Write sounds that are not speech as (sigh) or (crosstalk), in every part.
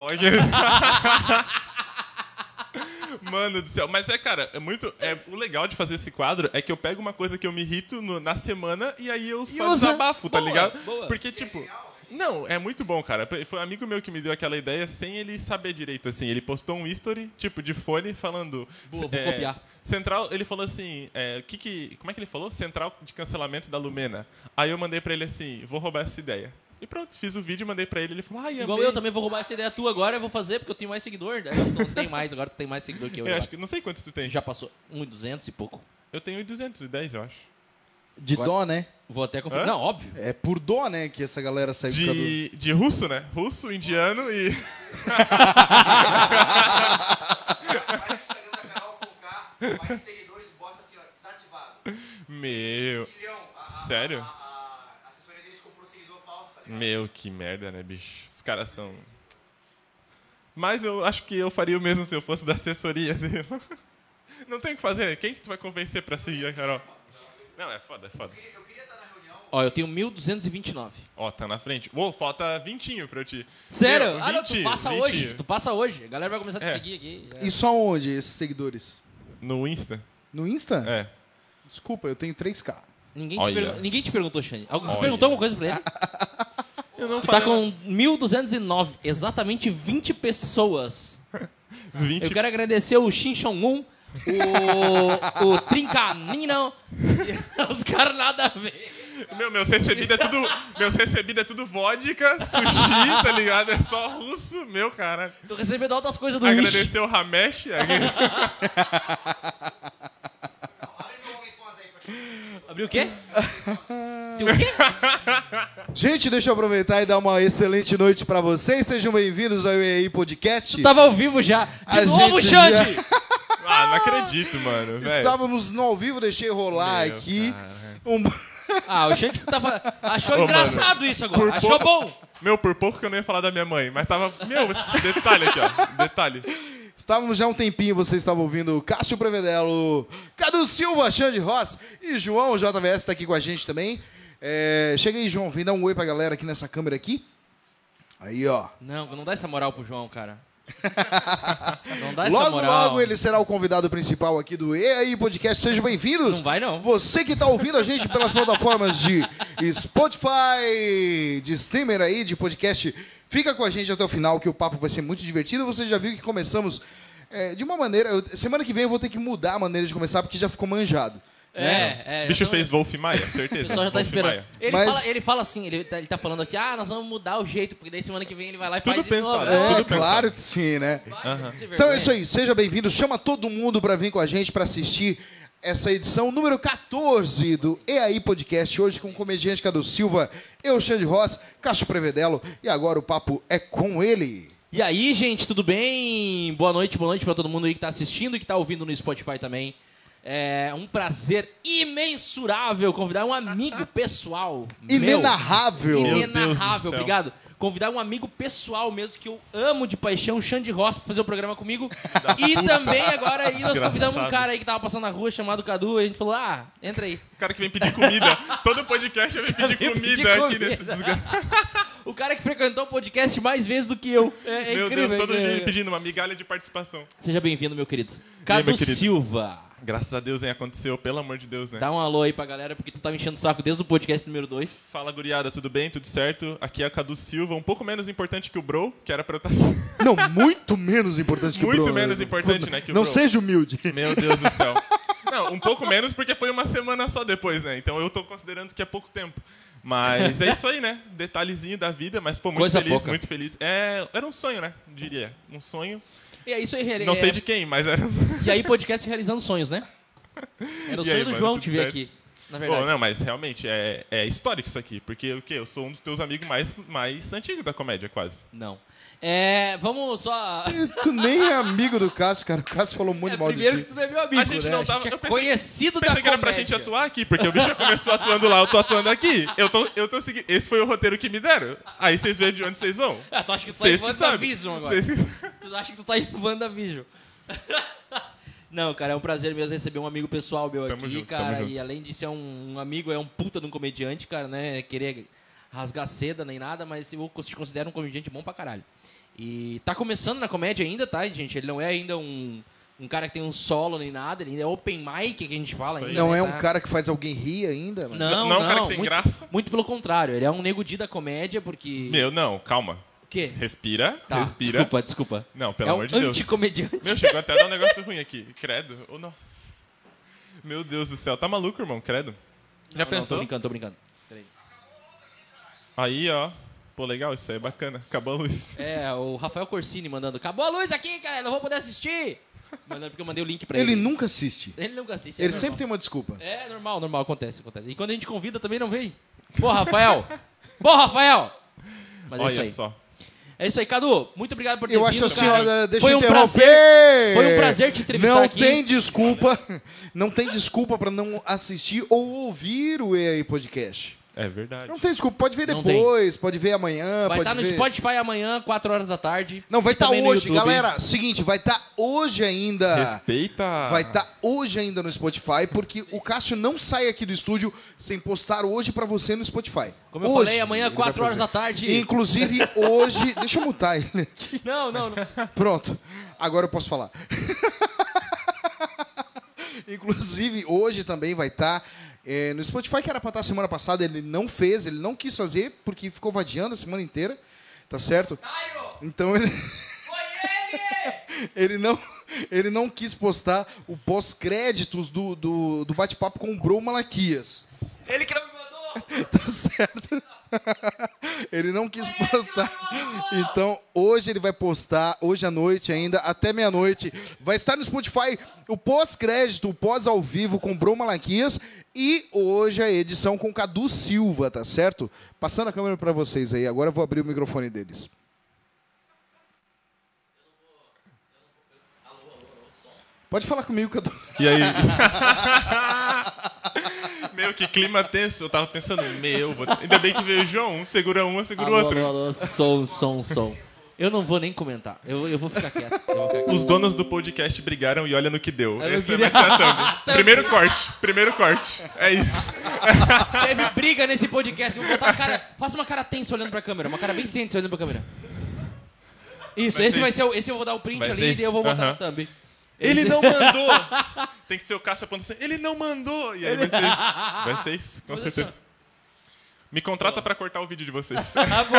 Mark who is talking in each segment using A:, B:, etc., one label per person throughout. A: Olha. (laughs) Mano do céu, mas é, cara, é muito. É, o legal de fazer esse quadro é que eu pego uma coisa que eu me irrito no- na semana e aí eu só
B: usa.
A: desabafo, tá
B: Boa,
A: ligado?
B: boa. É
A: Porque, tipo. Não, é muito bom, cara. Foi um amigo meu que me deu aquela ideia sem ele saber direito, assim. Ele postou um history, tipo, de fone, falando.
B: Boa, vou
A: é,
B: copiar.
A: Central, ele falou assim, é, o que que, como é que ele falou? Central de cancelamento da Lumena. Aí eu mandei pra ele assim, vou roubar essa ideia. E pronto, fiz o vídeo, mandei pra ele, ele falou, ai, amei.
B: Igual eu também vou roubar essa ideia tua agora, eu vou fazer porque eu tenho mais seguidor. Daí eu tô- não tem mais, agora tu tem mais seguidor que eu.
A: Eu
B: já.
A: acho que, não sei quantos tu tem.
B: Já passou 1,200 e pouco.
A: Eu tenho 210, eu acho.
C: De dó, né?
B: Vou até confirmar.
A: Hã?
B: Não, óbvio.
C: É por dó, né, que essa galera saiu do...
A: De, de russo, né? Russo, indiano e... (laughs)
D: Vai no Instagram da Carol Conká, vai em seguidores e bosta assim, ó, desativado.
A: Meu,
D: Milhão. A, a-
A: Sério?
D: A, a- a assessoria deles comprou seguidor falso, tá ligado?
A: meu, que merda, né, bicho? Os caras são... Mas eu acho que eu faria o mesmo se eu fosse da assessoria dele. (laughs) Não tem o que fazer, né? Quem que tu vai convencer pra seguir a Carol? Não, é foda, é foda.
D: Eu queria estar na reunião,
B: Ó, eu tenho 1.229.
A: Ó, tá na frente. Uou, falta vintinho pra eu te.
B: Sério?
A: Meu,
B: ah, não, tu
A: vintinho,
B: passa
A: vintinho.
B: hoje. Tu passa hoje. A galera vai começar a te
A: É.
B: seguir aqui. já.
C: Isso aonde, esses seguidores?
A: No Insta?
C: No Insta?
A: É.
C: Desculpa, eu tenho 3K.
B: Ninguém te,
A: Olha.
B: pergun- ninguém te perguntou, Xande. Alguém te
A: Olha.
B: perguntou alguma coisa pra ele?
A: Eu não
B: Tu tá com 1.209, exatamente 20 pessoas.
A: 20.
B: Eu quero agradecer o Shin Shong Un, o, o (laughs) Trincanino, os caras nada a ver.
A: Meu, meus recebidos é tudo. meus recebidos é tudo vodka, sushi, tá ligado? É só russo, meu cara.
B: Tô recebendo altas coisas do Wish.
A: Agradecer o Ramesh.
D: então, abre meu OnlyFans aí pra ti.
B: Abriu o quê? Tem o quê?
C: Gente, deixa eu aproveitar e dar uma excelente noite pra vocês. Sejam bem-vindos ao EAI Podcast.
B: Tava ao vivo já. De
C: A
B: novo,
C: gente
B: Xande!
A: Ah, não acredito, mano. velho.
C: Estávamos no ao vivo, deixei rolar
A: Meu,
C: tá aqui.
A: cara.
C: Um...
B: Ah, o Xande tava...
C: (laughs)
B: achou
A: mano,
B: engraçado isso agora.
A: por
B: achou
A: pouco-
B: bom.
A: Meu, por pouco que eu não ia falar da minha mãe, mas tava. Meu, esse detalhe aqui, ó. Detalhe.
C: Estávamos já há um tempinho, vocês estavam ouvindo o Cássio Prevedelo, Cadu Silva, Xande Ross e João o JVS tá aqui com a gente também. É... Chega aí, João, vem dar um oi pra galera aqui nessa câmera aqui. Aí, ó.
B: Não, não dá essa moral pro João, cara. Não dá essa
C: Logo,
B: moral.
C: logo ele será o convidado principal aqui do E aí Podcast. Sejam bem-vindos.
B: Não vai, não.
C: Você que está ouvindo a gente pelas plataformas de Spotify, de streamer aí, de podcast, fica com a gente até o final que o papo vai ser muito divertido. Você já viu que começamos é, de uma maneira. eu- semana que vem eu vou ter que mudar a maneira de começar porque já ficou manjado. né?
B: É, é.
A: O bicho
B: já tô-
A: fez Wolf Maia,
B: O
A: certeza.
B: pessoal já tá
A: Wolf
B: esperando.
A: Maia.
B: Ele,
C: Mas-
B: fala, ele fala assim, ele tá, ele tá falando aqui, ah, nós vamos mudar o jeito, porque daí semana que vem ele vai lá e
A: Tudo
B: faz de novo.
A: pensado,
C: É,
A: tudo
B: Vai,
C: claro que sim, né?
B: vai, sem
C: Então
B: vergonha.
C: é isso aí, seja bem-vindo, chama todo mundo para vir com a gente para assistir essa edição número 14 do EAI Podcast, hoje com o comediante Cadu Silva, eu, Xande Ross, Cássio Prevedelo, e agora o papo é com ele.
B: E aí, gente, tudo bem? Boa noite, boa noite pra todo mundo aí que tá assistindo e que tá ouvindo no Spotify também. É um prazer imensurável convidar um amigo pessoal. meu.
C: Inenarrável.
A: Meu Deus do
B: Inenarrável,
A: céu.
B: obrigado. Convidar um amigo pessoal mesmo, que eu amo de paixão, Xande Ross, pra fazer o programa comigo. E também agora aí nós convidamos um
A: Desgraçado.
B: cara aí que tava passando na rua chamado Cadu, e a gente falou: ah, entra aí.
A: O cara que vem pedir comida. Todo podcast eu vem
B: (laughs)
A: pedir
B: Eu pedi
A: comida aqui
B: comida.
A: nesse desgraçado.
B: O cara que frequentou o podcast mais vezes do que eu. É, é
A: Meu
B: incrível.
A: Deus, todo
B: é
A: dia ele
B: incrível.
A: pedindo uma migalha de participação.
B: Seja bem-vindo, meu querido. Cadu
A: meu querido?
B: Silva.
A: Graças a Deus, hein? Aconteceu, pelo amor de Deus, né?
B: Dá um alô aí pra galera, porque tu tá me enchendo o saco desde o podcast número 2.
A: Fala, guriada, tudo bem? Tudo certo? Aqui é a Cadu Silva, um pouco menos importante que o Bro, que era pra eu tá- estar...
C: Não, muito menos importante que o
A: Muito
C: Bruno.
A: menos importante, né, que o
C: Não
A: Bruno.
C: seja
A: (laughs)
C: humilde.
A: (laughs) Meu Deus do céu. Não, um pouco menos porque foi uma semana só depois, né? Então eu tô considerando que é pouco tempo. Mas é isso aí, né? Detalhezinho da vida, mas pô, muito
B: Coisa
A: feliz,
B: pouca.
A: muito feliz. É, era um sonho, né? Diria. Um sonho.
B: E é isso aí, Rele.
A: Não sei de quem, mas era um sonho.
B: E aí, podcast realizando sonhos,
A: (laughs)
B: né? Era o
A: E
B: sonho
A: aí,
B: do
A: mano,
B: João
A: tudo
B: te ver
A: certo?
B: aqui. Na verdade.
A: Bom, né? não, mas realmente é, é histórico isso aqui, porque o quê? Eu sou um dos teus amigos mais, mais antigos da comédia, quase.
B: Não. É, vamos só.
C: Tu nem é amigo do Cássio, cara. O Cássio falou muito
B: É,
C: mal de
B: primeiro que
C: ti.
B: tu não é meu amigo,
A: A gente
B: né?
A: não
B: A
A: tava-
B: gente é
A: eu pensei-
B: conhecido da
A: Pensei que era pra
B: comédia.
A: gente atuar aqui, porque o bicho (laughs) já começou atuando lá, eu tô atuando aqui. Eu tô, eu tô seguindo. Esse foi o roteiro que me deram. Aí vocês veem de onde vocês vão.
B: (laughs) Ah, tu acha que tu tá em
A: Vocês que sabem.
B: WandaVision agora?
A: Vocês que-
B: Tu acha que tu tá em WandaVision? (laughs) Não, cara, é um prazer mesmo receber um amigo pessoal meu
A: Tamo
B: aqui,
A: junto, tamo
B: cara.
A: junto.
B: E além de ser um, um amigo, é um puta de um comediante, cara, né? Querer rasgar seda nem nada, mas eu cons- te considero um comediante bom pra caralho. E tá começando na comédia ainda, tá, gente? Ele não é ainda um, um cara que tem um solo nem nada, ele ainda é open mic que a gente fala
A: Isso aí.
B: ainda.
C: Não
B: né,
C: é um
B: tá?
C: cara que faz alguém rir ainda? Mas...
B: Não,
A: Não é
B: não,
A: um cara que tem
B: muito,
A: graça?
B: Muito pelo contrário, ele é um nego de da comédia, porque.
A: Meu, não, calma.
B: O quê?
A: Respira,
B: Tá,
A: respira.
B: Desculpa, desculpa.
A: Não, pelo
B: é
A: amor
B: um
A: de Deus.
B: Anticomediante.
A: Meu, chegou até a dar um negócio ruim aqui. Credo. Oh, nossa. Meu Deus do céu. Tá maluco, irmão? Credo. Já
B: Não, não, tô
A: pensou?
B: brincando, tô brincando. Peraí.
A: aí, ó. Pô, legal. Isso aí é bacana. Acabou a luz.
B: É, o Rafael Corsini mandando. Acabou a luz aqui, cara, não vou poder assistir. Mandando porque eu mandei o link pra ele.
C: Ele nunca assiste.
B: Ele nunca assiste. é
C: Ele
B: normal.
C: sempre tem uma desculpa.
B: É normal, normal, acontece, acontece. E quando a gente convida também não vem. Boa, Rafael! Boa, Rafael! Mas é isso
A: Olha
B: aí.
A: só.
B: É isso aí, Cadu. Muito obrigado por ter
C: Eu
B: É vindo,
C: acho assim,
B: cara.
C: olha, deixa
B: Foi
C: eu
B: um
C: interromper.
B: prazer- foi um prazer te entrevistar
C: não
B: aqui.
C: tem desculpa, (laughs) não tem desculpa pra não assistir ou ouvir o EAI Podcast.
A: É verdade.
C: Não tem desculpa, pode ver
B: Não
C: depois, pode ver amanhã,
B: Vai
C: pode
B: estar no
C: ver-
B: Spotify amanhã, 4 horas da tarde.
C: Não, vai
B: E
C: estar
B: também no
C: hoje,
B: YouTube.
C: galera. Seguinte, vai estar hoje
B: ah,
C: ainda.
A: Respeita.
C: Vai estar hoje ainda no Spotify, porque o Cássio não sai aqui do estúdio sem postar hoje pra você no Spotify.
B: Como eu
C: Hoje
B: falei, amanhã,
C: ele vai
B: 4 horas
C: fazer.
B: da tarde.
C: Inclusive, hoje. (laughs) Deixa eu mutar ele aqui.
B: Não,
C: (laughs)
B: não, não.
C: Pronto, agora eu posso falar. (laughs) Inclusive, hoje também vai estar no Spotify, que era para estar semana passada, ele não fez, ele não quis fazer, porque ficou vadiando a semana inteira, tá certo? Então (laughs) ele. ele não. Ele não quis postar o pós-créditos do, do, do bate-papo com o Bro Malaquias.
D: Ele que não me mandou!
C: Tá certo? (laughs) ele não quis postar. Então, hoje ele vai postar, hoje à noite ainda, até meia-noite. Vai estar no Spotify o pós-crédito, o pós ao vivo com Bro Malaquias e hoje a edição com Cadu Silva, tá certo? Passando a câmera pra vocês aí, agora eu vou abrir o microfone deles. Pode falar comigo, Cadu.
A: E aí? (laughs) meu, que clima tenso. Eu tava pensando, meu, vou... ainda bem que veio o João. Um segura um, um segura o
B: Alô,
A: outro.
B: alô, alô. Som,
A: um
B: som, som. Eu não vou nem comentar. Eu, eu vou ficar quieto. Eu vou ficar quieto.
A: Os donos do podcast brigaram e olha no que deu.
B: Olha no
A: Essa
B: que
A: vai
B: deu. Tá
A: ser a thumb.
B: (laughs)
A: Primeiro corte, primeiro corte. É isso.
B: (laughs) Teve briga nesse podcast. Eu Vou botar a cara. Faça uma cara tensa olhando pra câmera. Uma cara bem tensa olhando pra câmera. Isso,
A: Vai
B: esse
A: ser
B: vai
A: isso.
B: ser o. Esse eu vou dar o print
A: Vai ser
B: ali e
A: isso.
B: eu vou botar
A: Aham.
B: na thumb.
A: Ele
B: Esse- (laughs)
A: não mandou. (laughs) Tem que ser o Cássio apontando assim. Ele não mandou. E aí vai
B: (laughs)
A: ser isso. Vai ser isso, com
B: Mas é
A: certeza. Me contrata pra cortar o vídeo de
B: (laughs)
A: vocês.
B: Tá bom.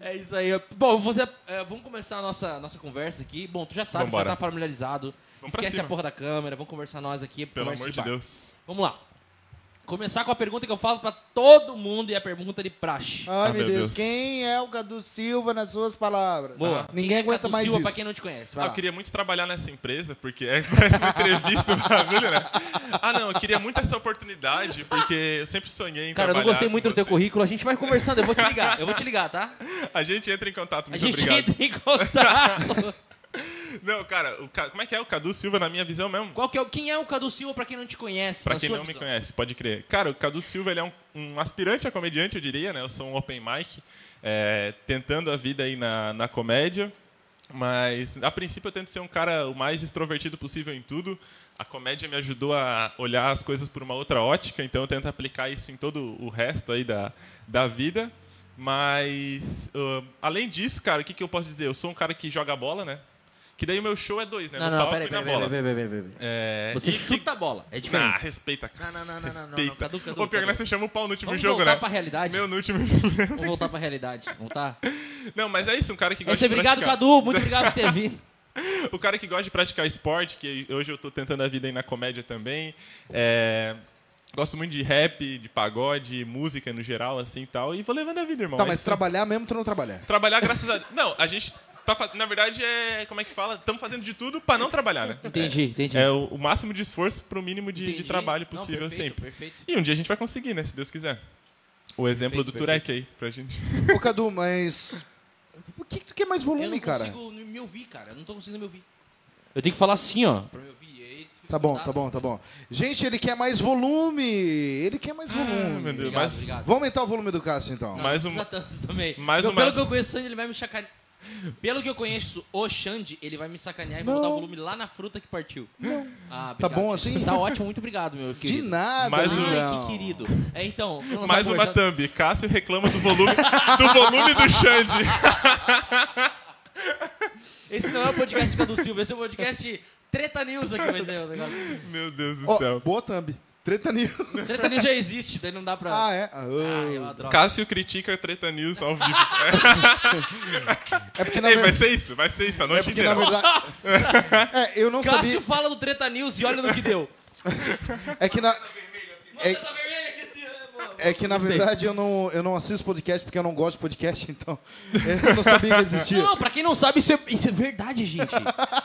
B: É isso aí. Bom, você, é, vamos começar a nossa, nossa conversa aqui. Bom, tu já sabe, tu já
A: Vambora.
B: tá familiarizado.
A: Vamos pra
B: Esquece a
A: cima.
B: porra da câmera, vamos conversar nós aqui.
A: Pelo
B: conversa
A: amor de
B: bar.
A: Deus.
B: Vamos lá. Começar com a pergunta que eu falo pra todo mundo e a pergunta de praxe.
C: Ai,
A: Ah, meu
C: meu Deus.
A: Deus.
C: Quem é o Cadu Silva nas suas palavras?
B: Boa.
C: Ninguém
B: Quem é
C: aguenta
B: Cadu
C: mais
B: Silva,
C: isso.
B: pra quem não te conhece. Vai
A: Ah,
B: lá.
A: eu queria muito trabalhar nessa empresa, porque é (laughs) parece uma entrevista, um bagulho, né? Ah, não, eu queria muito essa oportunidade, porque eu sempre sonhei em
B: Cara, eu não
A: trabalhar
B: gostei
A: com
B: muito do teu
A: você.
B: currículo. A gente vai conversando, eu vou te ligar. Eu vou te ligar, tá?
A: A gente entra em contato,
B: A
A: muito
B: gente
A: obrigado.
B: entra em contato.
A: Não, cara, o Ca- como é que é o Cadu Silva na minha visão mesmo?
B: Qual que é, o- quem é o Cadu Silva pra quem não te conhece?
A: Pra
B: na
A: quem
B: sua
A: não me
B: visão?
A: conhece, pode crer. Cara, o Cadu Silva ele é um, um aspirante a comediante, eu diria, né? Eu sou um open mic, é, tentando a vida aí na, na comédia. Mas, a princípio, eu tento ser um cara o mais extrovertido possível em tudo. A comédia me ajudou a olhar as coisas por uma outra ótica, então eu tento aplicar isso em todo o resto aí da, da vida. Mas, ah, além disso, cara, o que, que eu posso dizer? Eu sou um cara que joga bola, né? Que daí o meu show é dois, né?
B: Não,
A: no
B: não, não,
A: palco
B: peraí,
A: e na
B: peraí, peraí,
A: bola.
B: peraí, peraí, peraí, peraí.
A: É,
B: Você
A: e que-
B: chuta a bola, é
A: ah,
B: diferente.
A: respeita, cara.
B: Não, não, não, não, não, não, não.
A: respeita.
B: Cadu, Cadu,
A: Ô, pior que
B: Cadu.
A: você chamou o pau no último
B: Vamos
A: jogo,
B: voltar
A: né?
B: pra realidade.
A: Meu, no último (laughs)
B: Vamos voltar pra realidade. Voltar?
A: Não, mas é isso, um cara que
B: É
A: gosta
B: isso aí,
A: de
B: obrigado,
A: praticar.
B: Cadu. Muito obrigado por ter vindo.
A: O cara que gosta de praticar esporte, que hoje eu tô tentando a vida aí na comédia também. É, Gosto muito de rap, de pagode, música no geral, assim e tal. E vou levando a vida, irmão.
C: Tá,
A: É
C: mas
A: isso.
C: trabalhar mesmo tu não trabalhar.
A: Trabalhar graças a... Não, a gente... Tá, fa- na verdade, é... Como é que fala? Estamos fazendo de tudo pra não trabalhar, né?
B: Entendi, entendi.
A: É o, o máximo de esforço pro mínimo de, de
B: Entendi.
A: trabalho
B: Não,
A: possível
B: perfeito,
A: sempre.
B: Perfeito.
A: E um dia a gente vai conseguir, né? Se Deus quiser. O exemplo
B: Perfeito,
A: do Turek aí, pra gente...
C: Ô, Cadu, mas. Por que, que tu quer mais
B: Eu não
C: volume, cara?
B: consigo me ouvir, cara. Eu não tô conseguindo me ouvir. Eu tenho que falar assim, ó. Pra me ouvir. E aí fica
C: Tá bom,
B: grudado.
C: tá bom, tá bom. Gente, ele quer mais volume! Ele quer mais
A: Ah,
C: volume.
A: meu Deus,
B: Obrigado,
A: mas-
B: obrigado.
C: Vamos aumentar o volume do Cássio, então.
B: Não,
A: mais
B: não
A: uma-
B: precisa tanto também.
A: mais
B: Eu,
A: uma-
B: Pelo que eu conheço, ele vai me chacar. Pelo que eu conheço, o Xande, ele vai me sacanear e vai botar o volume lá na fruta que partiu. Não.
C: Tá bom assim?
B: Tá ótimo, muito obrigado, meu
C: De
B: querido.
C: nada,
B: Ai,
A: Mais um-
B: que
C: Julião.
B: querido. É, então, não
A: Mais
B: sabe,
A: uma
B: já-
A: thumb. Cássio reclama do volume do, volume do Xande.
B: Esse não é o podcast do Silva, esse é o podcast Treta News aqui, vai ser o negócio.
A: (laughs) Meu Deus do
C: Ó,
A: céu.
C: boa thumb. Treta (laughs) News.
B: Treta News já existe, daí não dá pra.
C: Ah, é? Ah,
B: Ah,
C: oh.
B: é uma droga.
A: Cássio critica a Treta News ao vivo. (laughs)
C: É porque na
A: Ei, vai
C: verdade...
A: ser isso, vai ser isso a
C: É
A: noite
C: porque,
A: inteira.
C: na verdade... É, eu não
B: Cássio
C: sabia...
B: fala do Treta News e olha no que deu.
C: É que na...
B: Você tá vermelho aqui, esse.
C: É que na
B: Gostei.
C: verdade eu não, eu não assisto podcast porque eu não gosto de podcast, (laughs) então eu não sabia que existia.
B: Não, não, pra quem não sabe, isso é, isso é verdade, gente.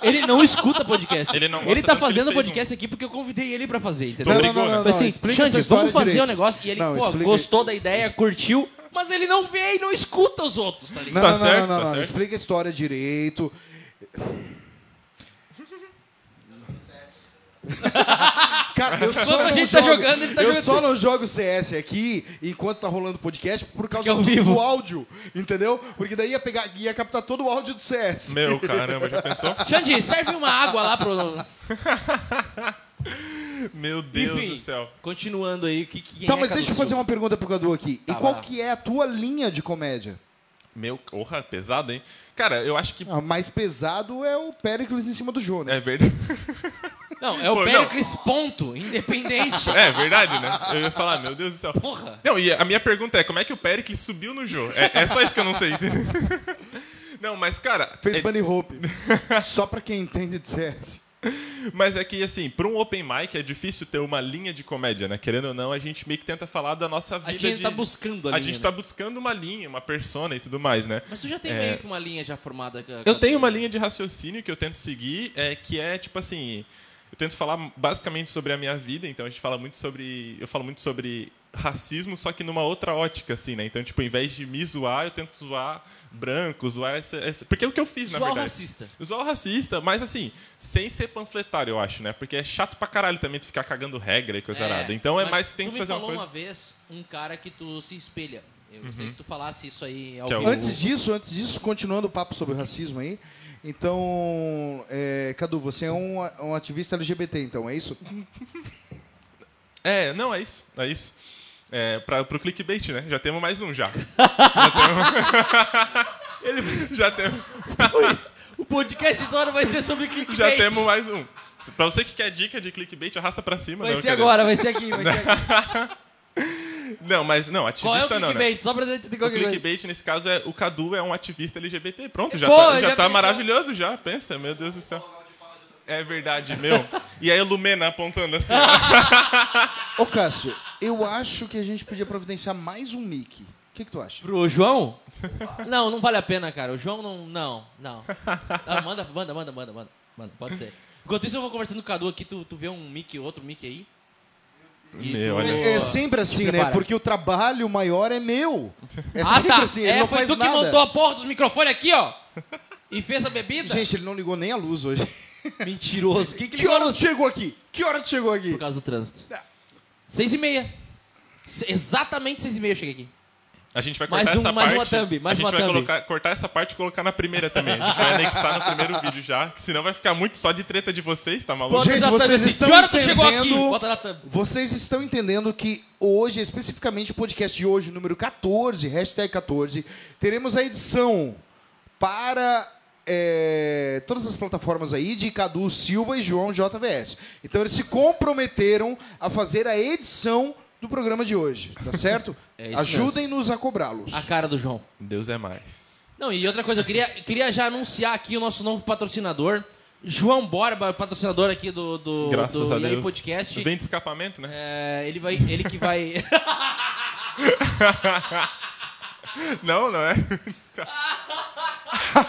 B: Ele não escuta podcast.
A: Ele não gosta
B: ele tá
A: tanto que ele
B: fazendo
A: fez
B: podcast aqui porque eu convidei ele pra fazer,
A: Tô
B: entendeu?
A: brincando. obrigou, né?
B: Falei assim,
C: explica essa
B: Xande,
C: história
B: vamos fazer um o
C: direito.
B: negócio. E ele,
C: Não,
B: pô,
C: explica-
B: gostou da ideia, curtiu, mas ele não vê e não escuta os outros, tá
C: Não,
B: ligado?
A: Tá
C: não, não,
A: certo,
C: não, não,
A: tá
C: não.
A: certo.
C: Explica a história
B: (laughs)
C: direito. Cara, eu só
B: Enquanto a
C: não
B: gente tá
C: jogo-
B: jogando, ele tá
C: eu
B: jogando
C: só
B: CS.
C: não jogo CS aqui enquanto tá rolando podcast por causa
B: é ao
C: do,
B: vivo.
C: do áudio, entendeu? Porque daí ia pegar, ia captar todo o áudio do CS.
A: Meu caramba, já pensou?
B: Xande, serve uma água lá pro.
A: Meu Deus
B: Enfim.
A: do céu.
B: Continuando aí, o que, que
C: Tá,
B: é
C: mas
B: Cadu
C: deixa eu fazer
B: Silva?
C: uma pergunta pro Cadu aqui.
B: Tá,
C: e qual
B: vai lá.
C: que é a tua linha de comédia?
A: Meu, porra, pesado, hein? Cara, eu acho que
C: Ah, mais pesado é o Péricles em cima do Jô, né?
A: é verdade.
B: Não, é o
A: Pô, não.
B: Pericles,
A: (laughs)
B: ponto, independente.
A: (laughs) É verdade, né? Eu ia falar, meu Deus do céu.
B: Porra.
A: Não, e a minha pergunta é, como é que o Pericles subiu no jogo? É, é só isso que eu não sei. (laughs) Não, mas cara,
C: Fez
A: é-
C: Bunny Hope. Só pra quem entende de CS.
A: mas é que assim, para um open mic é difícil ter uma linha de comédia, né? Querendo ou não, a gente meio que tenta falar da nossa vida
B: A gente
A: de-
B: tá buscando a,
A: A
B: linha,
A: gente
B: né?
A: tá buscando uma linha, uma persona e tudo mais, né?
B: Mas tu já tem
A: É.
B: meio que uma linha já formada.
A: Eu tenho uma linha de raciocínio que eu tento seguir, é, que é tipo assim. Eu tento falar basicamente sobre a minha vida, então a gente fala muito sobre. Eu falo muito sobre racismo, só que numa outra ótica, assim, né? Então, tipo, ao invés de me zoar, eu tento zoar branco, zoar essa. essa- Porque é o que eu fiz, na
B: Zoar o
A: verdade.
B: racista.
A: Zoar o racista, mas assim, sem ser panfletário, eu acho, né? Porque é chato pra caralho também tu ficar cagando regra e coisa arada. Então é
B: mas
A: mais que tem
B: tu
A: que
B: me
A: fazer uma
B: falou
A: coisa. Uhum.
B: uma vez um cara que tu se espelha. Eu gostaria que tu falasse isso aí ao
A: Que é o-
B: vivo.
C: Antes disso, antes disso, continuando o papo sobre o racismo aí. Então, é, Cadu, você é um, a- um ativista LGBT, então, é isso?
A: É, não, é isso. É isso. É, pra, pro clickbait, né? Já temos mais um
B: (laughs)
A: já. Já temos.
B: O podcast agora vai ser sobre clickbait.
A: Já temos mais um. Se- Pra você que quer dica de clickbait, arrasta pra cima.
B: Vai
A: não, é
B: ser
A: cadê?
B: agora, vai ser aqui, vai ser aqui.
A: Não, mas não,
B: Qual é o
A: ativista não, né?
B: clickbait? Só pra gente ter
A: O
B: clickbait.
A: clickbait, nesse caso, é o Cadu é um ativista LGBT. Pronto, já
B: Pô,
A: tá,
B: eu
A: já
B: já
A: tá
B: pensei.
A: maravilhoso já. Pensa, meu Deus do céu. É verdade, meu. E aí o Lumena apontando assim.
C: Ô, Cássio, eu acho que a gente podia providenciar mais um mic. O que, que tu acha?
B: Pro João? Não, não vale a pena, cara. O João não. Não, não. Ah, manda, manda, manda, manda, manda. Manda, pode ser. Enquanto isso, eu vou conversando com o Cadu aqui, tu, tu vê um mic, outro mic aí. E
A: Meu,
B: tu-
A: olha
C: É, é sempre assim, né?
B: prepara.
C: Porque o trabalho maior é meu. É
B: Ah,
C: sempre
B: tá.
C: assim, ele
B: é,
C: não
B: foi
C: faz
B: tu
C: nada.
B: que montou a porra dos microfones aqui, ó. E fez a bebida?
C: Gente, ele não ligou nem a luz hoje.
B: Mentiroso. Quem que
C: Que
B: ligou
C: hora
B: a
C: tu
B: luz?
C: chegou aqui? Que hora tu chegou aqui?
B: Por causa do trânsito. Seis e meia. Se- exatamente seis e meia eu cheguei aqui.
A: A gente vai
B: Mais
A: cortar
B: um-
A: essa
B: mais
A: parte.
B: uma thumb, mais
A: a gente
B: uma
A: vai
B: thumb.
A: Colocar, cortar essa parte e colocar na primeira também. A gente vai anexar no primeiro vídeo já, que senão vai ficar muito só de treta de vocês, tá maluco?
C: Gente,
B: na
C: vocês
B: assim,
C: estão
B: que hora tu chegou aqui?
C: entendendo-
B: Bota na thumb.
C: Vocês estão entendendo que hoje, especificamente o podcast de hoje, número 14, hashtag 14, teremos a edição para é, todas as plataformas aí de Cadu Silva e João JVS. Então eles se comprometeram a fazer a edição do programa de hoje,
B: (laughs)
C: tá certo?
B: É isso
C: Ajudem-nos a cobrá-los.
B: A cara do João.
A: Deus é mais.
B: Não, e outra coisa, eu queria, queria já anunciar aqui o nosso novo patrocinador, João Borba, patrocinador aqui do, do,
A: Graças
B: do
A: a
B: E aí
A: Deus.
B: Podcast.
A: Vem de escapamento, né?
B: É, ele, vai, ele que vai.
A: Não, não é?
C: (laughs)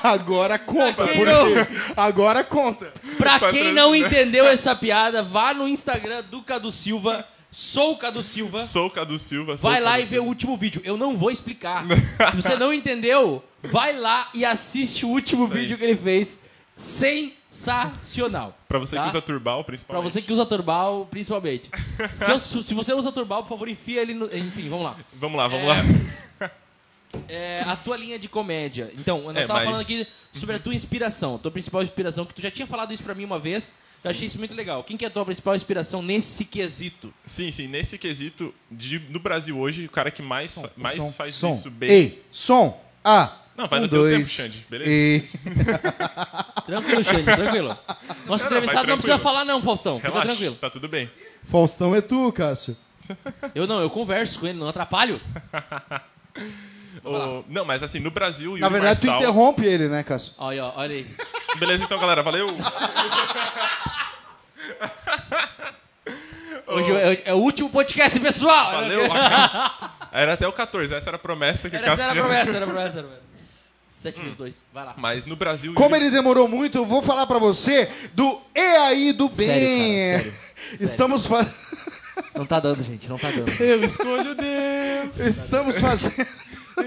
C: Agora conta,
B: Quem
C: porque
B: não?
C: agora conta.
B: Pra quem não
A: Patrocinador. (laughs)
B: entendeu essa piada, vá no Instagram do Cadu Silva. Sou o Cadu Silva.
A: Sou o Cadu Silva. sou
B: Vai
A: o
B: lá
A: Cadu
B: e vê o último vídeo. Eu não vou
A: (laughs)
B: explicar. Se você não entendeu, vai lá e assiste o último
A: aí.
B: vídeo que ele fez. Sensacional.
A: Pra você
B: tá?
A: que usa turbal,
B: Pra
A: principalmente.
B: você que usa turbal,
A: (laughs)
B: principalmente. se, eu- se você É. usa turbal, por favor, enfia ele no... Enfim, vamos lá.
A: Vamos lá, vamos
B: É.
A: lá.
B: é, a tua linha de comédia. Então, nós
A: É,
B: estávamos
A: mas-
B: falando aqui sobre a tua inspiração, a tua principal inspiração, que tu já tinha falado isso pra mim uma vez. Eu achei isso muito legal. Quem que é a tua principal inspiração nesse quesito?
A: Sim, sim. Nesse quesito, de- no Brasil hoje, o cara que mais, fa- mais
C: som,
A: faz
C: som.
A: isso bem.
C: Ei, som. Ah.
A: Não, vai
C: um,
A: no teu
C: dois.
A: tempo, Xande, beleza?
C: E...
B: Tranquilo, Xande, tranquilo. Nosso
A: Não, não, vai
B: entrevistado não precisa
A: tranquilo.
B: falar não, Faustão. Fica
A: Relaxa,
B: tranquilo.
A: tá tudo bem.
E: Faustão é tu, Cássio.
B: Eu não, eu converso com ele, não atrapalho.
A: O- não, mas assim, no Brasil, Yuri
C: Na verdade, tu
A: Marçal-
C: interrompe ele, né, Cássio?
B: Olha, aí, ó, olha aí.
A: Beleza, então, galera, valeu.
B: Hoje é, é o último podcast, pessoal.
A: Valeu. (laughs) Era até o 14, essa era a promessa que o
B: Era,
A: Cássio
B: era
A: tinha.
B: promessa, era promessa, era promessa. 7 vezes 2, vai lá.
A: Mas no Brasil.
C: Como
A: Yuri-
C: ele demorou muito, eu vou falar pra você do E aí do bem.
B: Sério,
C: (laughs)
B: cara,
C: Estamos, fa-
B: Não tá dando, gente, não tá dando.
A: Eu escolho Deus.
C: Estamos fazendo.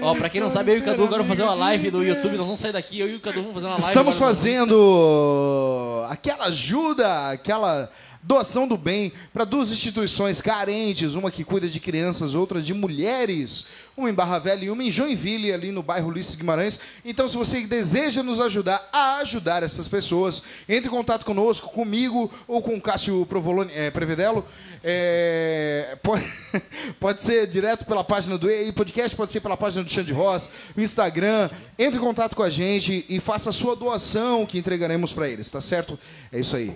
B: Ó, pra quem não sabe, eu e o Cadu agora vamos fazer uma live no YouTube, nós vamos sair daqui, eu e o Cadu vamos fazer uma live.
C: Estamos
B: agora no
C: fazendo aquela ajuda, aquela doação do bem para duas instituições carentes, uma que cuida de crianças, outra de mulheres, uma em Barra Velha e uma em Joinville, ali no bairro Ulisses Guimarães. Então, se você deseja nos ajudar a ajudar essas pessoas, entre em contato conosco, comigo ou com o Cássio Provolone, eh, Prevedelo. É, pode, (laughs) pode ser direto pela página do EI Podcast, pode ser pela página do Xande Ross, o Instagram. Entre em contato com a gente e faça a sua doação que entregaremos para eles, tá certo? É isso aí.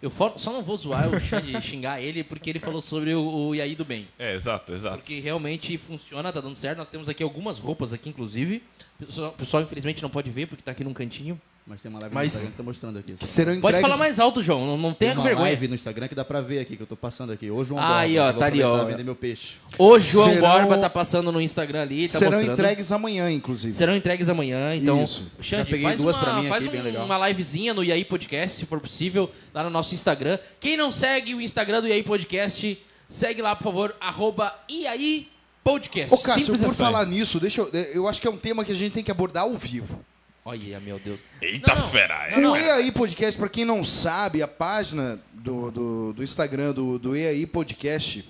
B: Eu fo- só não vou zoar, eu xing- xingar ele, porque ele falou sobre o, o Iaí do Bem.
A: É, exato, exato.
B: Porque realmente funciona, tá dando certo. Nós temos aqui algumas roupas aqui, inclusive. O pessoal, o pessoal, infelizmente, não pode ver, porque tá aqui num cantinho.
E: Mas tem uma live
B: Mas-
E: no Instagram que tá mostrando aqui.
C: Que serão
B: Pode
C: entregues...
B: falar mais alto, João, não, não
E: Tem
B: tenha
E: uma
B: vergonha.
E: live no Instagram que dá pra ver aqui, que eu tô passando aqui. Ô, João
B: Aí,
E: Borba,
B: ó,
E: eu vou
B: tá ali, ó.
E: aproveitar e vender meu peixe.
B: O João
C: Serão-
B: Borba tá passando no Instagram ali, tá
C: serão
B: mostrando.
C: entregues amanhã, inclusive.
B: Serão entregues amanhã, então.
C: Isso.
B: Xande,
E: Já peguei
B: faz
E: duas
B: uma,
E: pra mim
B: faz
E: aqui,
B: um-
E: bem legal.
B: uma livezinha no IAI Podcast, se for possível, lá no nosso Instagram. Quem não segue o Instagram do IAI Podcast, segue lá, por favor, arroba IAI Podcast.
C: Ô, Cássio,
B: Simples
C: por
B: assim.
C: falar nisso, deixa eu, eu acho que é um tema que a gente tem que abordar ao vivo.
B: Olha, meu Deus.
A: Eita
B: Não, não.
A: fera, é.
B: Não, não.
C: O EAI Podcast, pra quem não sabe, a página do, do, do Instagram do, do EAI Podcast,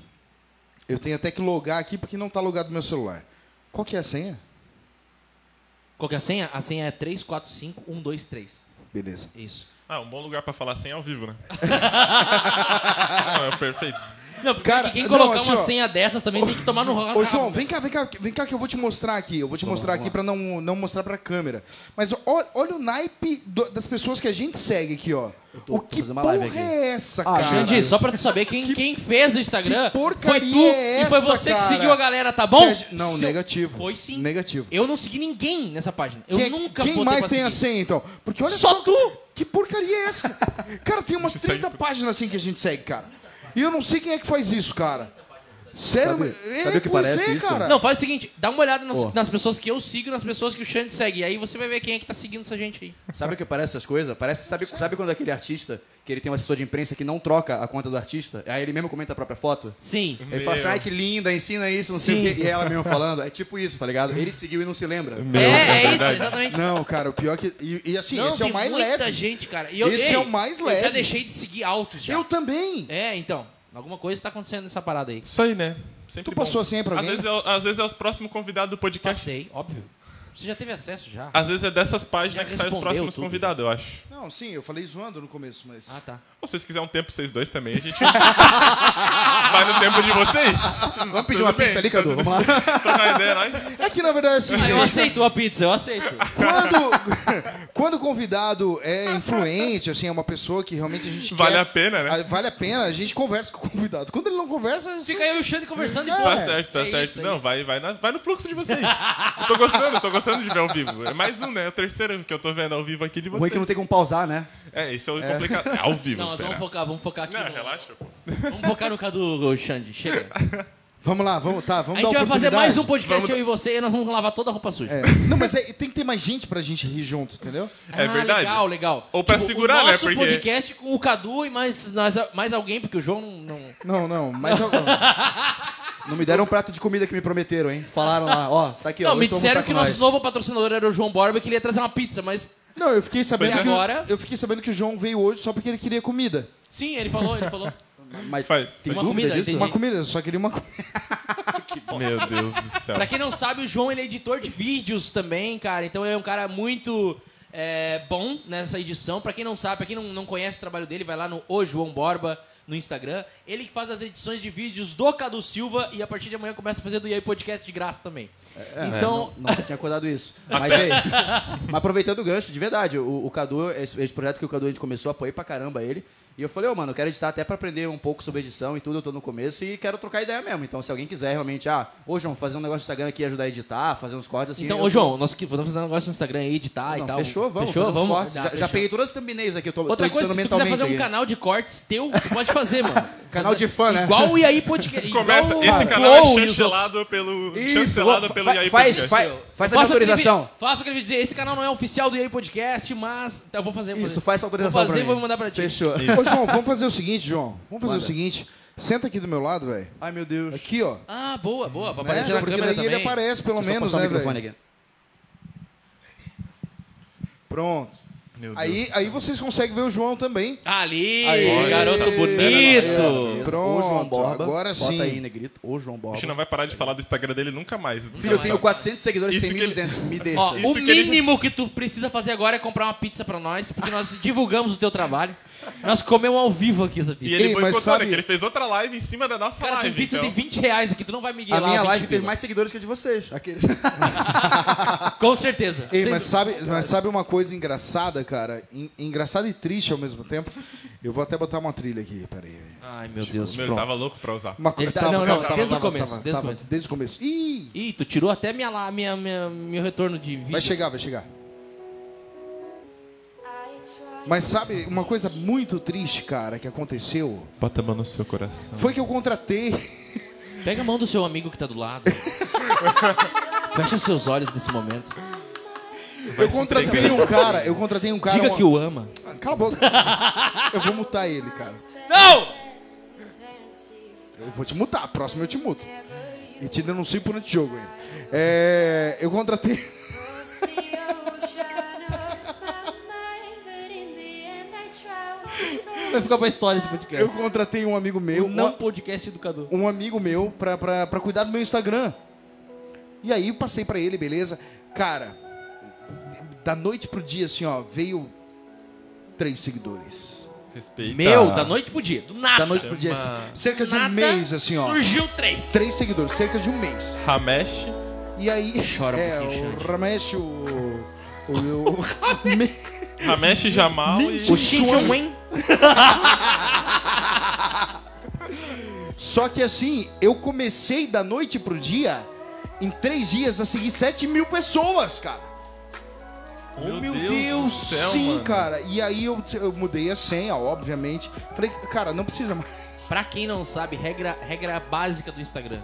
C: eu tenho até que logar aqui porque não tá logado no meu celular. Qual que é a senha?
B: Qual que é a senha? A senha é 345123.
C: Beleza.
B: Isso.
A: Ah, um bom lugar pra falar sem ao vivo, né? não, é perfeito.
B: Não, porque
C: Cara,
B: quem
C: não,
B: colocar
C: assim,
B: uma
C: ó.
B: senha dessas também tem que tomar no
C: Ô, João, vem cá, vem cá, vem cá que eu vou te mostrar aqui. Eu vou te mostrar aqui pra não, não mostrar pra câmera. Mas ó, olha o naipe do- das pessoas que a gente segue aqui, ó.
E: tô-
C: o
E: tô
C: que
E: fazendo
C: porra
E: uma live aqui.
C: é essa,
E: Ah,
C: cara?
B: Xande, só pra tu saber quem, quem fez o Instagram
C: que
B: foi
C: porcaria
B: tu
C: é
B: e foi
C: essa,
B: você que
C: cara?
B: seguiu a galera, tá bom?
C: Não,
B: Seu-
C: negativo.
B: Foi sim.
C: Negativo.
B: Eu não segui ninguém nessa página. Eu
C: quem, é
B: nunca
C: Quem
B: botei
C: mais
B: pra
C: tem a
B: seguir.
C: senha, então? Porque olha
B: Só tu!
C: Que porcaria é essa?
B: (laughs)
C: cara, tem umas 30 páginas assim que a gente segue, cara. E eu não sei quem é que faz isso, cara. Sério?
E: Sabe-
C: é,
E: sabe o que
C: pois
E: parece
C: é,
E: isso?
C: Cara.
B: Não, faz o seguinte, dá uma olhada nas,
E: Ó.
B: nas pessoas que eu sigo e nas pessoas que o Xande segue. Aí você vai ver quem é que tá seguindo essa gente aí.
E: Sabe o que parece essas coisas? Parece, sabe, sabe quando aquele artista, que ele tem um assessor de imprensa que não troca a conta do artista, aí ele mesmo comenta a própria foto?
B: Sim.
E: Ele fala assim, ai que linda, ensina isso, não
B: Sim.
E: sei o quê. E ela mesmo falando, é tipo isso, tá ligado? Ele seguiu e não se lembra.
B: É, é isso, exatamente.
C: Não, cara, o pior que. E, e assim,
B: Não,
C: esse é
B: tem
C: o mais
B: muita
C: leve.
B: gente, cara. E eu,
C: Esse
B: ei,
C: é o mais
B: Eu já
C: leve.
B: deixei de seguir altos já.
C: Eu também.
B: É, então. Alguma coisa tá acontecendo nessa parada aí.
A: Isso aí, né? Sempre
C: Tu passou a senha pra
A: às
C: alguém?
A: vezes, é, o- às vezes é os próximos convidados do podcast.
B: Passei, óbvio. Você já teve acesso já?
A: Às vezes é dessas
B: Já
A: páginas que saem os
B: respondeu
A: próximos
B: tudo,
A: convidados, eu acho.
C: Não, sim, eu falei zoando no começo, mas.
B: Ah,
A: (laughs)
B: tá.
A: Ou se vocês quiserem um tempo, vocês dois também, a gente. (laughs) Vai no tempo de vocês.
E: Vamos pedir uma
A: Tudo bem,
E: pizza ali, Cadu?
A: tudo
E: Vamos lá.
A: Trocar uma ideia,
B: tá.
A: nós.
C: É que na verdade é assim,
B: Ah, eu
C: (laughs) gente.
B: aceito a pizza, eu
C: (laughs)
B: aceito.
C: Quando, (laughs) quando o convidado é influente, assim, é uma pessoa que realmente a gente
A: Vale
C: quer-
A: a pena, né?
C: Ah, Vale a pena, a gente conversa com o convidado. Quando ele não conversa, isso-
B: Fica eu e o Xande conversando e
C: É.
B: pô.
A: Tá certo, tá
B: é
A: certo.
B: isso, é
A: Não,
B: isso.
A: vai, vai, na- vai no fluxo de vocês. Eu tô gostando, eu tô gostando de ver ao vivo. É mais um, né? É o terceiro que eu tô vendo ao vivo aqui de
E: O ruim é
A: vocês.
E: que não tem como pausar, né?
A: É, isso é o complicado. É ao vivo.
B: Não, nós
A: será?
B: vamos focar, vamos focar aqui.
A: Não,
B: no-
A: relaxa, pô.
B: Vamos focar no Cadu, ô, Xande. Chega.
C: (laughs) Vamos lá, vamos, tá, vamos
B: A
C: dar
B: gente vai fazer
C: oportunidade.
B: mais um podcast,
A: Vamos-
B: eu e você, e nós vamos lavar toda a roupa suja.
C: É. Não, mas é- tem que ter mais gente pra gente rir junto, entendeu?
A: É verdade.
B: Ah, legal, legal. Tipo,
A: Ou pra segurar,
B: o
A: né,
B: nosso
A: porque-
B: podcast com o Cadu e mais, mais, mais alguém, porque o João não... não-
C: Não, não, mas eu-
E: Não me deram um prato de comida que me prometeram, hein? Falaram lá, ó, tá aqui, ó.
B: Não,
E: hoje
B: me
E: tu vai
B: disseram
E: almoçar
B: que o
E: com
B: nosso
E: nós.
B: novo patrocinador era o João Borba, que ele ia trazer uma pizza, mas...
C: não, eu fiquei sabendo
B: Mas
C: que
B: agora-
C: eu fiquei sabendo que o João veio hoje só porque ele queria comida.
B: Sim, ele falou, ele falou.
E: Mas
A: Faz.
E: tem
B: Uma
E: dúvida
B: comida,
E: disso?
B: entendi.
C: Uma comida, eu só queria uma comida.
A: Meu Deus do céu.
B: Pra quem não sabe, o João ele é editor de vídeos também, cara. Então ele é um cara muito é, bom nessa edição. Pra quem não sabe, pra quem não, não conhece o trabalho dele, vai lá no O João Borba no Instagram. Ele que faz as edições de vídeos do Cadu Silva e a partir de amanhã começa a fazer do EA Podcast de graça também. então,
E: é, Não, não tinha
B: (laughs)
E: acordado isso.
B: é.
E: Mas, aí, mas aproveitando o gancho, de verdade, o, o Cadu, esse, esse projeto que o Cadu a gente começou, apoiei pra caramba ele. E eu falei, ô, mano, eu quero editar até pra aprender um pouco sobre edição e tudo, eu tô no começo e quero trocar ideia mesmo. Então, se alguém quiser realmente, ah, ô, João, fazer um negócio no Instagram aqui, ajudar a editar, fazer uns cortes assim.
B: então
E: eu
B: ô
E: tô-
B: João, nós que vamos fazer um negócio no Instagram aí, editar
E: Não,
B: e tal.
E: Fechou, vamos.
B: Fechou,
E: fazer uns
B: vamos.
E: cortes.
B: Tá,
E: já, já
B: fechou.
E: peguei todas as thumbnails aqui, eu tô,
B: Outra
E: tô
B: coisa,
E: editando
B: se tu quiser fazer um
E: mentalmente aqui.
B: canal de cortes teu, tu pode fazer, mano.
E: né? (laughs) Canal de fã, né?
B: Igual o
A: (laughs)
B: EA Podcast.
A: Começa,
B: igual o
A: esse canal
B: Flow e
A: é
B: os
A: chancelado pelo,
E: Isso,
A: chancelado
E: fa-
A: pelo
E: fa-
A: Yair
E: faz-
A: Podcast.
E: faz- Faz a
B: Faça aquele
E: autorização.
B: vídeo- Faça o que ele dizer. Esse canal não é oficial do EA Podcast, mas. Tá, eu vou fazer. vou
E: Isso,
B: fazer.
E: faz essa autorização
B: Vou fazer
E: pra
B: e
E: mim.
B: vou mandar pra ti.
E: Fechou.
C: Ô, João, vamos fazer o seguinte, João. Vamos fazer
E: Manda.
C: o seguinte. Senta aqui do meu lado, velho.
E: Ai, meu Deus.
C: Aqui, ó.
B: Ah, boa, boa.
E: É,
B: Pra
C: Né?
B: aparecer na
C: Porque
B: câmera
C: daí
B: também.
C: ele aparece, pelo
E: Deixa eu só
C: menos,
E: passar o
C: né,
E: microfone
C: velho?
E: aqui.
C: Pronto.
A: Meu Deus.
C: Aí, aí vocês conseguem ver o João também.
B: Ali,
C: Aí,
B: garoto
C: aí,
B: bonito.
C: aí, Pronto,
E: Ô, João Borba.
C: agora sim.
E: Bota aí, negrito. Ô, João
A: O
E: Borba.
A: bicho não vai parar de falar do Instagram dele nunca mais.
E: Filho, eu tenho 400 seguidores,
A: Isso que
E: 100.200. Me deixa.
B: Ó,
A: Isso
B: o
A: que ele-
B: mínimo que tu precisa fazer agora é comprar uma pizza pra nós, porque nós (laughs) divulgamos o teu trabalho. Nós comemos ao vivo aqui essa
A: E
B: pizza.
A: ele
C: Ei, mas
A: boicotou,
C: sabe-
A: né? Que ele fez outra live em cima da nossa
B: Cara, tem
A: live.
B: pizza
A: então.
B: de 20 reais aqui, tu não vai me
E: a
B: guiar lá.
E: minha
B: 20
E: live teve
B: pila.
E: mais seguidores que a de vocês. Aqueles.
B: Com certeza.
C: Ei,
B: Sem
C: mas,
B: dúvida.
C: sabe, mas sabe uma coisa engraçada, cara? En- engraçada e triste ao mesmo tempo. Eu vou até botar uma trilha aqui, peraí. velho.
B: Ai, meu Deus.
A: Meu, ele
B: pronto.
A: tava louco pra usar.
C: Uma co-
B: Ele tá- não, não, desde o começo, desde o começo.
C: desde o começo. Ih,
B: Ih, tu tirou até minha, la- minha, minha, meu retorno de vídeo.
C: vai chegar, vai chegar. Mas sabe, uma coisa muito triste, cara, que aconteceu
A: Bota a mão no seu coração.
C: foi que eu contratei.
B: Pega a mão do seu amigo que tá do
C: (laughs)
B: lado. Fecha seus olhos nesse momento.
C: Eu contratei um cara, eu contratei um cara.
B: Diga
C: uma-
B: que o ama.
C: Cala a boca. Eu vou mutar ele, cara.
B: Não!
C: Eu vou te mutar, próximo eu te muto. E te denuncio por antijogo ainda. É, eu contratei.
B: Vai ficar pra história esse podcast.
C: Eu contratei um amigo meu,
B: O não é podcast educador.
C: um amigo meu, pra, pra, pra cuidar do meu Instagram. E aí eu passei pra ele, beleza? Cara, da noite pro dia, assim, ó, veio três seguidores.
A: Respeita.
B: Meu, da noite pro dia. Do nada.
C: Da noite pro dia, assim, cerca de um
B: Nada,
C: mês, assim, ó.
B: Surgiu três.
C: Três seguidores, cerca de um mês.
A: Ramesh.
C: E aí.
B: Chora um
C: é,
B: pouquinho,
C: o
B: Xande.
C: Ramesh, o. O. o, (laughs)
A: Ramesh Jamal e...
B: O Xin
C: um.
B: Chong Wen.
C: Só que assim, eu comecei da noite pro dia, em três dias, a seguir 7 mil pessoas, cara.
B: Oh, meu
A: Deus
B: Deus.
A: do céu.
C: Sim,
A: mano.
C: cara. E aí eu, eu mudei a senha, obviamente. Falei, cara, não precisa mais.
B: Pra quem não sabe, regra, regra básica do Instagram.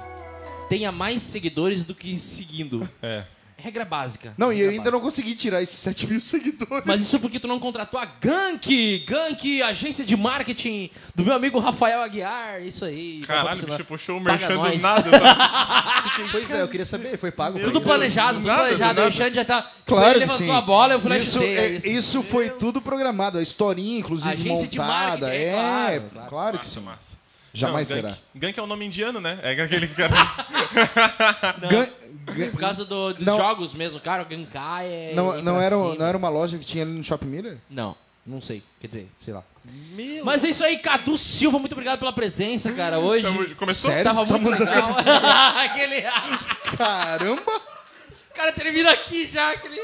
B: Tenha mais seguidores do que seguindo.
A: É.
B: Regra básica.
C: Não, e eu
B: Regra
C: ainda não consegui tirar esses 7 mil seguidores.
B: Mas isso é porque tu não contratou a Gank! Gank, agência de marketing do meu amigo Rafael Aguiar, isso aí. tá
A: Caralho,
B: patrocinar.
A: bicho, puxou o
B: Paga
A: merchan do
B: nós.
A: nada. Tá?
E: Pois é, eu queria saber. Foi pago. pra
B: Tudo
E: isso?
B: planejado, tudo
A: Nada,
B: planejado.
A: nada.
B: Aí O Xande já tá. tipo,
C: Claro
B: ele
C: que
B: levantou
C: sim.
B: a bola, eu fui lá e
C: isso,
B: chutei,
C: é-
B: é isso.
C: isso foi tudo programado. A historinha, inclusive,
B: Agência de
C: montada.
B: marketing,
C: é,
B: é claro,
C: claro,
B: claro. (laughs)
C: que
A: Massa,
C: sim.
A: massa.
C: Jamais
A: Não,
C: será.
A: Gank. Gank é um nome indiano, né? É aquele cara...
B: Não,
C: Gan- gan-
B: Por causa do- dos
C: Não.
B: jogos mesmo, cara, o Gankar é.
C: Não,
B: é
C: não,
B: pra
C: era,
B: cima.
C: não era uma loja que tinha ali no Shopping Miller?
B: Não, não sei. Quer dizer, sei lá. Mas é isso aí, Cadu Silva, muito obrigado pela presença, cara. Hoje.
A: Tamo- Começou?
C: Sério?
B: Tava
C: Tamo-
B: muito legal. (laughs) aquele.
C: Caramba!
B: O cara termina aqui já, aquele.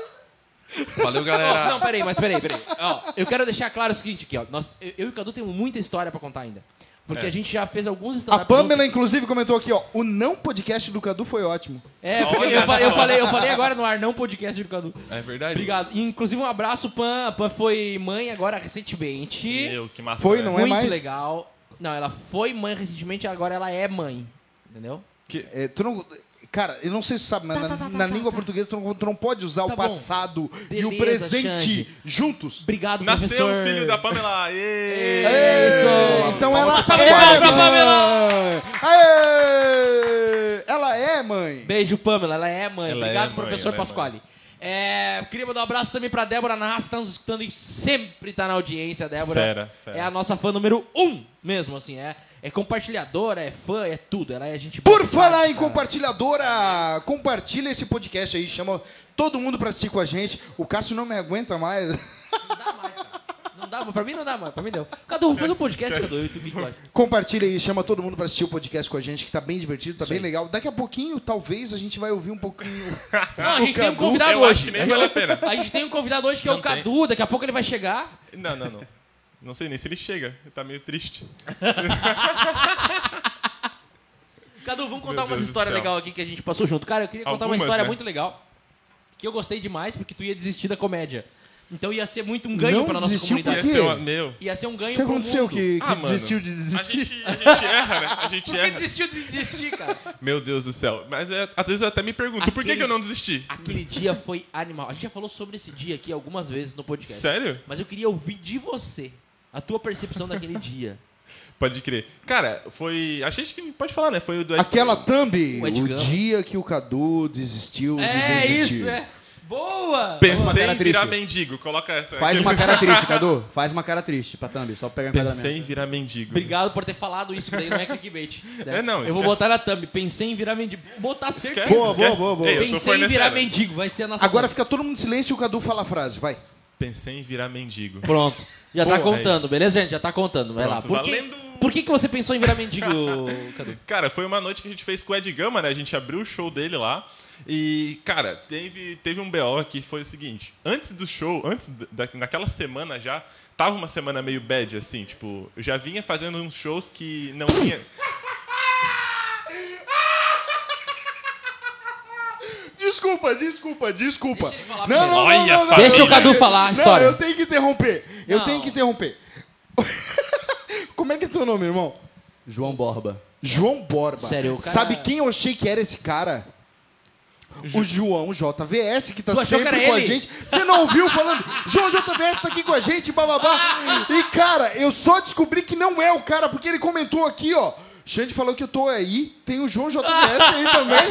A: Valeu,
B: Ó,
A: galera.
B: não, peraí, mas peraí, peraí. Ó, eu quero deixar claro o seguinte aqui, ó. Nós, eu, eu e o Cadu temos muita história pra contar ainda.
A: É.
B: Porque a gente já fez alguns
C: A
B: stand-up
C: Pamela,
B: juntos.
C: inclusive, comentou aqui, ó. O não podcast do Cadu foi ótimo.
B: É, porque
A: Olha
B: eu falei, eu,
A: só.
B: falei, eu falei agora no ar, não podcast do Cadu.
A: É verdade.
B: Obrigado. E, inclusive, um abraço, Pan. A Pan foi mãe agora recentemente.
A: Meu, que massa.
C: Foi,
A: né?
C: não é?
B: Muito
C: mais?
B: legal. Não, ela foi mãe recentemente, agora ela é mãe. Entendeu?
C: É, tu não- Cara, eu não sei se tu sabe, mas na, na língua portuguesa tu não, tu não pode usar
B: Tá bom.
C: o passado e o
B: Beleza,
C: presente
B: Xande.
C: juntos.
B: Obrigado,
A: Nasceu
B: professor.
A: o filho da Pamela. Aê!
B: É isso.
C: Então ela
B: pra
C: é
B: Pamela, pra
C: mãe. Aê! Ela é mãe.
B: Beijo, Pamela. Ela é mãe.
A: Ela é
B: Obrigado,
A: mãe,
B: professor
A: ela é
B: Pasquale. É, queria mandar um abraço também pra Débora Narras, tá nos escutando e sempre tá na audiência, Débora.
A: Fera, fera.
B: É a nossa fã número um mesmo, assim. É, é compartilhadora, é fã, é tudo. Ela é gente boa
C: Por
B: demais,
C: falar em
B: cara.
C: compartilhadora, compartilha esse podcast aí, chama todo mundo pra assistir com a gente. O Cássio não me aguenta mais. (laughs)
B: Não dá mais, cara. Não dá, mas pra mim não dá, mano. Pra mim deu. Cadu, faz um podcast, Cadu. Eu e tu, o que tu acha?
C: Compartilha aí, chama todo mundo pra assistir o podcast com a gente, que tá bem divertido, tá bem legal. Daqui a pouquinho, talvez, a gente vai ouvir um pouquinho.
B: Não, a
C: o
B: gente tem um
C: Cadu.
B: convidado
A: eu
B: hoje.
A: acho que nem vale a pena.
B: A gente tem um convidado hoje que é
A: Não
B: o
A: tem.
B: Cadu, daqui a pouco ele vai chegar.
A: Não, não, não. Não sei nem se ele chega. Ele tá meio triste.
B: Cadu, vamos
A: Meu
B: contar umas
A: Deus do
B: histórias
A: céu.
B: legais aqui que a gente passou junto. Cara, eu queria contar uma
A: Algumas,
B: história
A: né?
B: muito legal. Que eu gostei demais, porque tu ia desistir da comédia. Então ia ser muito um ganho
C: Não
B: pra nossa
C: desistiu por
A: Ia
B: comunidade.
C: quê?
A: ser uma- Meu.
B: Ia ser um ganho
C: O que
B: pro
C: aconteceu
B: mundo.
C: que, que
A: Ah, mano.
C: desistiu de
A: A
C: desistir?
A: gente, a gente erra, né? A gente
B: Por que
A: erra.
B: desistiu de desistir,
A: (laughs)
B: cara?
A: Meu Deus do céu. Mas é, às vezes eu até me pergunto, por que,
B: Aquele-
A: que eu não desisti?
B: Aquele dia foi animal. A gente já falou sobre esse dia aqui algumas vezes no podcast.
A: Sério?
B: Mas eu queria ouvir de você a tua percepção daquele
C: (laughs)
B: dia.
A: Pode crer. Cara, foi. A gente que pode falar, né? Foi o do
C: Aquela thumb,
B: O
C: o,
B: Ed Gama.
C: dia que o Cadu desistiu de
B: É
C: desistir.
B: isso, é. Boa!
E: Uma
A: Pensei
E: cara
A: em virar
E: triste.
A: mendigo. Coloca essa.
B: (laughs)
E: Faz uma cara triste, Cadu. Faz uma cara triste pra Thumb, só pra pegar enquadramento.
A: Pensei em virar mendigo.
B: Obrigado por ter falado isso, que daí não é clickbait. né?
A: É, não,
B: Eu vou
A: esquece.
B: botar na thumb. Pensei em virar mendigo. Botar certeza.
A: Esquece,
C: Boa, boa,
A: esquece.
C: boa, boa.
A: Ei, eu tô
B: Pensei em
A: fornecendo.
B: virar mendigo. Vai ser a nossa.
C: Agora
B: thumb.
C: fica todo mundo em silêncio e o Cadu fala a frase, vai.
A: Pensei em virar mendigo.
B: Pronto. Já tá
A: Boa,
B: contando,
A: é isso.
B: beleza, gente? Já tá contando. Vai lá.
A: Pronto,
B: Por que,
A: valendo.
B: por que, que você pensou em virar mendigo,
A: (laughs)
B: Cadu?
A: Cara, foi uma noite que a gente fez com o Ed Gama, né? A gente abriu o show dele lá. E, cara, teve, teve um BO que foi o seguinte: antes do show, antes da, naquela semana já, tava uma semana meio bad, assim, tipo, eu já vinha fazendo uns shows que não tinha.
C: Desculpa, desculpa, desculpa.
B: Deixa ele falar
C: não,
B: primeiro.
C: não, não,
A: Olha,
C: não, não,
B: Deixa
C: não,
B: o Cadu falar a história.
C: Não, eu tenho que interromper. Eu
B: Não.
C: tenho que interromper. (laughs) Como é que é teu nome, irmão?
E: João Borba.
C: João Borba.
B: Sério, o cara-
C: Sabe quem eu achei que era esse cara? O João JVS, que tá
B: Tu achou que
C: sempre
B: era
C: com a
B: ele?
C: gente. Você não ouviu
B: (laughs)
C: falando? João JVS tá aqui com a gente, bababá. E, cara, eu só descobri que não é o cara, porque ele comentou aqui, ó. Xande falou que eu tô aí, tem o João JVS aí
B: (laughs)
C: também.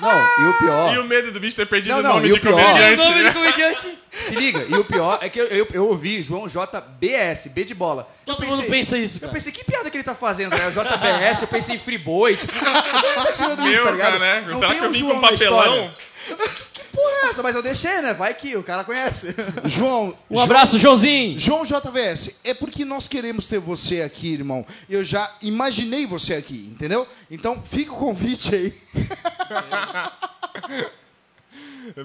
E: Não, e o pior.
A: E o medo do bicho ter perdido
E: Ah. Não,
A: o
E: não,
A: nome
E: e o
A: de
E: pior-
B: Meu
A: comediante,
B: nome
A: né?
B: de comediante.
E: Se liga, e o pior é que eu, eu, eu ouvi João JBS, B de bola. Eu
B: Todo mundo pensa isso,
E: Eu
B: cara.
E: pensei, que piada que ele tá fazendo? É o JBS, eu pensei em
A: (laughs)
E: Friboi. Tipo, ele tá tirando isso,
A: Meu,
E: tá
A: cara,
E: ligado?
A: né?
E: Não
A: Será
E: tem
A: que eu
E: um
A: vim
E: João
A: com
E: na
A: papelão?
E: história. Eu falei, que, que porra é essa? Mas eu deixei, né? Vai que o cara conhece.
C: João,
B: Um abraço, Joãozinho.
C: João JVS, é porque nós queremos ter você aqui, irmão. Eu já imaginei você aqui, entendeu? Então fica o convite aí.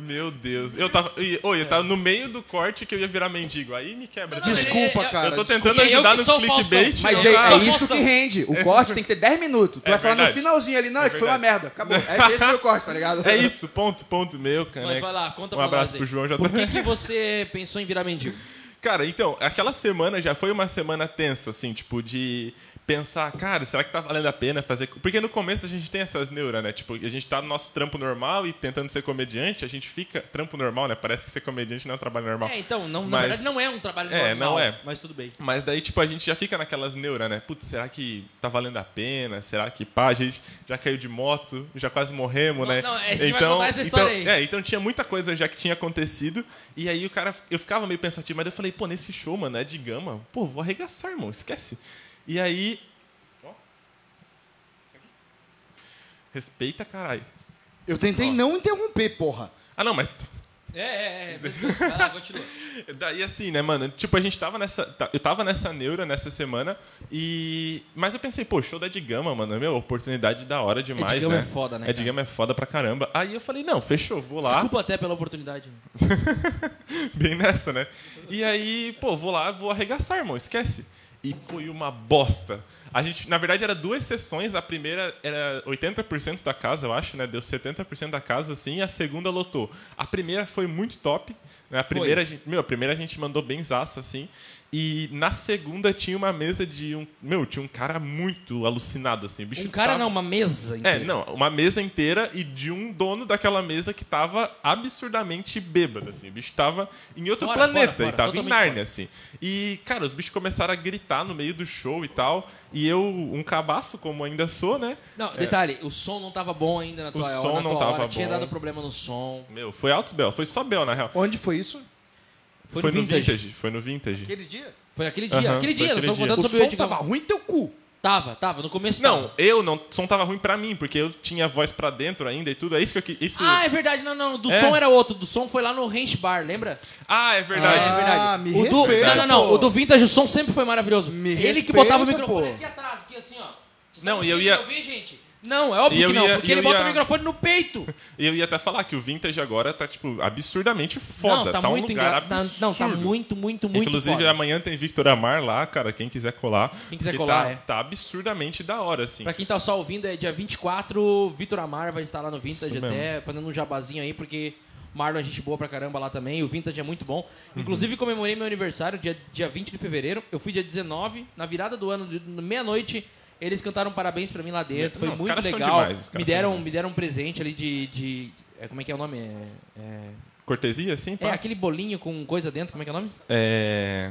A: Meu Deus. Eu tava. e- Oi, eu tava no meio do corte que eu ia virar mendigo. Aí me quebra.
B: Não, não,
A: também.
C: Desculpa,
B: é- é-
C: cara.
A: eu tô
C: desculpa.
A: tentando
B: E é eu
A: ajudar
B: que
A: nos
B: sou o Faustão.
A: clickbait.
E: Mas
A: não
E: é,
A: tá-
E: é
B: Só
E: isso
B: posta-
E: que rende. O corte tem que ter 10 minutos. Tu
A: É
E: vai falar no
A: verdade.
E: finalzinho ali, não, é que foi uma merda. Acabou. Esse, esse foi o corte,
A: (laughs)
E: tá ligado?
A: É isso, ponto, ponto meu, cara.
B: Mas vai lá, conta
A: Um
B: pra
A: abraço
B: nós aí.
A: pro João JBS.
B: Por que, que você pensou em virar mendigo?
A: (laughs) Cara, então, aquela semana já foi uma semana tensa, assim, tipo, de pensar, cara, será que tá valendo a pena fazer. Porque no começo a gente tem essas neuras, né? Tipo, a gente tá no nosso trampo normal e tentando ser comediante, a gente fica. Trampo normal, né? Parece que ser comediante não é um trabalho normal.
B: É, então, não, na
A: Mas-
B: verdade não é um trabalho
A: É,
B: normal,
A: não é.
B: Mas tudo bem.
A: Mas daí, tipo, a gente já fica naquelas neuras, né? Putz, será que tá valendo a pena? Será que pá? A gente já caiu de moto, já quase morremos,
B: Não,
A: né?
B: não, é, a gente vai contar essa história
A: então,
B: aí.
A: É, então tinha muita coisa já que tinha acontecido. E aí o cara, eu ficava meio pensativo, mas eu falei, pô, nesse show, mano, é de gama. Pô, vou arregaçar, irmão, esquece. E aí. ó. Respeita, caralho.
C: Eu tentei não interromper, porra.
A: Ah, não, mas
B: É, é, é. (laughs) Vai lá, continua.
A: Daí assim, né, mano? Tipo, a gente tava nessa. tá- Eu tava nessa neura nessa semana e. Mas eu pensei, pô, show da Edgama, mano. é Meu, oportunidade da hora demais.
B: Edgama
A: né?
B: é foda, né, cara?
A: Edgama é foda pra caramba. Aí eu falei, não, fechou, vou lá.
B: Desculpa até pela oportunidade.
A: (laughs) Bem nessa, né? E aí, pô, vou lá, vou arregaçar, irmão, esquece. E foi uma bosta. A gente, na verdade, era duas sessões. A primeira era 80% da casa, eu acho, né? Deu 70% da casa, assim, e a segunda lotou. A primeira foi muito top. Né? A primeira, a gente, meu, a primeira a gente mandou benzaço, assim. E na segunda tinha uma mesa de um. Meu, tinha um cara muito alucinado, assim. O bicho
B: Um cara
A: tava-
B: não, uma mesa
A: é,
B: inteira.
A: não, uma mesa inteira e de um dono daquela mesa que tava absurdamente bêbado, assim. O bicho tava em outro
B: Fora,
A: planeta
B: fora, fora,
A: e tava em
B: totalmente
A: Nárnia, assim. E, cara, os bichos começaram a gritar no meio do show e tal. E E eu, um cabaço, como ainda sou, né?
B: Não, detalhe, o som não tava bom ainda na tua hora.
A: som
B: na
A: não
B: tua
A: tava
B: hora. Tinha
A: bom.
B: dado problema no som.
A: Meu, foi altos Bel, foi só Bel, na real.
C: Onde foi isso?
B: Foi,
A: Foi
B: no vintage.
A: Foi no Vintage.
C: Aquele dia.
B: Foi aquele dia.
A: Aham,
B: aquele
A: foi
B: dia, nós
A: aquele
B: estamos
A: dia.
B: contando
C: O
B: sobre o
C: som
B: Edgão.
C: tava
B: Tava...
C: ruim teu cu.
B: tava, no começo
A: Não,
B: tava.
A: eu não. O som tava ruim pra mim, porque eu tinha voz pra dentro ainda e tudo. É isso que eu. que- Isso...
B: Ah, é verdade, não, não. Do
A: É.
B: som era outro, do som foi lá no Ranch Bar, lembra?
A: Ah, é verdade.
C: Ah, me
B: o do...
C: respeita,
B: Não, não, não.
C: pô.
B: O do Vintage, o som sempre foi maravilhoso.
C: Me
B: Ele que
C: respeita,
B: botava o
C: pô.
B: microfone aqui atrás, aqui assim, ó. Vocês
A: Não,
B: tão
A: e eu
B: conseguindo
A: ia-
B: me ouvir, gente? Não, é óbvio
A: E eu
B: que não,
A: ia-
B: porque
A: e
B: ele
A: eu
B: bota
A: ia-
B: o microfone no peito.
A: E eu ia até falar que o Vintage agora tá, tipo, absurdamente foda.
B: não, tá,
A: um
B: muito
A: lugar
B: engra- tá-
A: absurdo.
B: Não, tá muito, muito, muito
A: Inclusive,
B: foda.
A: amanhã tem Victor Amar lá, cara. Quem quiser colar.
B: Quem quiser
A: que
B: colar,
A: tá,
B: é.
A: tá absurdamente da hora, assim.
B: Pra quem tá só ouvindo, é dia 24, Vitor Amar vai estar lá no Vintage
A: Isso
B: até, fazendo um jabazinho aí, porque o Marlon é gente boa pra caramba lá também, o Vintage é muito bom.
A: Uhum.
B: Inclusive, comemorei meu aniversário, dia, dia 20 de fevereiro, eu fui dia 19, na virada do ano, de- no meia-noite, eles cantaram parabéns pra mim lá dentro, foi
A: Não, os
B: muito
A: caras são
B: legal.
A: demais, os caras
B: me, deram,
A: são demais.
B: me deram um presente ali de... de- é, como é que é o nome? É, é-
A: Cortesia, assim?
B: é
A: pá?
B: aquele bolinho com coisa dentro, como é que é o nome?
A: É.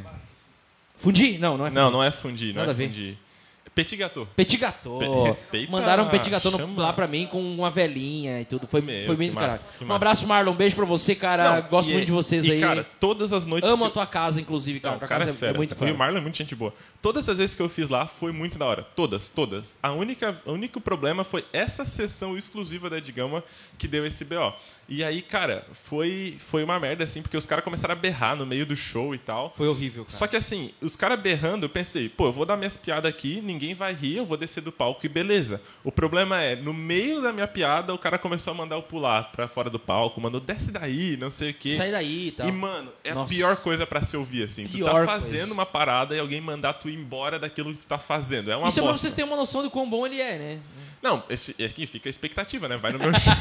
B: Fundi? Não, não é fundi.
A: Não, não é fundir, não
B: Nada a
A: é
B: ver.
A: fundir. É petit gâteau.
B: Petit gâteau.
A: Pe- respeita
B: Mandaram um petit gâteau no-
A: chama.
B: lá pra mim com uma velhinha e tudo. Foi,
A: Meu,
B: foi bem
A: que
B: do caralho.
A: massa, que
B: Um
A: massa.
B: abraço, Marlon. Um beijo pra você, cara.
A: Não,
B: Gosto
A: e-
B: muito de vocês
A: e,
B: aí.
A: Cara, todas as noites.
B: Amo
A: que
B: a tua casa, inclusive, cara.
A: Não,
B: tua
A: o cara
B: casa
A: é fera.
B: muito
A: E
B: fera.
A: o Marlon é muito gente boa. Todas as vezes que eu fiz lá, foi muito da hora. Todas, todas. A única, o único problema foi essa sessão exclusiva da Edgama que deu esse BO. E aí, cara, foi, foi uma merda, assim, porque os caras começaram a berrar no meio do show e tal.
B: Foi horrível, cara.
A: Só que assim, os caras berrando, eu pensei, pô, eu vou dar minhas piadas aqui, ninguém vai rir, eu vou descer do palco e beleza. O problema é, no meio da minha piada, o cara começou a mandar eu pular pra fora do palco, mandou, desce daí, não sei o quê.
B: Sai daí e tal.
A: E, mano, é
B: é Nossa.
A: a pior coisa pra se ouvir, assim. tu tá
B: Pior
A: fazendo
B: coisa.
A: uma parada e alguém mandar tu ir embora daquilo que tu tá fazendo. É uma
B: Isso é pra
A: bosta.
B: vocês terem uma noção do quão bom ele é, né?
A: Não, esse, aqui fica a expectativa, né? Vai
B: (laughs)
A: no meu show.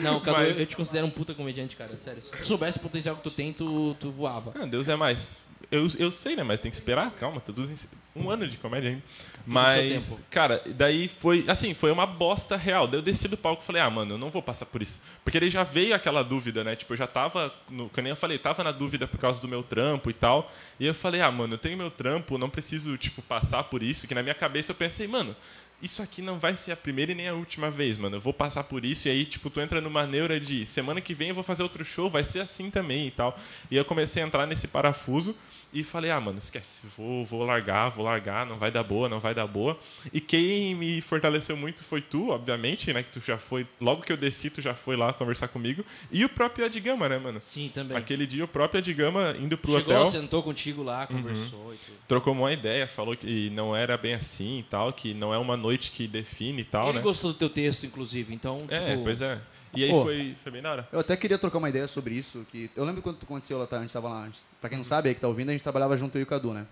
B: Não, Cadu,
A: Mas-
B: eu, eu te considero um puta comediante, cara. Sério. Se tu soubesse o potencial que tu tem, tu, tu voava.
A: Ah, Deus é mais. Eu, eu sei, né? Mas tem que esperar. Calma, tá tudo em- um ano de comédia ainda. Mas,
B: tempo.
A: cara, daí foi. Assim, foi uma bosta real. Daí eu desci do palco e falei, ah, mano, eu não vou passar por isso. Porque daí já veio aquela dúvida, né? Tipo, eu já tava. No, que nem eu falei, tava na dúvida por causa do meu trampo e tal. E eu falei, ah, mano, eu tenho meu trampo, não preciso, tipo, passar por isso. Que na minha cabeça eu pensei, mano. Isso aqui não vai ser a primeira e nem a última vez, mano. Eu vou passar por isso e aí, tipo, tu entra numa neura de semana que vem eu vou fazer outro show, vai ser assim também e tal. E eu comecei a entrar nesse parafuso e falei, ah, mano, esquece, vou, vou largar, vou largar, não vai dar boa, não vai dar boa. E quem me fortaleceu muito foi tu, obviamente, né? Que tu já foi, logo que eu desci, tu já foi lá conversar comigo. E o próprio Adigama, né, mano?
B: Sim, também.
A: Aquele dia, o próprio Adigama indo pro
B: Chegou,
A: hotel Uhum.
B: sentou contigo lá, conversou e tudo.
A: trocou uma ideia, falou que não era bem assim e tal, que não é uma noite que define e tal,
B: ele
A: né?
B: gostou do teu texto, inclusive, então,
A: É,
B: tipo...
A: pois é. E aí
E: Pô.
A: foi, foi bem da hora.
E: Eu até queria trocar uma ideia sobre isso, que eu lembro quando aconteceu lá, tá? a gente tava lá, a gente- pra quem não sabe aí que tá ouvindo, a gente trabalhava junto eu e o Cadu, né?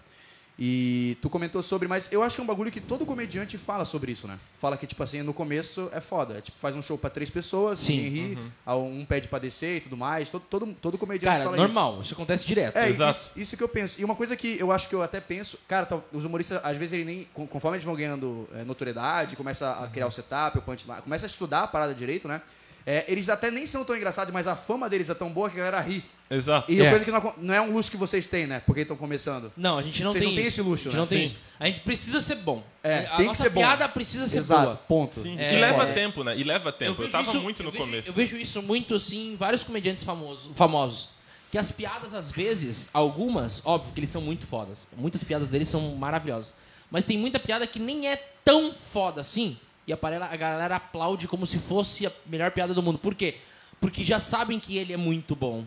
E: E tu comentou sobre, mas eu acho que é um bagulho que todo comediante fala sobre isso, né? Fala que, tipo assim, no começo é foda, é, tipo, faz um show pra três pessoas,
B: Sim, Uhum.
E: ninguém ri, a- um pede pra descer e tudo mais, todo, todo, todo
A: é.
E: comediante
B: Cara,
E: fala isso.
B: normal. Isso acontece direto.
E: É,
A: Exato.
E: Isso, isso que eu penso. E uma coisa que eu acho que eu até penso, cara, tal- os humoristas, às vezes, ele nem, con- conforme eles vão ganhando é, notoriedade, começa a criar o setup, o punchline, começa a estudar a parada direito, né? É, eles até nem são tão engraçados, mas a fama deles é tão boa que a galera ri.
A: Exato.
E: E é.
B: É.
E: coisa que não, acon- não é um luxo que vocês têm, né? Porque estão começando.
B: Não, a gente não
E: Vocês
B: tem
E: não têm
B: isso.
E: esse luxo,
B: a gente
E: né?
B: não tem
E: Sim.
B: isso. A gente precisa ser bom.
E: É,
B: a
E: tem que
B: nossa
E: ser bom.
B: piada precisa ser
E: Exato,
B: boa.
E: ponto.
A: Sim,
B: É,
A: que leva
B: é.
A: tempo, né? E leva tempo. Eu,
B: vejo
A: tava
B: isso-
A: muito no
B: eu vejo-
A: começo.
B: Eu vejo isso muito, assim, em vários comediantes famosos, famosos. Que as piadas, às vezes, algumas, óbvio que eles são muito fodas. Muitas piadas deles são maravilhosas. Mas tem muita piada que nem é tão foda assim. E a parela- a galera aplaude como se fosse a melhor piada do mundo. Por quê? Porque já sabem que ele é muito bom.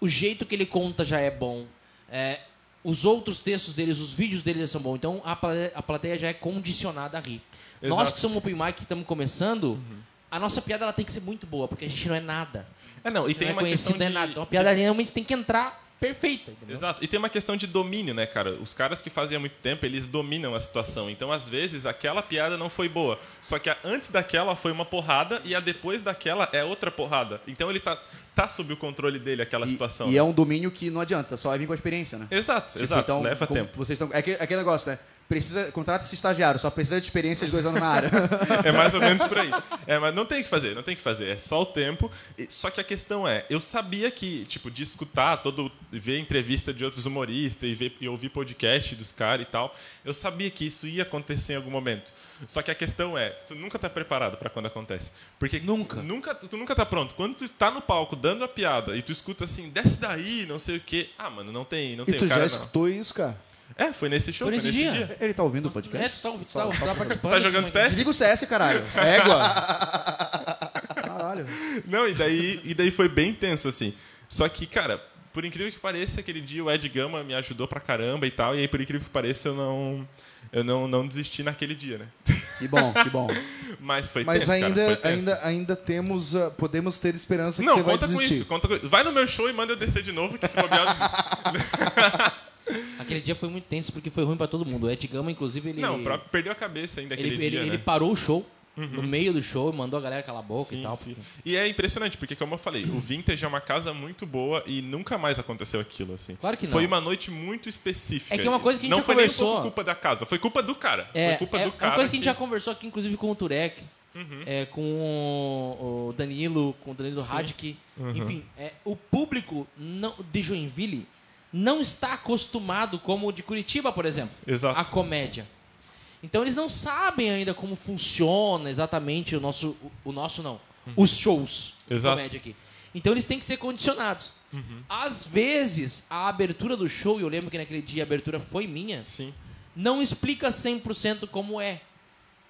B: O jeito que ele conta já é bom. É, os outros textos deles, os vídeos deles já são bons. Então a plateia, a plateia já é condicionada a rir. Nós
A: Exato.
B: que somos um open mic que estamos começando,
A: Uhum.
B: a nossa piada ela tem que ser muito boa, porque a gente não é nada.
A: É, não, e
B: não
A: tem
B: é
A: uma questão
B: conhecido,
A: de...
B: não é né? nada. Então a piada realmente tem que entrar perfeita, entendeu?
A: Exato. E tem uma questão de domínio, né, cara? Os caras que fazem há muito tempo, eles dominam a situação. Então, às vezes, aquela piada não foi boa. Só que a antes daquela foi uma porrada e a depois daquela é outra porrada. Então, ele tá, tá sob o controle dele, aquela situação.
E: é E, e é um domínio que não adianta, só vai vir com a experiência, né?
A: Exato,
E: Tipo,
A: exato.
E: então,
A: Leva
E: como
A: tempo.
E: Vocês estão, é, aquele, é aquele negócio, né? precisa, contrata esse estagiário, só precisa de experiência de dois anos na área.
A: (laughs) É mais ou menos por aí. É, mas não tem o que fazer, não tem o que fazer. É só o tempo. E- Só que a questão é, eu sabia que, tipo, de escutar todo. ver entrevista de outros humoristas e, ver, e ouvir podcast dos caras e tal, eu sabia que isso ia acontecer em algum momento. Só que a questão é, tu nunca tá preparado pra quando acontece. Porque
B: Nunca.
A: nunca tu, tu nunca tá pronto. Quando tu tá no palco dando a piada e tu escuta assim, desce daí, não sei o quê. Ah, mano, não tem, não
C: E
A: tem
C: tu
A: cara
C: já
A: não.
C: escutou isso, cara?
A: É, foi nesse show,
B: Foi nesse dia.
E: Ele tá ouvindo o
B: É,
E: podcast?
B: tu tá, tu tá- tu tá participando.
A: Tá jogando
B: tu-
A: CS?
E: Desliga o CS, caralho. Égua. Caralho.
A: Não, e daí, e daí foi bem tenso, assim. Só que, cara, por incrível que pareça, aquele dia o Ed Gama me ajudou pra caramba e tal. E aí, por incrível que pareça, eu não, eu não, não desisti naquele dia, né?
E: Que bom, que bom.
A: Mas foi
C: Mas
A: tenso, cara,
C: ainda,
A: foi tenso.
C: ainda, ainda temos, ah, podemos ter esperança que
A: Não,
C: você vai
A: conta com
C: desistir.
A: isso, conta com isso. Vai no meu show e manda eu descer de novo, que se bobear, eu
B: (laughs)
A: desisto.
B: Aquele dia foi muito tenso porque foi ruim pra todo mundo. O Ed Gama, inclusive, ele.
A: Não, o próprio perdeu a cabeça ainda aquele
B: ele,
A: dia,
B: ele-
A: né? Uhum.
B: ele parou o show, no meio do show, mandou a galera calar a boca e
A: Sim,
B: tal.
A: sim.
B: porque-
A: E é impressionante, porque como eu falei, o Vintage é uma casa muito boa e nunca mais aconteceu aquilo, assim.
B: Claro que não.
A: Foi uma noite muito específica.
B: É que é uma coisa que a gente
A: não
B: já
A: foi nem um
B: conversou.
A: pouco culpa da casa, foi culpa do cara.
B: É,
A: foi culpa
B: é
A: do cara. Uhum.
B: uma coisa que a gente já conversou aqui, inclusive, com o Turek, é, com o- o Danilo, com o Danilo Radke.
A: Uhum.
B: Enfim, é, o público não- de Joinville não está acostumado como o de Curitiba, por exemplo,
A: Exato.
B: a comédia. Então eles não sabem ainda como funciona exatamente o nosso, o, o nosso não, os shows
A: Uhum. Exato. Uhum.
B: de comédia aqui. Então eles têm que ser condicionados. Às vezes, a abertura do show, e eu lembro que naquele dia a abertura foi minha,
A: Sim.
B: não explica 100% como é.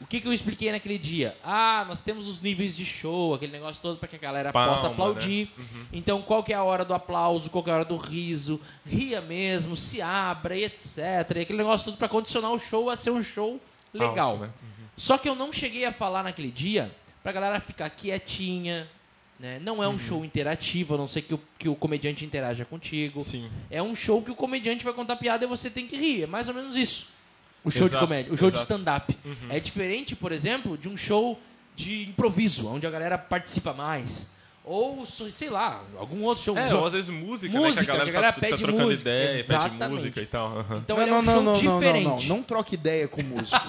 B: O que, que eu expliquei naquele dia? Ah, nós temos os níveis de show, aquele negócio todo para que a galera
A: Palma, né? Uhum.
B: possa aplaudir. Então, qual que é a hora do aplauso, qual que é a hora do riso, ria mesmo, se abra e etc. E aquele negócio todo para condicionar o show a ser um show legal.
A: Alto, né?
B: Só que eu não cheguei a falar naquele dia pra galera ficar quietinha, né? Não é
A: Uhum.
B: um show interativo, a não ser que o, que o comediante interaja contigo.
A: Sim.
B: É um show que o comediante vai contar piada e você tem que rir. É mais ou menos isso. O show de
A: Exato,
B: comédia, o show de
A: exato.
B: stand-up. É diferente, por exemplo, de um show de improviso, onde a galera participa mais. Ou, so- sei lá, algum outro show.
A: É,
B: Um-
A: ou às vezes música,
B: Música,
A: né? Que a galera,
B: que a galera
A: tá,
B: pede
A: tá trocando
B: música,
A: ideia,
B: exatamente.
A: pede música e tal. aham.
B: Então
C: Não,
B: ele é
C: não,
B: um
C: não,
B: show
C: não, não, não,
B: diferente.
C: não. Não troca ideia com
A: (laughs)
C: músico.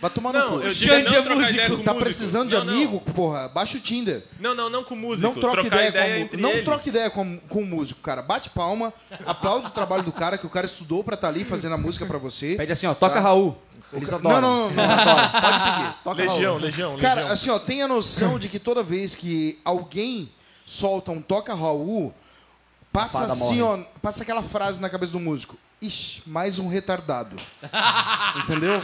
C: Vai tomar no
A: Não,
C: cu.
A: eu
B: Xande
A: digo, é
B: é
A: não trocar ideia
B: músico.
A: com
C: Tá
A: músico.
C: precisando de
A: Não, não.
C: amigo? Porra, baixa o Tinder.
A: Não, não, não com músico.
C: Não troca
A: Trocar
C: ideia, com,
A: entre
C: mu- não
A: eles.
C: troca ideia com, com o músico, cara. Bate palma, aplaude o trabalho do cara, que o cara estudou pra estar ali fazendo a música pra você.
E: Pede assim, ó, toca Raul. Eles
C: Não,
E: adoram.
C: não, não, não.
E: Eles adoram. Pode pedir. Toca
A: Legião,
E: Raul.
A: legião,
C: Cara,
A: legião.
C: assim, ó, tem a noção de que toda vez que alguém solta um toca Raul, passa
E: fada
C: assim, ó, passa aquela frase na cabeça do músico. Ixi, mais
B: (laughs)
C: um retardado. Entendeu?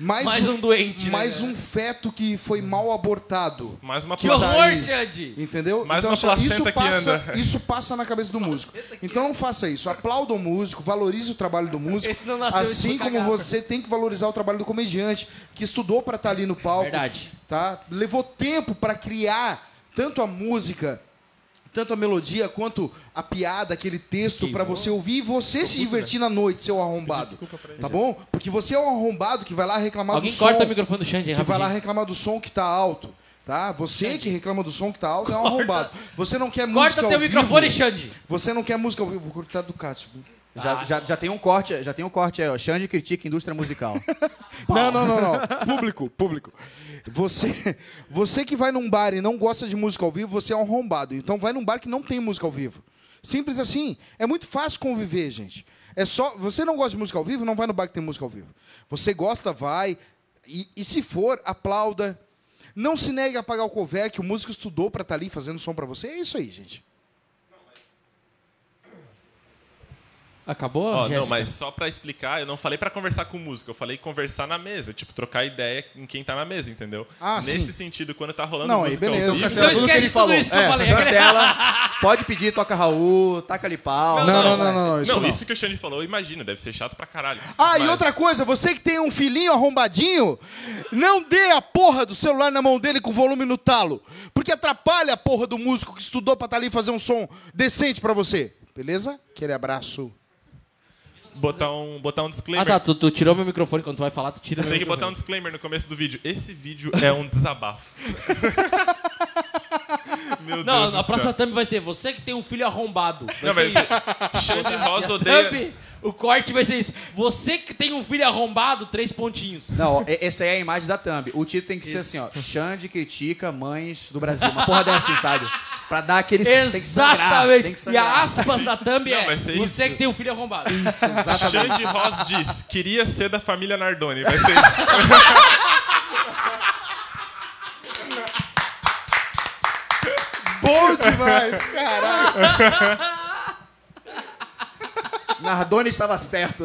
C: Mais,
B: Mais um doente, né,
C: Mais
B: cara?
C: um feto que foi mal abortado.
A: Mais uma
B: Que
A: planta-
C: tá
B: horror,
C: aí.
B: Xande!
C: Entendeu?
A: Mais uma
C: assim,
A: placenta que
C: passa,
A: anda.
C: Isso passa na cabeça do músico. Então não faça isso. Aplauda o músico, valorize o trabalho do músico.
B: Esse não nasceu, esse
C: assim
B: foi
C: como
B: cagado.
C: você tem que valorizar o trabalho do comediante, que estudou pra estar ali no palco.
B: Verdade.
C: Tá? Levou tempo pra criar tanto a música, tanto a melodia, quanto a piada, aquele texto pra você ouvir e você se divertir
B: né?
C: na noite, seu arrombado. Tá bom? Porque você é um arrombado que vai lá reclamar
B: Alguém
C: do som.
B: corta o microfone do Xande aí,
C: Que vai lá
B: rapidinho.
C: reclamar do som que tá alto, tá? Você que reclama do som que tá alto é um arrombado. Você não quer música
B: Corta
C: ao
B: teu
C: vivo.
B: microfone, Xande!
C: Você não quer música ao vivo. Vou cortar do Cássio.
E: Já, já, já tem um corte, já tem um corte aí, ó. Xande critica indústria (laughs) musical.
C: Não, não, não, não. Público, público. Você, você que vai num bar e não gosta de música ao vivo, você é um arrombado. Então vai num bar que não tem música ao vivo. Simples assim. É muito fácil conviver, gente. É só. Você não gosta de música ao vivo, não vai no bar que tem música ao vivo. Você gosta, vai. E, e se for, aplauda. Não se negue a pagar o couvert, que o músico estudou pra estar ali fazendo som pra você. É isso aí, gente.
B: Acabou,
A: Ó,
B: Jéssica?
A: não, mas só pra explicar, eu não falei pra conversar com o músico, eu falei conversar na mesa, tipo, trocar ideia com quem tá na mesa, entendeu?
C: Ah,
A: Nesse
C: sim.
A: sentido, quando tá rolando
C: Não, aí
A: música
C: beleza. é
A: ao vivo,
B: Então
E: tudo que
B: esquece
E: ele
B: tudo
E: falou.
B: isso que eu
E: É,
B: falei.
E: Cancela. Pode pedir, toca Raul, taca ali pau.
C: Não, não, não, não, não, isso
A: é não,
C: não.
A: isso que o Xande falou, eu imagino, deve ser chato pra caralho.
C: Ah, e
A: Mas-
C: outra coisa, você que tem um filhinho arrombadinho, não dê a porra do celular na mão dele com o volume no talo. Porque atrapalha a porra do músico que estudou pra estar ali e fazer um som decente pra você. Beleza? Aquele abraço.
A: Botar um, botar um disclaimer.
B: Ah, tá, tu, tu tirou meu microfone quando tu vai falar, tu
C: tá.
B: tira meu
A: Tem que botar um
B: microfone.
A: disclaimer no começo do vídeo. Esse vídeo é um
C: (laughs)
A: desabafo. Meu
B: Não,
A: um Deus
B: a
A: do
B: próxima
A: céu.
B: thumb vai ser você que tem um filho arrombado. Vai
A: Não,
B: ser
A: mas
B: isso.
A: Xande
B: Vai ser
A: Rosa
B: a
A: odeia.
B: thumb O corte vai ser isso. Você que tem um filho arrombado, três pontinhos.
E: Não, ó, e- essa aí é a imagem da thumb. O título tem que ser assim, ó. Xande critica mães do Brasil. Uma porra dessa, sabe? Pra dar aquele... tem que sangrar, tem que
B: Exatamente. E
E: sangrar.
B: a aspas da thumb
A: (laughs) Não,
B: é
A: vai ser
B: você
A: isso.
B: que tem um filho arrombado.
E: Isso, exatamente.
A: Xande Ross diz, queria ser da família Nardoni. Vai ser isso.
C: Bom (laughs) demais, caralho.
E: Nardone estava certo.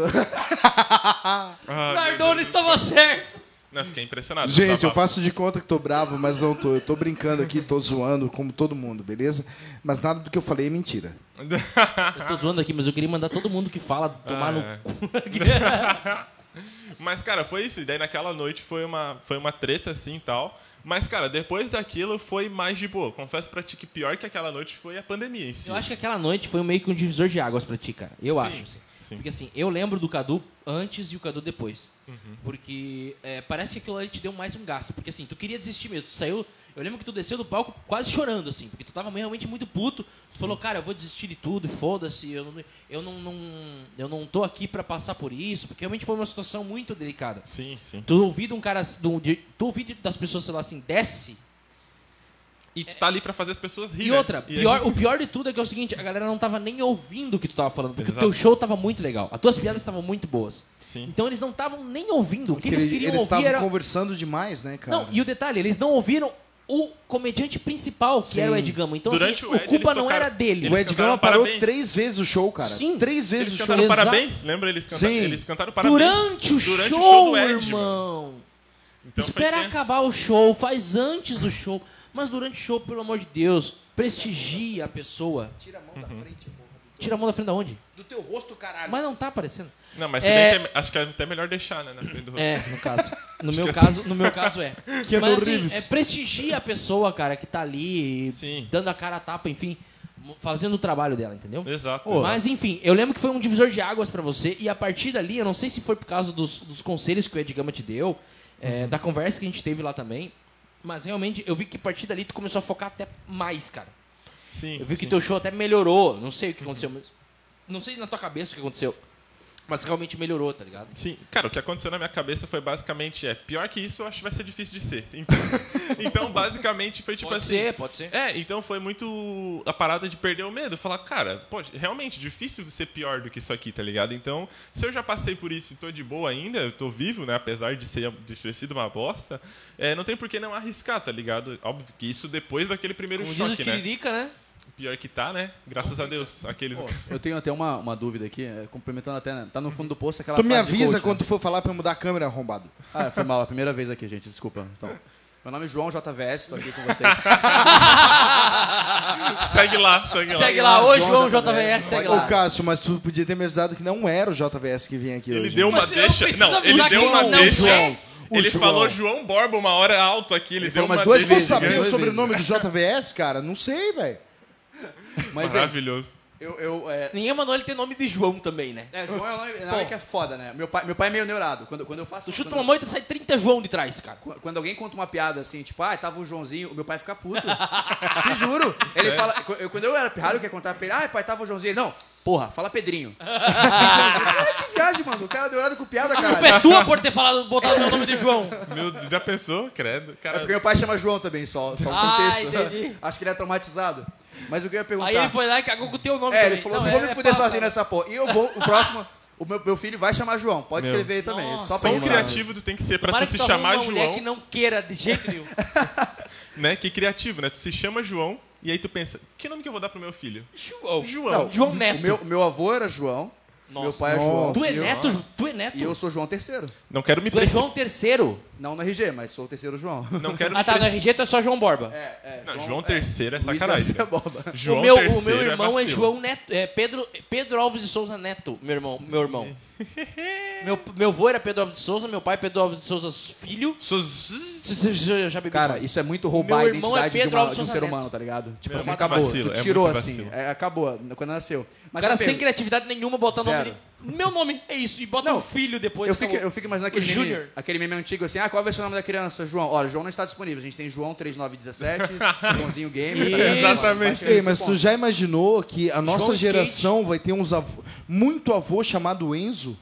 A: Ah,
B: Nardone estava certo.
A: Não, fiquei impressionado.
C: Gente,
A: Só
C: eu faço de conta que tô bravo, mas não tô. Eu tô brincando aqui, tô zoando, como todo mundo, beleza? Mas nada do que eu falei é mentira.
B: Eu tô zoando aqui, mas eu queria mandar todo mundo que fala tomar no
A: é.
B: (laughs) cu.
A: Mas, cara, foi isso. E daí naquela noite foi uma, foi uma treta assim e tal. Mas, cara, depois daquilo foi mais de boa. Confesso pra ti que pior que aquela noite foi a pandemia em si.
B: Eu acho que aquela noite foi meio que um divisor de águas pra ti, cara. Eu
A: Sim,
B: acho. assim.
A: sim.
B: Porque assim, eu lembro do Cadu antes e o Cadu depois.
A: Uhum.
B: Porque é, parece que aquilo ali te deu mais um gasto. Porque assim, tu queria desistir mesmo. Tu saiu. Eu lembro que tu desceu do palco quase chorando, assim, porque tu tava realmente muito puto. Tu falou, cara, eu vou desistir de tudo, foda-se, eu, não, eu não, não- eu não tô aqui pra passar por isso, porque realmente foi uma situação muito delicada.
A: Sim, sim.
B: Tu ouvir de um cara, de um- de- tu ouvir de- das pessoas, sei lá, assim, desce,
A: E tu tá ali pra fazer as pessoas rirem.
B: e outra, pior- o pior de tudo é que é o seguinte, a galera não tava nem ouvindo o que tu tava falando, porque
A: Exato.
B: o teu show tava muito legal, as tuas piadas estavam muito boas.
A: Sim.
B: Então eles não estavam nem ouvindo, o que eles
C: Porque
B: queriam
C: eles
B: ouvir
C: estavam
B: era...
C: conversando demais, né, cara?
B: Não, e o detalhe, eles não ouviram o comediante principal, que
C: Sim.
B: era o Ed Gama. Então,
A: Durante
B: assim,
A: o
B: o
A: Ed,
B: culpa
A: eles
B: não
A: tocaram-
B: era dele.
A: eles
C: o Ed
A: cantaram
C: Gama parou
A: parabéns.
C: três vezes o show, cara.
B: Sim.
C: Três vezes
A: Eles
C: o show.
A: cantaram
B: Exato.
A: parabéns, lembra? Eles, canta...
C: Sim.
A: eles cantaram parabéns
B: Durante, o,
A: durante
B: show,
A: do Ed, mano.
B: irmão.
A: Então foi
B: Espera
A: tenso.
B: acabar o show, faz antes do show. Mas durante o show, pelo amor de Deus, prestigia a pessoa.
C: Tira a mão
A: Uhum.
C: da frente, porra.
B: Tira a mão da frente da onde?
C: Do teu rosto, caralho.
B: Mas não tá aparecendo.
A: Não, mas se
B: É.
A: bem que é- acho que é até melhor deixar, né? Na frente do rosto.
B: É, (laughs) no caso. No meu caso, no meu caso
A: (laughs)
B: é.
C: Keanu
B: Mas assim,
C: Reeves.
B: é prestigia a pessoa, cara, que tá ali,
A: Sim.
B: dando a cara a tapa, enfim, mo- fazendo o trabalho dela, entendeu?
A: Exato. exato.
B: Mas enfim, eu lembro que foi um divisor de águas pra você, e a partir dali, eu não sei se foi por causa dos, dos conselhos que o Ed Gama te deu, é,
A: Uhum.
B: da conversa que a gente teve lá também, mas realmente eu vi que a partir dali tu começou a focar até mais, cara.
A: Sim.
B: Eu vi que
A: sim. Uhum.
B: teu show até melhorou, não sei o que aconteceu, mas. Não sei na tua cabeça o que aconteceu, mas realmente melhorou, tá ligado?
A: Sim, cara, o que aconteceu na minha cabeça foi basicamente é pior que isso, eu acho que vai ser difícil de ser. Então, (laughs) então, basicamente foi tipo
B: pode
A: assim.
B: ser, pode ser.
A: É, então foi muito a parada de perder o medo. Falar, cara, pô, realmente é difícil ser pior do que isso aqui, tá ligado? Então, se eu já passei por isso e tô de boa ainda, eu tô vivo, né? Apesar de, ser, de ter sido uma bosta, é, não tem por que não arriscar, tá ligado? Óbvio que isso depois daquele primeiro
B: Como diz o
A: choque, né?
B: Tiririca, né?
A: Pior que tá, né? Graças a Deus. Aqueles.
E: Eu tenho até uma, uma dúvida aqui, é, cumprimentando até, né? Tá no fundo do poço aquela
C: Tu me
E: frase de
C: avisa
E: coach, né?
C: quando tu for falar pra eu mudar a câmera, arrombado.
E: Ah, foi mal, é a primeira vez aqui, gente, desculpa. Então, meu nome é João JVS, tô aqui com vocês.
A: (laughs) segue lá, segue lá.
B: Segue lá, hoje João
E: João
B: JVS,
E: JVS,
B: segue
E: Claro.
C: Ô,
B: lá.
C: Cássio, mas tu podia ter me avisado que não era o JVS que vinha aqui
A: Ele
C: hoje.
A: deu um uma
B: Mas eu
A: deixa.
B: preciso
A: Não, ele
B: avisar
A: deu
B: quem
A: uma
B: não
A: deixa.
B: é.
C: O
A: Ele
C: João.
A: falou João Borba uma hora alto aqui, ele, deu
E: falou
A: uma
E: umas duas
A: deixa.
C: Vou
E: vezes,
C: saber
E: né?
C: o sobrenome do JVS, cara? Não sei, velho.
E: Mas é,
A: Maravilhoso.
E: eu, eu, é,
B: Ninguém mandou ele ter nome de João também, né?
E: é, João é um nome, é um nome que é foda, né? Meu pai, meu pai é meio neurado. Quando, quando eu faço.
B: Tu chuta
E: quando-
B: uma moita e sai 30 João de trás, cara.
E: Qu- Quando alguém conta uma piada assim, tipo, ah, tava o Joãozinho, o meu pai fica puto. Te juro. Ele fala. qu- eu- Quando eu era pirralho, que ia contar pra ele, ah, pai, tava o Joãozinho. Ele, não, porra, fala Pedrinho. E Joãozinho, "Ah, que viagem, mano. O cara deu hora com piada,
B: culpa é
E: caralho.
B: tua por ter falado, botado meu nome de
E: (laughs)
B: João.
A: Meu Deus, já pensou? Credo.
E: É
A: Cara,
E: porque meu pai chama João também, só, só um
B: Ah,
E: contexto.
B: entendi.
E: (laughs) Acho que ele é traumatizado. Mas o que eu ia perguntar.
B: Aí ele foi lá e cagou com o teu nome
E: É,
B: também.
E: ele falou, não,
B: é-
E: vou me
B: é
E: fuder
B: papo,
E: sozinho
B: cara.
E: nessa porra. E eu vou, o próximo, o meu, meu filho vai chamar João. Pode
A: Meu.
E: escrever também. só
B: Nossa,
E: pra
A: Quão
E: ele.
A: criativo tu tem que ser pra
B: Tomara
A: tu
B: que
A: se
B: tu um arrume
A: chamar
B: uma mulher
A: João,
B: que não queira de jeito nenhum.
A: né? Que criativo, né? Tu se chama João e aí tu pensa, que nome que eu vou dar pro meu filho?
B: João.
A: João.
B: João
E: O
B: Neto.
E: meu, meu avô era João,
B: Nossa.
E: meu pai é João.
B: Tu é
E: e eu-
B: neto, Ju- tu é neto.
E: E eu sou João terceiro.
A: Não quero me
B: Tu é
A: preci-
B: João terceiro.
E: Não no RG, mas sou o terceiro João. (laughs)
A: Não quero me
B: Ah, tá, no
A: preci-
B: RG tu é só João Borba.
E: É, é.
A: Não, João terceiro é
E: Luiz
A: sacanagem.
E: Garcia
A: né?
B: (laughs)
E: Borba.
A: João
B: o meu, o
A: terceiro
B: meu irmão é,
A: vacilo.
B: João Neto, é Pedro, Pedro Alves de Souza Neto, meu irmão, meu irmão. meu, meu avô era Pedro Alves de Souza, meu pai é Pedro Alves de Souza filho.
A: Sus-
B: Eu já bebi
E: Cara,
B: mais.
E: isso é muito
B: Meu
E: roubar a
B: irmão é
E: identidade de,
B: Pedro
E: uma-
B: Alves
E: de um
B: Souza
E: ser
B: Neto.
E: humano, tá ligado? Tipo
A: Meu,
E: assim,
A: é muito
E: acabou.
A: vacilo,
E: tu
A: é
E: tirou
A: muito
E: assim,
A: vacilo.
E: é, acabou quando nasceu. Mas
B: cara
E: sabe,
B: sem criatividade nenhuma, bota o nome
E: Zero.
B: dele. Meu nome, é isso. E bota
E: Não,
B: um filho depois.
E: eu fico,
B: acabou.
E: eu fico imaginando aquele
B: O Júnior.
E: meme, aquele meme antigo assim, ah, qual vai ser o nome da criança? João. Olha, João não está disponível. A gente tem
B: (laughs)
E: João 3917, Joãozinho tá Game.
B: Isso.
E: Vai chegar
A: Exatamente.
E: nesse
C: Ei, mas tu
E: ponto.
C: já imaginou que a nossa
B: João Skate.
C: geração vai ter uns avós. muito avô chamado Enzo.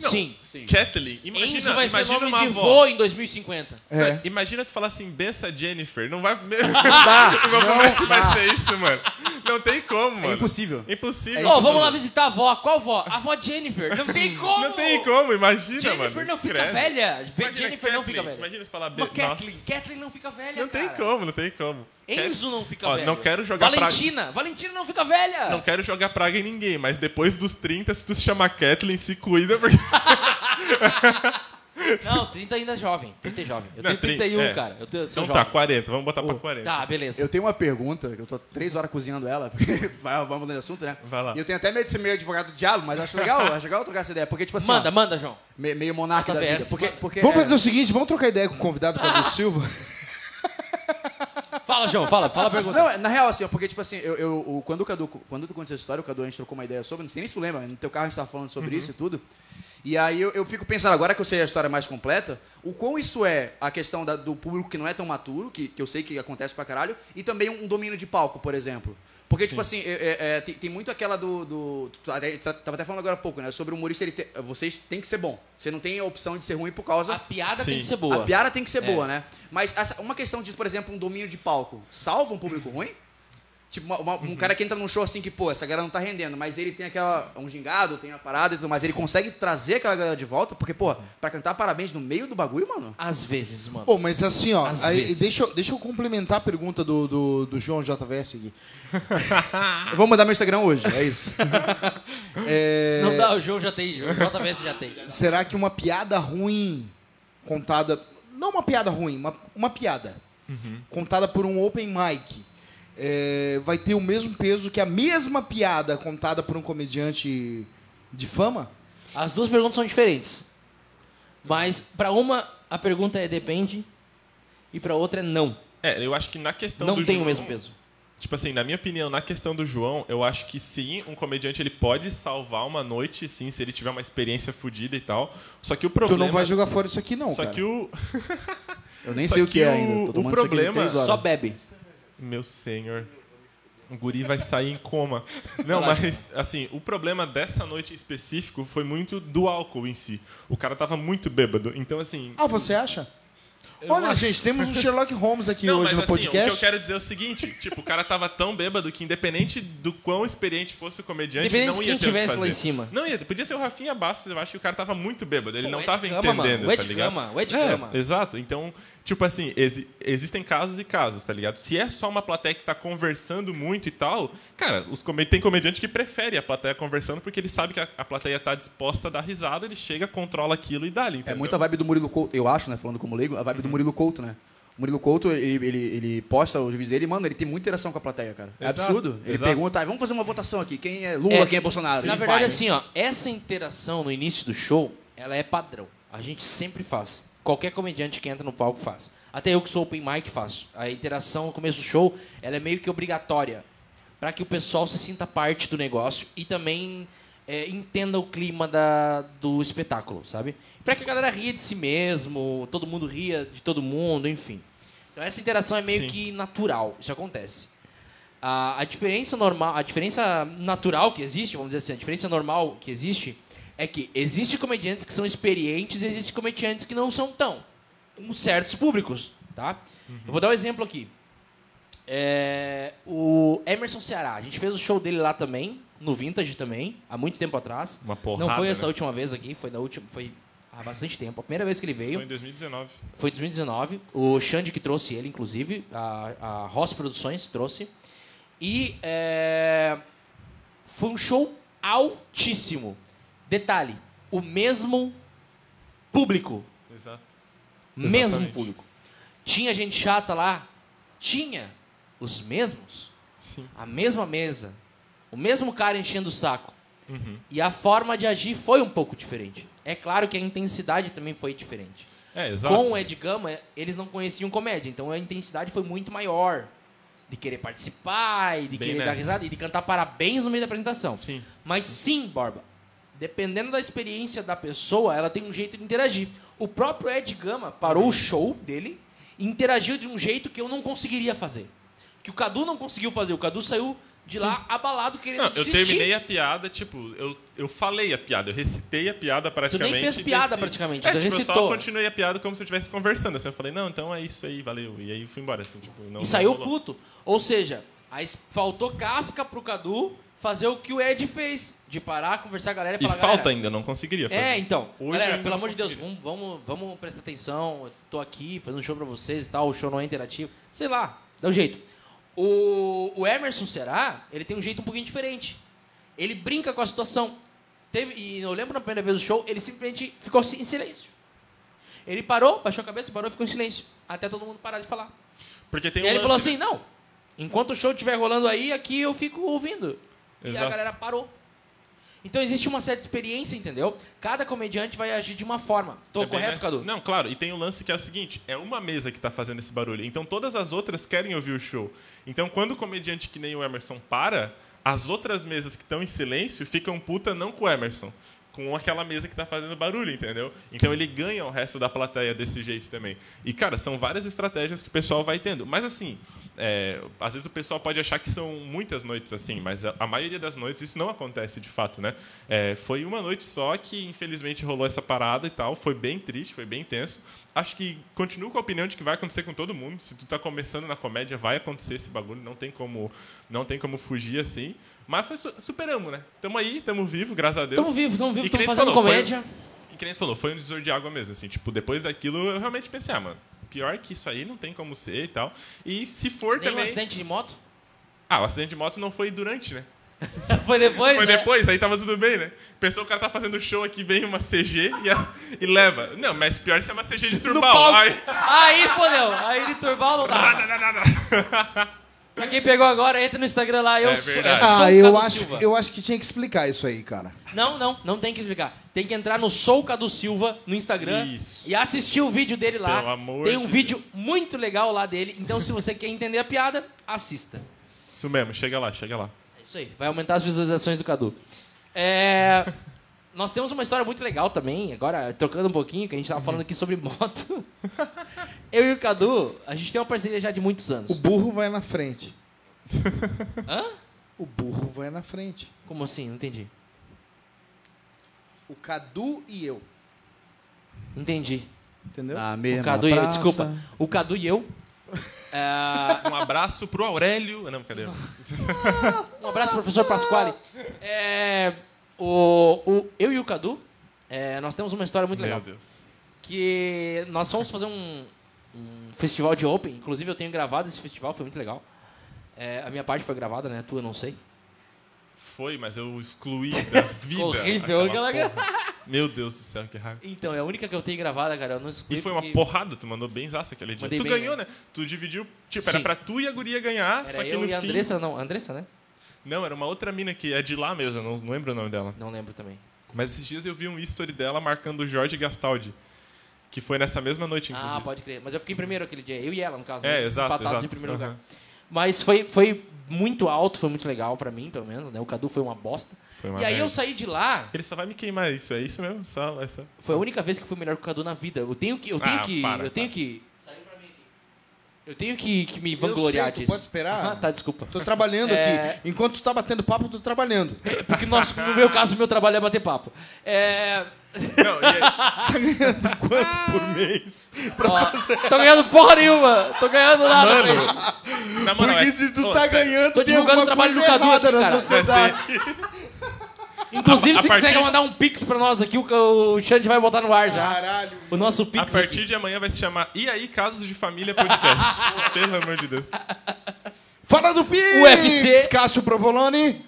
A: Não.
B: Sim.
A: Kathleen, imagina,
B: Enzo vai ser
A: imagina
B: nome
A: uma
B: de
A: avó.
B: vô em 2050.
C: É.
A: Não, Imagina tu falar assim, bença Jennifer. Não vai.
C: Dá,
A: (laughs) como é que
C: não
A: vai
C: dá.
A: ser isso, mano? Não tem como, mano.
E: É impossível.
A: Impossível.
B: Ô, vamos lá visitar a avó. Qual avó? A avó Jennifer. Não tem como.
A: Não tem como, imagina, mano.
B: Jennifer não fica
A: Credo.
B: velha. Ve-
A: Imagina
B: Jennifer não
A: Kathleen,
B: fica velha.
A: Imagina tu falar
B: Uma
A: bença.
B: Kathleen. Kathleen não fica velha,
A: Não tem
B: cara.
A: como, não tem como.
B: Enzo não fica
A: Ó,
B: velha.
A: não quero jogar pra-
B: Valentina. Valentina não fica velha.
A: Não quero jogar praga em ninguém, mas depois dos 30, se tu se chamar Kathleen, se cuida, porque.
B: Não, 30 ainda é jovem. 30 é jovem. Eu
A: Não,
B: tenho
A: trin-
B: 31,
A: é.
B: cara. Eu tenho, eu sou
A: Então tá,
B: jovem.
A: 40, vamos botar pra 40.
B: Tá, beleza.
E: Eu tenho uma pergunta, que eu tô três horas cozinhando ela, (laughs) porque vai, vamos mudando de assunto, né?
A: Vai lá.
E: E eu tenho até medo de ser meio advogado do diabo, mas
B: (laughs)
E: acho legal, acho legal trocar essa ideia, porque, tipo assim, ó,
B: Manda, manda, João.
E: me- meio monarca
B: Manda
E: da vida.
B: VS,
E: Porque,
B: manda.
E: porque,
C: Vamos
E: é,
C: fazer o seguinte, vamos trocar ideia com o convidado Cadu
B: (laughs)
C: Silva.
B: Fala, João. Fala, fala a pergunta.
E: Não, na real, assim, ó, porque, tipo assim, eu, eu- o- quando o Cadu, quando tu conta essa história, o Cadu, a gente trocou uma ideia sobre, não sei nem se tu lembra, no teu carro a gente tava falando sobre isso e tudo. E aí eu, eu fico pensando, agora que eu sei a história mais completa, o quão isso é a questão da- do público que não é tão maturo, que, que eu sei que acontece pra caralho, e também um, domínio de palco, por exemplo. Porque, tipo assim, é- é- é, tem, tem muito aquela do. do tu tá- até- tá- tava até falando agora há pouco, né? Sobre o humorista, ele tem- vocês têm que ser bom. Você não tem a opção de ser ruim por causa
B: A piada tem
A: Sim.
B: que ser boa.
E: a piada tem que ser
B: É.
E: boa, né? Mas essa- uma questão de, por exemplo, um domínio de palco, salva um público ruim? Tipo, uma- uma- um cara que entra num show assim que, pô, essa galera não tá rendendo, mas ele tem aquela. um gingado, tem a parada e tudo, mas ele consegue trazer aquela galera de volta, porque, pô, pra cantar parabéns no meio do bagulho, mano.
B: Às vezes, mano.
C: Pô, mas assim, ó,
B: Às
C: aí,
B: vezes.
C: deixa, eu- deixa eu complementar a pergunta do, do, do João JVS aqui.
E: Eu vou mandar meu Instagram hoje, é isso.
C: É,
B: Não dá, o João já tem. O JVS já tem.
C: Será que uma piada ruim contada. Não uma piada ruim, uma, uma piada.
A: Uhum.
C: Contada por um open mic. é, vai ter o mesmo peso que a mesma piada contada por um comediante de fama?
B: As duas perguntas são diferentes. Mas pra uma a pergunta é depende e pra outra é não.
A: É, eu acho que na questão
B: não
A: do
B: tem
A: João-
B: o mesmo peso.
A: Tipo assim, na minha opinião, na questão do João, eu acho que sim, um comediante ele pode salvar uma noite, sim, se ele tiver uma experiência fodida e tal. Só que o
C: Tu
A: problema.
C: não vai jogar fora isso aqui, não.
A: só
C: cara.
A: que o.
E: Eu nem
A: Só
E: sei o
A: que
E: que é ainda.
A: o
E: Tô tomando isso aqui de
A: problema-
E: três horas.
B: Só bebe.
A: Meu senhor. O guri vai sair em coma. Não,
B: Relaxa.
A: mas, assim, o problema dessa noite em específico foi muito do álcool em si. O cara tava muito bêbado. Então, assim.
C: Ah, você acha? Olha, gente, temos um Sherlock Holmes aqui
A: não,
C: hoje
A: mas, assim,
C: no
A: O que eu
C: podcast.
A: quero dizer é o seguinte: tipo, o cara tava tão bêbado que, independente do quão experiente fosse o comediante,
B: Independente
A: não ia
B: de quem
A: ter o que
B: tivesse lá
A: fazer.
B: em cima.
A: Não ia, podia ser o Rafinha Bastos, eu acho que o cara tava muito bêbado. Ele
B: Pô,
A: não
B: o Ed
A: tava
B: Gama, mano,
A: entendendo,
B: o Ed
A: tá ligado?
B: Gama, o Ed
A: É,
B: Gama.
A: Exato. Então, tipo assim, exi- existem casos e casos, tá ligado? Se é só uma plateia que tá conversando muito e tal, cara, os come- tem comediante que prefere a plateia conversando porque ele sabe que a, a plateia tá disposta a dar risada, ele chega, controla aquilo e dá ali.
E: É muito a vibe do Murilo Couto, eu acho, né? Falando como leigo, a vibe
B: Uhum.
E: do Murilo Couto, né? O Murilo Couto, ele, ele, ele posta os vídeos dele e, mano, ele tem muita interação com a plateia, cara. É
A: Exato,
E: absurdo. Ele
A: exato.
E: pergunta, "Ah, vamos fazer uma votação aqui. Quem é Lula,
B: É,
E: quem é Bolsonaro?
B: Na
E: Ele
B: verdade,
E: vai.
B: assim, ó, essa interação no início do show, ela é padrão. A gente sempre faz. Qualquer comediante que entra no palco faz. Até eu que sou open mic faço. A interação no começo do show, ela é meio que obrigatória para que o pessoal se sinta parte do negócio e também é, entenda o clima da, do espetáculo, sabe? Para que a galera ria de si mesmo, todo mundo ria de todo mundo, enfim. Então essa interação é meio
A: Sim.
B: que natural, isso acontece. A, a diferença normal, a diferença natural que existe, vamos dizer assim, a diferença normal que existe é que existem comediantes que são experientes e existem comediantes que não são tão, em certos públicos, tá? Eu vou dar um exemplo aqui. É, o Emerson Ceará, a gente fez o show dele lá também, no Vintage também, há muito tempo atrás.
A: Uma porrada,
B: Não foi essa
A: né?
B: última vez aqui, foi da última, foi há bastante tempo. A primeira vez que ele veio.
A: Foi em 2019.
B: Foi em 2019. O Xande que trouxe ele, inclusive. A, a Ross Produções trouxe. E é, foi um show altíssimo. Detalhe, o mesmo público.
A: Exato.
B: Mesmo
A: Exatamente.
B: público. Tinha gente chata lá? Tinha. Os mesmos?
A: Sim.
B: A mesma mesa. O mesmo cara enchendo o saco.
A: Uhum.
B: E a forma de agir foi um pouco diferente. É claro que a intensidade também foi diferente.
A: É, exato.
B: Com o Ed Gama, eles não conheciam comédia, então a intensidade foi muito maior. De querer participar, e de
A: Bem
B: querer dar
A: nessa.
B: risada, e de cantar parabéns no meio da apresentação.
A: Sim.
B: Mas sim, Borba, dependendo da experiência da pessoa, ela tem um jeito de interagir. O próprio Ed Gama parou o show dele e interagiu de um jeito que eu não conseguiria fazer. Que o Cadu não conseguiu fazer. O Cadu saiu de lá abalado querendo
A: Não, eu
B: desistir.
A: terminei a piada, tipo, eu, eu falei a piada, eu recitei a piada praticamente.
B: fez
A: e
B: piada
A: desci.
B: praticamente,
A: é,
B: tu
A: tipo, Eu
B: recitou.
A: só continuei a piada como se eu estivesse conversando. Assim, eu falei, não, então é isso aí, valeu. E aí fui embora, assim, tipo, não.
B: E saiu
A: não rolou.
B: puto. Ou seja, aí faltou casca pro Cadu fazer o que o Ed fez. De parar, conversar com a galera e
A: E
B: falar,
A: falta
B: "Galera,
A: ainda, não conseguiria fazer.
B: né, É, então.
A: Hoje
B: galera,
A: ainda
B: pelo
A: não
B: amor de Deus,
A: conseguiria.
B: vamos, vamos, vamos prestar atenção. Eu tô aqui fazendo um show pra vocês e tal. O show não é interativo. Sei lá, dá um jeito. O, o Emerson Será, ele tem um jeito um pouquinho diferente. Ele brinca com a situação. Teve, e eu lembro na primeira vez do show, ele simplesmente ficou si- em silêncio. Ele parou, baixou a cabeça, parou e ficou em silêncio. Até todo mundo parar de falar.
A: Porque tem
B: E
A: um
B: aí ele
A: lance-
B: falou assim: não, enquanto o show estiver rolando aí, aqui eu fico ouvindo. E a
A: Exato.
B: galera parou. Então existe uma certa experiência, entendeu? Cada comediante vai agir de uma forma. Tô
A: É bem
B: correto,
A: mais-
B: Cadu?
A: Não, claro. E tem o lance que é o seguinte: é uma mesa que tá fazendo esse barulho. Então todas as outras querem ouvir o show. Então quando o comediante que nem o Emerson para, as outras mesas que estão em silêncio ficam puta não com o Emerson, com aquela mesa que tá fazendo barulho, entendeu? Então ele ganha o resto da plateia desse jeito também. E cara, são várias estratégias que o pessoal vai tendo. Mas assim, é, às vezes o pessoal pode achar que são muitas noites assim, mas a, a maioria das noites isso não acontece de fato, né? É, foi uma noite só que infelizmente rolou essa parada e tal, foi bem triste, foi bem tenso. Acho que continuo com a opinião de que vai acontecer com todo mundo. Se tu tá começando na comédia, vai acontecer esse bagulho, não tem como, não tem como fugir assim. Mas foi, su- superamos, né? Tamo aí, tamo vivo, graças a Deus.
B: Tamo vivo, tamo vivo,
A: E que nem
B: tamo
A: tu
B: fazendo
A: falou, foi-
B: comédia.
A: E que nem tu falou, foi um divisor de água mesmo, assim, tipo, depois daquilo eu realmente pensei, ah, mano, pior que isso aí não tem como ser e tal. E se for
B: Tem um
A: também.
B: acidente de moto?
A: Ah, o acidente de moto não foi durante, né?
B: (laughs) Foi depois?
A: Foi
B: né?
A: depois, aí tava tudo bem, né? Pensou que o cara tá fazendo show aqui, vem uma CG e, a- e leva. Não, mas pior se é uma CG de
B: No
A: turbal.
B: palco.
A: Ai,
B: Aí, fodeu. Aí de turbal
A: (laughs)
B: não dá. pra quem pegou agora, entra no Instagram lá. Eu
A: É
B: sou, eu
A: verdade.
B: sou o
C: Ah, eu
B: Cadu
C: acho,
B: Silva.
C: eu acho que tinha que explicar isso aí, cara.
B: Não, não, não tem que explicar. Tem que entrar no Sou Cadu Silva no Instagram
A: Isso.
B: e assistir o vídeo dele lá.
A: Pelo amor
B: tem um
A: de
B: vídeo muito legal lá dele. Então, se você quer entender a piada, assista.
A: Isso mesmo, chega lá, chega lá.
B: É isso aí. Vai aumentar as visualizações do Cadu. É, Nós temos uma história muito legal também, agora trocando um pouquinho, que a gente tava falando aqui sobre moto. (laughs) Eu e o Cadu, a gente tem uma parceria já de muitos
C: O
B: anos.
C: burro vai na frente.
B: Hã?
C: O burro vai na frente.
B: Como assim? Não entendi.
C: O Cadu e eu.
B: Entendi.
C: Entendeu?
E: Na mesma
B: o Cadu e eu,
E: praça.
B: desculpa. O Cadu e eu. é,
A: Um abraço pro Aurélio. Ah, não, cadê?
B: Um abraço, professor Pasquale. É, o, o- eu e o Cadu, é, nós temos uma história muito
A: Meu
B: legal.
A: Deus.
B: Que nós fomos fazer um, um festival de Open. Inclusive, eu tenho gravado esse festival, foi muito legal. É, a minha parte foi gravada, né? A tua, eu não sei.
A: Foi, mas eu
B: (laughs)
A: excluí da vida.
B: Horrível, aquela-
A: porra. Meu Deus do céu, que raiva.
B: Então, é a única que eu tenho gravada, cara. Eu não excluí
A: E foi uma
B: porque-
A: porrada, tu mandou bem zaça aquele dia.
B: Mandei
A: tu
B: bem,
A: ganhou,
B: né?
A: né? Tu dividiu, tipo,
B: Sim.
A: era pra tu e a guria ganhar,
B: Era
A: só que
B: eu
A: no
B: e a
A: fim...
B: Andressa, não. A Andressa, né?
A: Não, era uma outra mina que é de lá mesmo, eu não não lembro o nome dela.
B: Não lembro também.
A: Mas esses dias eu vi um history dela marcando o Jorge Gastaldi, que foi nessa mesma noite, inclusive.
B: Ah, pode crer. Mas eu fiquei em primeiro aquele dia. Eu e ela, no caso.
A: É,
B: né?
A: exato,
B: Empatados
A: exato.
B: em primeiro
A: Aham.
B: lugar. Mas foi, foi muito alto, foi muito legal pra mim, pelo menos, né? O Cadu foi uma bosta.
A: Foi uma
B: e aí
A: merda.
B: eu saí de lá
A: Ele só vai me queimar isso, é isso mesmo? Só essa.
B: Foi a única vez que eu fui melhor que o Cadu na vida. Eu tenho que. Eu tenho
A: Ah,
B: que.
A: para,
B: eu tenho
A: para.
B: que. Eu tenho que, que me vangloriar
C: sei, tu
B: disso.
C: pode esperar.
B: Ah, tá, desculpa. (laughs)
C: Tô trabalhando
B: É.
C: aqui. Enquanto tu tá batendo papo, eu tô trabalhando.
B: É Porque nosso, no meu caso, meu trabalho é bater papo. É.
A: Não, e aí-
C: Quanto por mês?
B: ó,
A: (laughs)
B: tô ganhando porra nenhuma! Tô ganhando nada pra isso.
A: na moral,
C: Porque
A: é-
C: se tu
A: Ô,
C: tá
A: sério,
C: ganhando,
B: Tô
C: tem
B: divulgando
C: alguma
B: o trabalho do
C: coisa
B: Cadu
C: errada
B: aqui,
C: na
B: cara.
C: sociedade.
B: Inclusive,
A: A- a
B: se quiser
A: partir-
B: mandar um pix pra nós aqui, o, o Xande vai botar no ar já.
C: Caralho.
B: O nosso
A: A
B: pix.
A: partir de amanhã vai se chamar E aí, Casos de Família (laughs) Podcast. Pelo amor de Deus.
C: Fala do Pix!
B: UFC.
C: Cássio Provolone.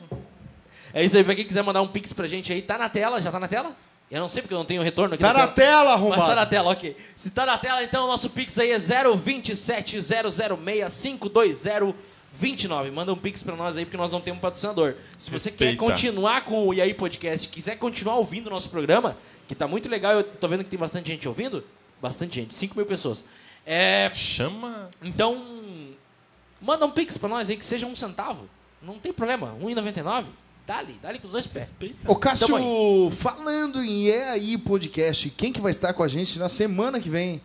B: É isso aí, pra quem quiser mandar um pix pra gente aí, tá na tela, já tá na tela? Eu não sei porque eu não tenho retorno aqui.
C: Tá
B: da
C: na tela, arrombado.
B: Mas tá na tela, ok. Se tá na tela, então o nosso Pix aí é 027-006-52029. Manda um Pix pra nós aí, porque nós não temos patrocinador. Se você quer
A: Respeita.
B: continuar com o E aí Podcast, quiser continuar ouvindo o nosso programa, que tá muito legal, eu tô vendo que tem bastante gente ouvindo. Bastante gente, 5 mil pessoas. É,
A: Chama.
B: então, manda um Pix pra nós aí, que seja um centavo. Não tem problema, 1,99. Dá-lhe, dá-lhe com os dois pés.
C: Ô, Cássio,
B: Tamo
C: falando em É Aí Podcast, quem que vai estar com a gente na semana que vem?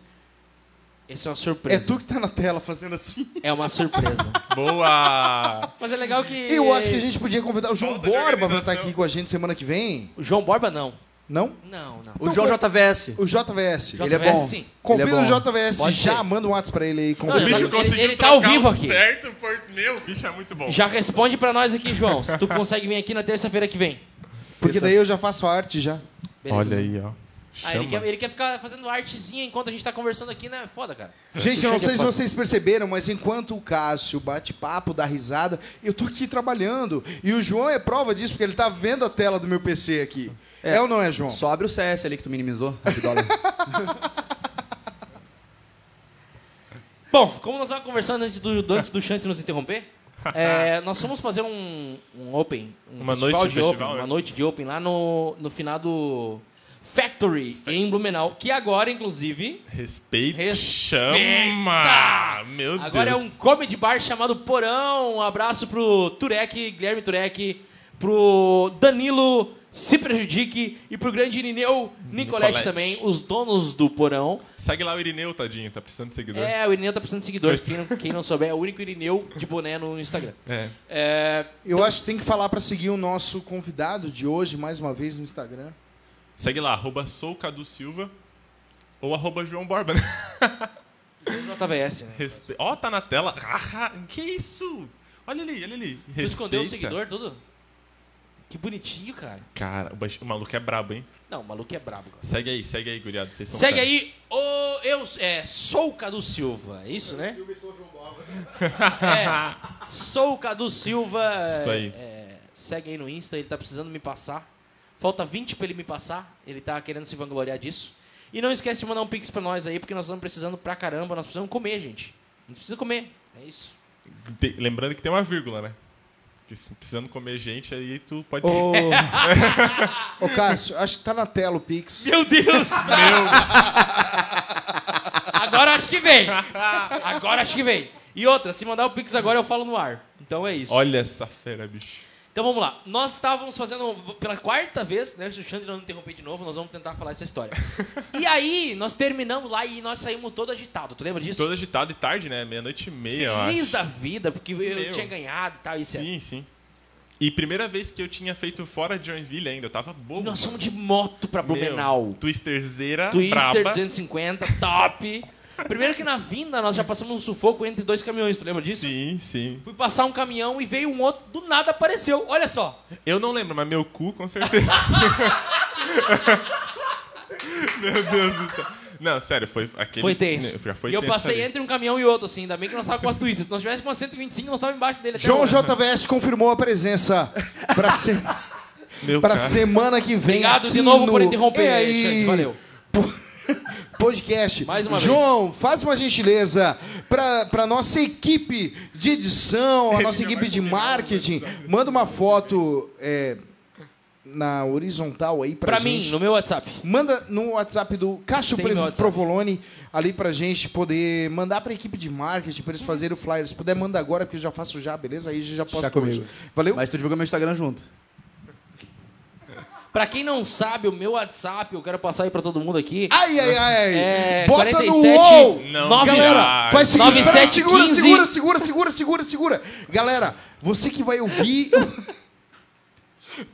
B: Essa é uma
C: É
B: surpresa.
C: tu que tá na tela fazendo
B: (laughs)
C: assim.
B: É uma
C: (laughs)
B: surpresa.
A: Boa!
B: Mas é legal que.
C: Eu acho que a gente podia convidar o João
A: Falta de
C: Borba pra estar
A: organização.
C: aqui com a gente semana que vem.
B: O João Borba, não.
C: Não?
B: Não, não.
E: O João
C: foi-
E: JVS.
C: O JVS.
E: Ele é
B: JVS,
E: bom.
B: Sim.
C: Convida
E: Ele é bom.
C: o JVS
B: Pode
C: já,
B: ser. Ah,
C: manda um WhatsApp pra ele aí.
A: O
B: Não,
C: Convida.
A: bicho
B: ele-
A: conseguiu
B: ele tá ao
A: trocar
B: vivo
A: o
B: aqui.
A: certo por... Meu, o bicho é muito bom.
B: Já responde pra nós aqui, João. Se tu consegue vir aqui na terça-feira que vem.
C: porque daí eu já faço a arte já.
B: Beleza.
A: aí, ó.
B: Ah, ele, quer, ele quer ficar fazendo artezinha enquanto a gente tá conversando aqui, né? Foda, cara.
C: Gente, eu não sei se vocês perceberam, mas enquanto o Cássio bate papo, dá risada, eu tô aqui trabalhando. E o João é prova disso, porque ele tá vendo a tela do meu PC aqui. É,
E: É.
C: ou não é, João?
E: Só abre o CS ali que
B: (laughs)
E: tu minimizou.
B: Bom, como nós estávamos conversando antes do, do- antes do Chante nos (laughs) interromper, é, nós fomos fazer um, um Open, um
A: Uma
B: festival
A: noite de
B: de Open,
A: festival, né?
B: uma noite de Open lá no, no final do Factory em Blumenau, que agora, inclusive,
A: Respeita.
B: Respeita!
A: Chama! Meu Deus.
B: agora é um comedy bar chamado Porão. Um abraço pro Turek, Guilherme Turek, pro Danilo Se Prejudique e pro grande Irineu Nicolete,
A: Nicolete.
B: também, os donos do Porão.
A: Segue lá o Irineu, tadinho. Tá precisando de seguidor.
B: É, o Irineu tá precisando de seguidores, quem não, quem não souber, é o único Irineu de boné no Instagram.
A: É.
B: É,
C: Eu acho que tem que falar pra seguir o nosso convidado de hoje, mais uma vez, no Instagram.
A: Segue lá, arroba sou Cadu Silva ou arroba João Borba. né?
B: JVS, né?
A: Respe... Ó, tá na tela. Ah, que isso? Olha ali, olha ali.
B: Tu escondeu o
A: Respeita.
B: seguidor, tudo? Que bonitinho, cara.
A: Cara, o baix- o maluco é brabo, hein?
B: Não, o maluco é brabo, cara.
A: Segue aí, segue aí, guriado. Vocês são
B: Segue
A: fera.
B: aí o. Eu é, sou o Cadu Silva, é isso, né? Silva e sou João Borba. (laughs) É, sou o Cadu Silva.
A: Isso aí.
B: é, segue aí no Insta, ele tá precisando me passar. Falta 20 pra ele me passar, ele tá querendo se vangloriar disso. E não esquece de mandar um pix pra nós aí, porque nós estamos precisando pra caramba, nós precisamos comer, gente. A gente precisa comer, é isso.
A: Te- Lembrando que tem uma vírgula, né? Porque se precisando comer gente, aí tu pode.
C: Ô, (laughs) Ô Cássio, acho que tá na tela o
B: (laughs)
C: Pix.
B: Meu Deus! Agora acho que vem. Agora acho que vem. E outra, se mandar o Pix agora, eu falo no ar. Então é isso.
A: Olha essa fera, bicho.
B: Então vamos lá. Nós estávamos fazendo pela quarta vez, né? Se o Xandre não interromper de novo, nós vamos tentar falar
A: (laughs)
B: essa história. E aí, nós terminamos lá e nós saímos todo agitado. Tu lembra disso?
A: Todo agitado e tarde, né? Meia-noite e meia, eu
B: Feliz
A: acho.
B: da vida, porque eu
A: Meu.
B: tinha ganhado e tal. Isso é.
A: Sim, sim. E primeira vez que eu tinha feito fora de Joinville ainda, eu tava bobo.
B: E nós fomos de moto pra Blumenau.
A: Meu, Twisterzeira,
B: Twister
A: braba.
B: 250, top. Primeiro que na vinda nós já passamos um sufoco entre dois caminhões, tu lembra disso?
A: Sim, sim.
B: Fui passar um caminhão e veio um outro, do nada apareceu. Olha só.
A: Eu não lembro, mas meu cu, com certeza. (laughs) meu Deus do céu. Não, sério, foi aquele...
B: Foi tenso.
A: Já foi
B: e eu
A: tenso
B: passei
A: ali.
B: entre um caminhão e outro, assim. Ainda bem que nós tava com a Twister. Se nós tivéssemos uma 125, nós tava embaixo dele. até
C: João
B: hoje.
C: JVS confirmou a presença pra, se...
A: Meu
C: pra
A: cara.
C: semana que vem.
B: Obrigado de
C: aqui
B: novo
C: no...
B: por interromper,
C: E aí?
B: Xande. Valeu.
C: (laughs) podcast.
B: Mais uma vez.
C: João, faz uma gentileza pra pra nossa equipe de edição, a nossa equipe de marketing. Manda uma foto é, na horizontal aí pra,
B: Pra
C: gente.
B: mim, no meu WhatsApp.
C: Manda no WhatsApp do Cássio
B: Tem
C: Pre-
B: meu WhatsApp.
C: Provolone ali pra gente poder mandar pra equipe de marketing pra eles fazerem o flyer. Se puder, manda agora, porque eu já faço já, beleza? Aí já posso
E: Já comigo.
C: Valeu?
E: Mas tu divulga meu Instagram junto.
B: Pra quem não sabe, o meu WhatsApp, eu quero passar aí pra todo mundo aqui.
C: Ai, ai, ai.
B: É,
C: Bota
B: 47
C: no UOL.
A: Não,
B: nove-
C: Galera,
A: Ah,
C: faz o seguinte,
B: 97,
C: peraí, segura,
B: 15.
C: segura, segura, segura, segura, segura. Galera, você que vai ouvir...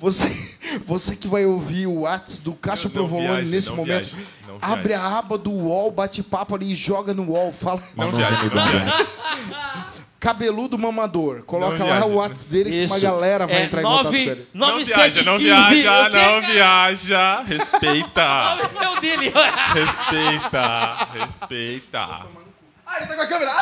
C: Você, você que vai ouvir o Whats do Cássio
A: Não, não
C: Provolone
A: viaje,
C: nesse
A: não
C: momento,
A: viaje, não viaje.
C: abre a aba do UOL, bate papo ali e joga no UOL. Fala,
A: Não viaje, não viaje.
C: cabeludo mamador. Coloca
A: Não
C: lá
A: viaje.
C: o WhatsApp dele que uma galera vai
B: é,
C: entrar em
B: nove,
C: contato com ele.
A: Não
B: 9715.
A: viaja, não viaja,
B: o quê,
A: não
B: cara?
A: viaja. Respeita,
B: Nove é o dele.
A: respeita, respeita.
C: Ah, ele tá com a câmera.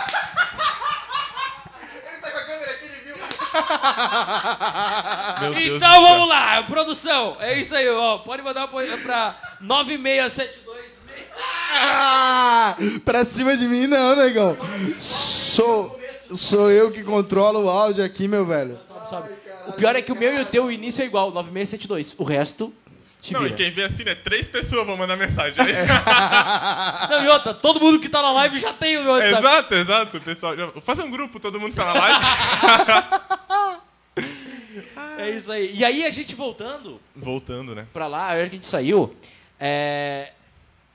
A: Meu Deus
B: Então
A: do
B: vamos lá, produção. É isso aí, ó. Pode mandar pra- pra 9672.
C: Ah, (laughs) pra cima de mim não, negão. Sou, sou eu que controlo o áudio aqui, meu velho.
B: Sobe, sobe. O pior é que o meu e o teu início é igual, 9672. O resto te
A: Não, e
B: vira.
A: quem vê assim, né? Três pessoas vão mandar mensagem. Aí.
C: É.
B: Não, e outra, todo mundo que tá na live já tem o meu WhatsApp.
A: (laughs) exato, exato. Pessoal, já- faz um grupo, todo mundo tá na live.
B: É isso aí. E aí a gente voltando
A: Voltando, né?
B: pra lá, a hora que a gente saiu, é,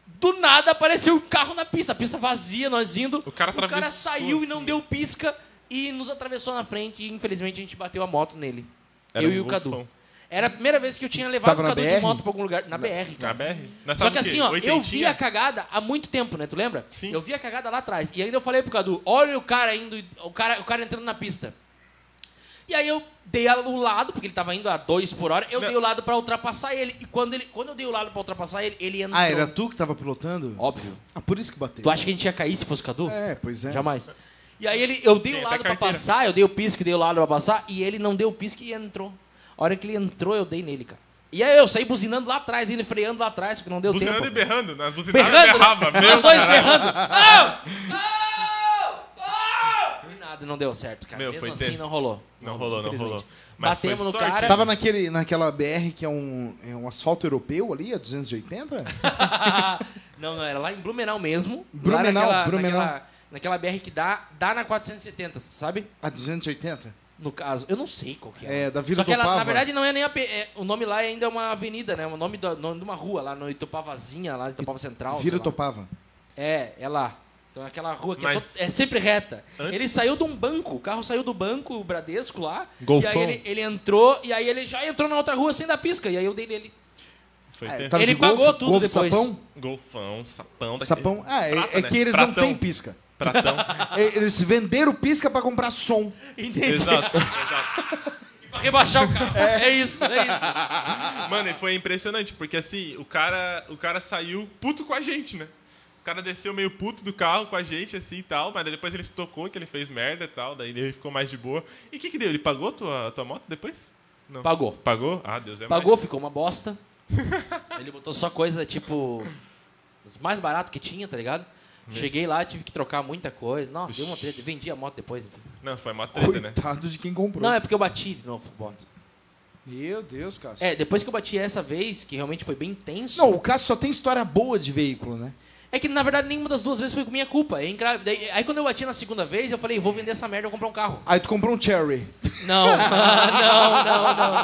B: Do nada apareceu um carro na pista, a pista vazia, nós indo.
A: O cara
B: o cara
A: atravessou,
B: saiu e não
A: assim.
B: deu pisca e nos atravessou na frente e infelizmente a gente bateu a moto nele.
A: Era
B: eu
A: um
B: e o Cadu.
A: golfão.
B: Era a primeira vez que eu tinha levado
C: Tava
B: o
C: na Ah,
B: Cadu
C: BR?
B: de moto pra algum lugar. Na BR,
A: Na
B: cara.
A: BR? Nós
B: Só
A: tava
B: que
A: o quê?
B: assim, ó, eu vi
A: Oitentinha?
B: a cagada há muito tempo, né? Tu lembra?
A: Sim.
B: Eu vi a cagada lá atrás. E ainda eu falei pro Cadu, olha o cara indo, o cara, o cara entrando na pista. E aí eu dei a- o lado, porque ele tava indo a dois por hora, eu
A: Não.
B: dei o lado pra ultrapassar ele. E quando, ele, quando eu dei o lado pra ultrapassar ele, ele entrou.
C: Ah, era tu que tava pilotando?
B: Óbvio.
C: Ah, por isso que bateu.
B: Tu acha que a gente ia cair se fosse o Cadu?
C: É, pois é.
B: Jamais. E aí ele, eu dei
A: Tem até
B: o lado pra
A: carteira.
B: passar, eu dei o pisque, dei o lado pra passar, e ele não deu o pisque e entrou. A hora que ele entrou, eu dei nele, cara. E aí eu saí buzinando lá atrás, ele freando lá atrás, porque não deu
A: Buzinando e
B: tempo.
A: berrando. Nós buzinávamos e
B: berrando,
A: berrava.
B: né?
A: Meu
B: Nós dois
A: caralho.
B: berrando. Não! Não! Não! E nada, não deu certo, cara.
A: Meu,
B: Mesmo
A: foi
B: assim,
A: tenso.
B: não rolou.
A: Não rolou, não
B: infelizmente.
A: rolou. Mas foi
B: Batemos no
A: sorte,
B: cara.
C: Tava naquele, naquela BR que é um, é um asfalto europeu ali, a 280?
A: né?
B: (laughs) não, não, era lá em Blumenau mesmo.
C: Blumenau,
B: lá naquela,
C: Blumenau.
B: Naquela, naquela BR que dá, dá na 470, sabe?
C: a 280?
B: No caso, eu não sei qual que é.
C: É, da Vila
B: Só que ela, na
C: Itopava.
B: verdade, não é nem a. P- é, o nome lá ainda é uma avenida, né? O nome, do, nome de uma rua lá, no Itopavazinha, lá, Itopava Central.
C: Vira
B: sei lá.
C: topava.
B: É, é lá. Então é aquela rua que é
A: Mas-
B: to- é, sempre reta.
A: Antes-
B: Ele saiu de um banco, o carro saiu do banco, o Bradesco lá.
A: Golfão.
B: E aí ele, ele entrou, e aí ele já entrou na outra rua sem dar pisca. E aí eu dei nele. (laughs)
A: Foi
C: Ah,
A: tenso.
C: tava
B: Ele
C: de golfe,
B: pagou tudo
C: golfe,
B: depois.
C: Sapão?
A: Golfão, sapão. daquele-
C: Sapão? Ah, é,
A: Prata,
C: é
A: né?
C: que eles não
A: Pratão.
C: têm pisca.
A: Pratão.
C: É, Eles venderam pisca pra comprar (laughs) som.
B: Entendi.
A: Exato, exato.
B: pra rebaixar o carro. É, isso, é isso.
A: Mano, e foi impressionante, porque assim, o cara, o cara saiu puto com a gente, né? O cara desceu meio puto do carro com a gente, assim e tal, mas daí depois ele se tocou que ele fez merda e tal, daí ele ficou mais de boa. E o que, que deu? Ele pagou a tua, a tua moto depois? Não.
B: Pagou.
A: Pagou? Ah, Deus é mais.
B: Pagou, ficou uma bosta. Ele botou só coisa, tipo, os mais baratos que tinha, tá ligado? Cheguei lá, tive que trocar muita coisa. Nossa, deu uma treta. Vendi a moto depois. enfim.
A: Não, foi uma
C: É,
A: treta, né?
C: Coitado de quem comprou.
B: Não, é porque eu bati de novo a moto.
C: Meu Deus, Cássio.
B: É, depois que eu bati essa vez, que realmente foi bem tenso.
C: Não, o Cássio só tem história boa de veículo, né?
B: É que, na verdade, nenhuma das duas vezes foi com minha culpa. É engra- daí- Aí, quando eu bati na segunda vez, eu falei, vou vender essa merda, eu vou comprar um carro.
C: Aí tu comprou um Cherry.
B: Não, (laughs) não, não, (laughs) não.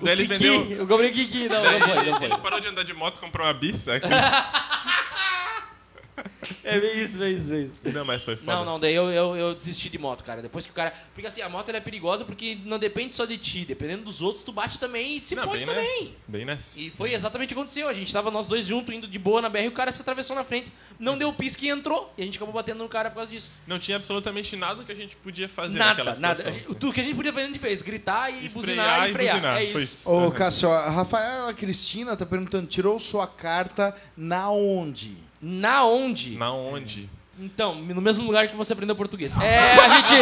A: Daí ele
B: Kiki,
A: vendeu.
B: eu comprei o Kiki. Não, não foi, não foi.
A: Ele parou de andar de moto e comprou uma bis. aqui.
B: (laughs) É bem isso, bem isso, bem isso.
A: Não, mas foi foda.
B: Não, não, daí eu, eu, eu desisti de moto, cara. Depois que o cara. Porque assim, a moto ela é perigosa porque não depende só de ti. Dependendo dos outros, tu bate também e se
A: Não,
B: fode
A: bem
B: também.
A: nessa. Bem nessa.
B: E foi exatamente o que aconteceu. A gente tava nós dois juntos, indo de boa na BR, e o cara se atravessou na frente, não deu o pisque e entrou. E a gente acabou batendo no cara por causa disso.
A: Não tinha absolutamente nada que a gente podia fazer naquela
B: nada,
A: situação.
B: nada. A gente- Tudo que a gente podia fazer, a gente fez. Gritar e,
A: E
B: buzinar e frear.
A: buzinar,
B: É
A: foi
B: isso.
A: isso.
C: Ô,
A: Aham.
C: Cássio, a Rafaela Cristina tá perguntando, tirou sua carta na onde?
B: Na onde?
A: Na onde?
B: Então, no mesmo lugar que você aprendeu português. É, a gente.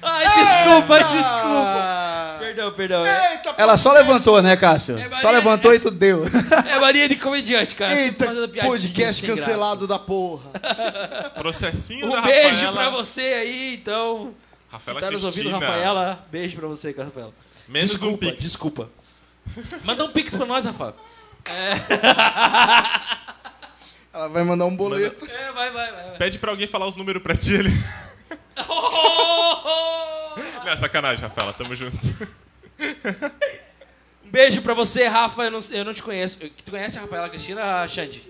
B: Ai, desculpa, desculpa.
C: Ah!
B: Perdão, perdão. É,
C: Eita,
E: Ela só levantou, né, Cássio?
B: É
E: Só
B: Maria-
E: levantou e tu deu.
B: é mania de comediante, cara.
C: Eita,
B: Fazendo piadinha
C: podcast
B: sem graça.
C: cancelado da porra.
A: Processinho da
B: Um beijo
A: Rafaela.
B: pra você aí, então.
A: Rafaela
B: que tá nos ouvindo,
A: Cristina.
B: Rafaela. Beijo pra você, Rafaela.
A: Menos
B: desculpa,
A: um pix.
B: desculpa. Manda um pix pra nós, Rafa.
C: Ela vai mandar um boleto.
B: É, vai, vai, vai. vai.
A: Pede pra alguém falar os números pra ti. Ele... Não, é sacanagem, Rafaela. Tamo junto.
B: Um (laughs) beijo pra você, Rafa. Eu não, eu não te conheço. Eu- Tu conhece a Rafaela Cristina, Xande?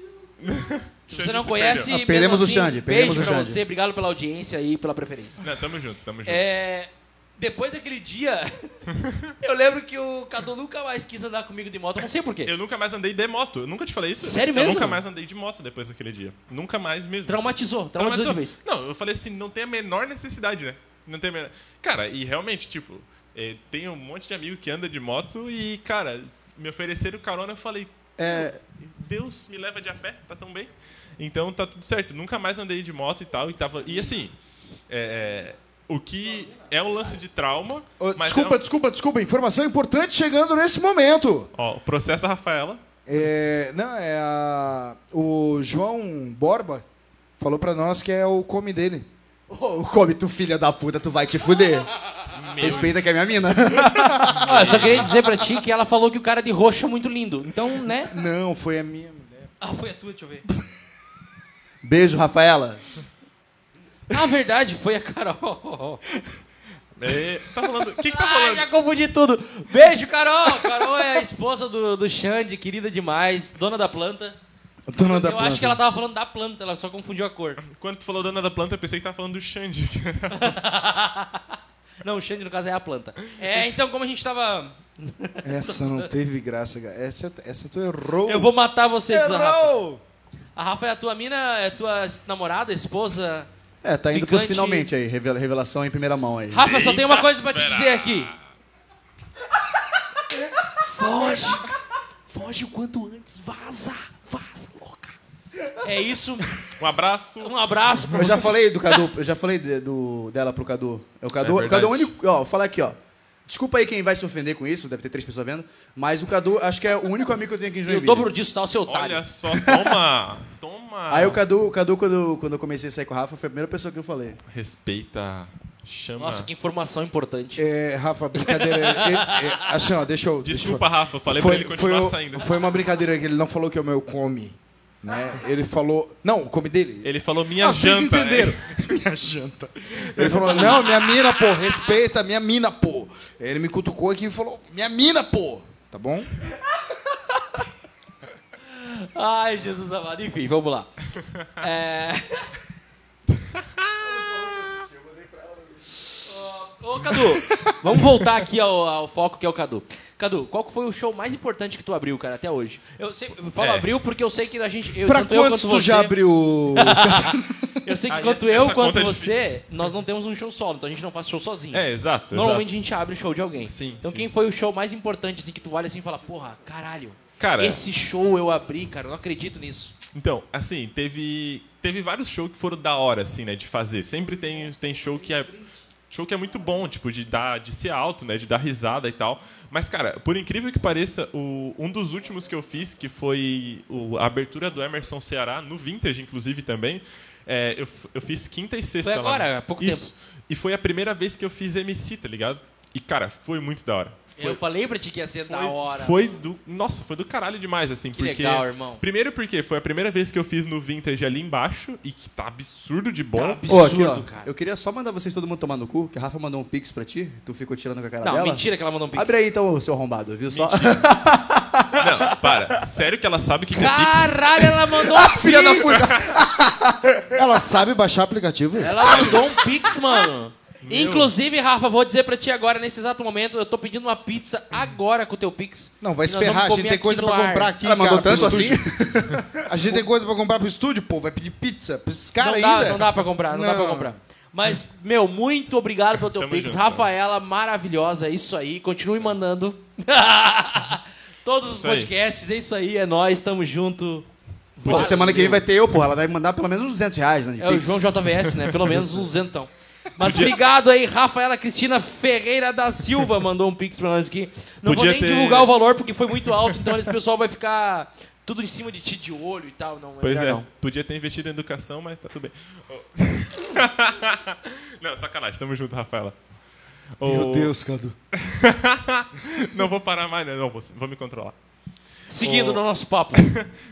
B: Se você
A: Xande
B: não
A: se
B: conhece,
A: perdeu.
B: mesmo
E: Perdemos o
B: assim,
E: Xande,
B: Beijo
E: perdemos o
B: pra
E: Xande.
B: você, obrigado pela audiência e pela preferência.
A: Não, tamo junto, tamo junto.
B: É, depois daquele (laughs) dia, eu lembro que o Cadu nunca mais quis andar comigo de moto, eu não sei porquê.
A: Eu nunca mais andei de moto. Eu nunca te falei isso?
B: Sério
A: Eu
B: mesmo?
A: nunca mais andei de moto depois daquele dia. Nunca mais mesmo.
B: Traumatizou,
A: Então, mas
B: traumatizou de
A: eu-
B: vez.
A: Não, eu falei assim, não tem a menor necessidade, né? Não tem a menor... Cara, e realmente, tipo, eh, tem um monte de amigo que anda de moto e, cara, me ofereceram carona, eu falei,
C: É,
A: Deus me leva de a pé, tá tão bem. Então tá tudo certo. Nunca mais andei de moto e tal. E, tava... e assim, é, é, o que é um lance de trauma.
C: ô,
A: mas
C: desculpa,
A: é um-
C: desculpa, desculpa. Informação importante chegando nesse momento.
A: Ó, o processo da Rafaela.
C: É, não, é a. O João Borba falou pra nós que é o come dele.
E: Ô, come, tu filha da puta, tu vai te fuder. Respeita que é minha mina. (laughs)
B: Ah, eu só queria dizer pra ti que ela falou que o cara de roxo é muito lindo. Então, né?
C: Não, foi a minha mulher.
B: Ah, foi a tua, deixa eu ver.
E: Beijo, Rafaela.
B: Na verdade, foi a Carol.
A: É, tá rolando. O que, que tá
B: Ai, já
A: rolando?
B: confundi tudo. Beijo, Carol. Carol é a esposa do, do Xande, querida demais, dona da planta.
C: Dona da
B: Eu
C: planta.
B: acho que ela tava falando da planta, ela só confundiu a cor.
A: Quando tu falou dona da planta, eu pensei que tava falando do Xande. (laughs)
B: Não, o Xande, no caso, é a planta. É, então, como a gente tava...
C: Essa não teve graça, cara. Essa, essa tu errou.
B: Eu vou matar você, diz a Rafa.
C: Errou!
B: A Rafa é a tua mina, é tua namorada, esposa.
E: É, tá indo pros
B: Gigante.
E: finalmente aí, revela- revelação em primeira mão aí.
B: Rafa, só tem uma coisa pra te
A: Eita,
B: dizer aqui. Foge. Foge o quanto antes. Vaza. Vaza, louca. É isso.
A: Um abraço.
B: Um abraço pra
E: Eu
B: você.
E: já falei do Cadu, eu já falei de- do, dela pro Cadu. É O Cadu,
A: É
E: o Cadu é o
A: verdade.
E: único. Ó, vou falar aqui, ó. Desculpa aí quem vai se ofender com isso, deve ter três pessoas vendo, mas o Cadu acho que é o único amigo que eu tenho aqui
B: E
E: em
B: o
E: Joinville.
B: dobro disso tá o seu otário.
A: Olha só, toma. Toma.
B: Ah.
E: Aí o Cadu, o Cadu quando, quando eu comecei a sair com o Rafa, foi a primeira pessoa que eu falei.
A: Respeita. Chama.
B: Nossa, que informação importante.
C: É, Rafa,
B: (laughs)
C: brincadeira. É, é, assim, ó, deixa eu. deixa eu-
A: Desculpa, Rafa. eu Falei pra ele continuar
C: foi, o-
A: saindo.
C: Foi uma brincadeira que ele não falou que é o meu come. Né? Ele falou. Não, o come dele.
A: Ele falou É minha
C: Ah, vocês
A: janta. é. né? (laughs)
C: entenderam. Minha janta. Ele falou, não, minha mina, pô, respeita a minha mina, pô. Ele me cutucou aqui e falou, minha mina, pô. Tá bom?
B: Ai, Jesus amado. Enfim,
A: (laughs)
B: vamos lá. É... Ô, ô, Cadu, vamos voltar aqui ao, ao foco que é o Cadu. Cadu, qual que foi o show mais importante que tu abriu, cara, até hoje? Eu, sei, eu falo
A: É.
B: abriu porque eu sei que a gente... Eu,
C: pra
B: tanto eu
C: quantos
B: quanto
C: tu
B: você, (laughs)
C: já abriu?
B: Eu sei que
A: Aí,
B: quanto
A: essa
B: eu
A: conta
B: quanto
A: é
B: você, nós não temos um show solo, então a gente não faz show sozinho.
A: É, exato.
B: Normalmente a gente abre o show de alguém.
A: Sim,
B: então
A: sim.
B: quem foi o show mais importante, assim, que tu olha assim e fala, porra, caralho,
A: Cara.
B: esse show eu abri, cara, eu não acredito nisso.
A: Então, assim, teve teve vários shows que foram da hora, assim, né, de fazer. Sempre tem, tem show que é show que é muito bom, tipo de dar de ser alto, né, de dar risada e tal. Mas cara, por incrível que pareça, o, um dos últimos que eu fiz, que foi o, a abertura do Emerson Ceará no Vintage, inclusive também, é, eu, f- eu fiz quinta e sexta.
B: Foi agora,
A: lá.
B: há pouco tempo.
A: E foi a primeira vez que eu fiz MC, tá ligado? E cara, foi muito da hora.
B: Eu falei pra ti que ia ser da
A: Foi-
B: hora.
A: Foi do. Nossa, foi do caralho demais, assim.
B: Que
A: porque,
B: legal, irmão.
A: Primeiro porque foi a primeira vez que eu fiz no Vintage ali embaixo e que tá absurdo de bom.
B: Tá
E: Ô, aqui, ó,
B: absurdo, cara.
E: Eu queria só mandar vocês todo mundo tomar no cu, que a Rafa mandou um pix pra ti, tu ficou tirando com a cara
B: Não,
E: dela.
B: mentira que ela mandou um pix.
E: Abre aí então, seu arrombado, viu? Só...
B: Tá
A: Não, para. Sério que ela sabe o que, que é Pix?
B: Caralho, ela
E: (laughs)
B: mandou um pix.
E: Ah, Filha da puta!
C: Ela sabe baixar aplicativo?
B: Ela mandou um pix, mano. Inclusive, Rafa, vou dizer pra ti agora, nesse exato momento, eu tô pedindo uma pizza agora com o teu pix.
C: Não, vai
B: E
C: se
B: nós vamos
C: ferrar, a gente
B: comer
C: tem
B: aqui
C: coisa
B: no
C: pra
B: ar.
C: comprar aqui,
E: (laughs) Ela
C: cara,
E: mandou
C: pro
E: tanto assim?
C: estúdio. A gente tem coisa pra comprar pro estúdio, pô, vai pedir pizza pra esses caras
B: não
C: ainda.
B: dá, não dá pra comprar, não, dá pra
C: Não.
B: comprar. Mas, meu, muito obrigado pelo teu
A: Tamo
B: pix.
A: junto,
B: Rafaela, maravilhosa, é isso aí. Continue mandando. (laughs) Todos os
A: Isso aí.
B: podcasts, é isso aí, é nóis, tamo junto.
E: Pô, semana que vem vai ter eu, porra. Ela deve mandar pelo menos uns 200 reais, né? De
B: É o
E: pix.
B: João JVS, né? Pelo menos
C: (laughs)
B: uns zentão. Mas obrigado aí, Rafaela Cristina Ferreira da Silva mandou um pix pra nós aqui. Não vou
A: Podia
B: nem
A: ter-
B: divulgar o valor porque foi muito alto, então eles- o pessoal vai ficar tudo em cima de ti de olho e tal. Não,
A: Pois
B: melhor
A: é,
B: não.
A: podia ter investido em educação, mas tá tudo bem. Ô. (laughs) Não, sacanagem, tamo junto, Rafaela. Ô,
C: Meu Deus, Cadu.
A: Não vou parar mais, né? Não, vou, vou me controlar.
B: Seguindo
A: Ô.
B: no nosso papo.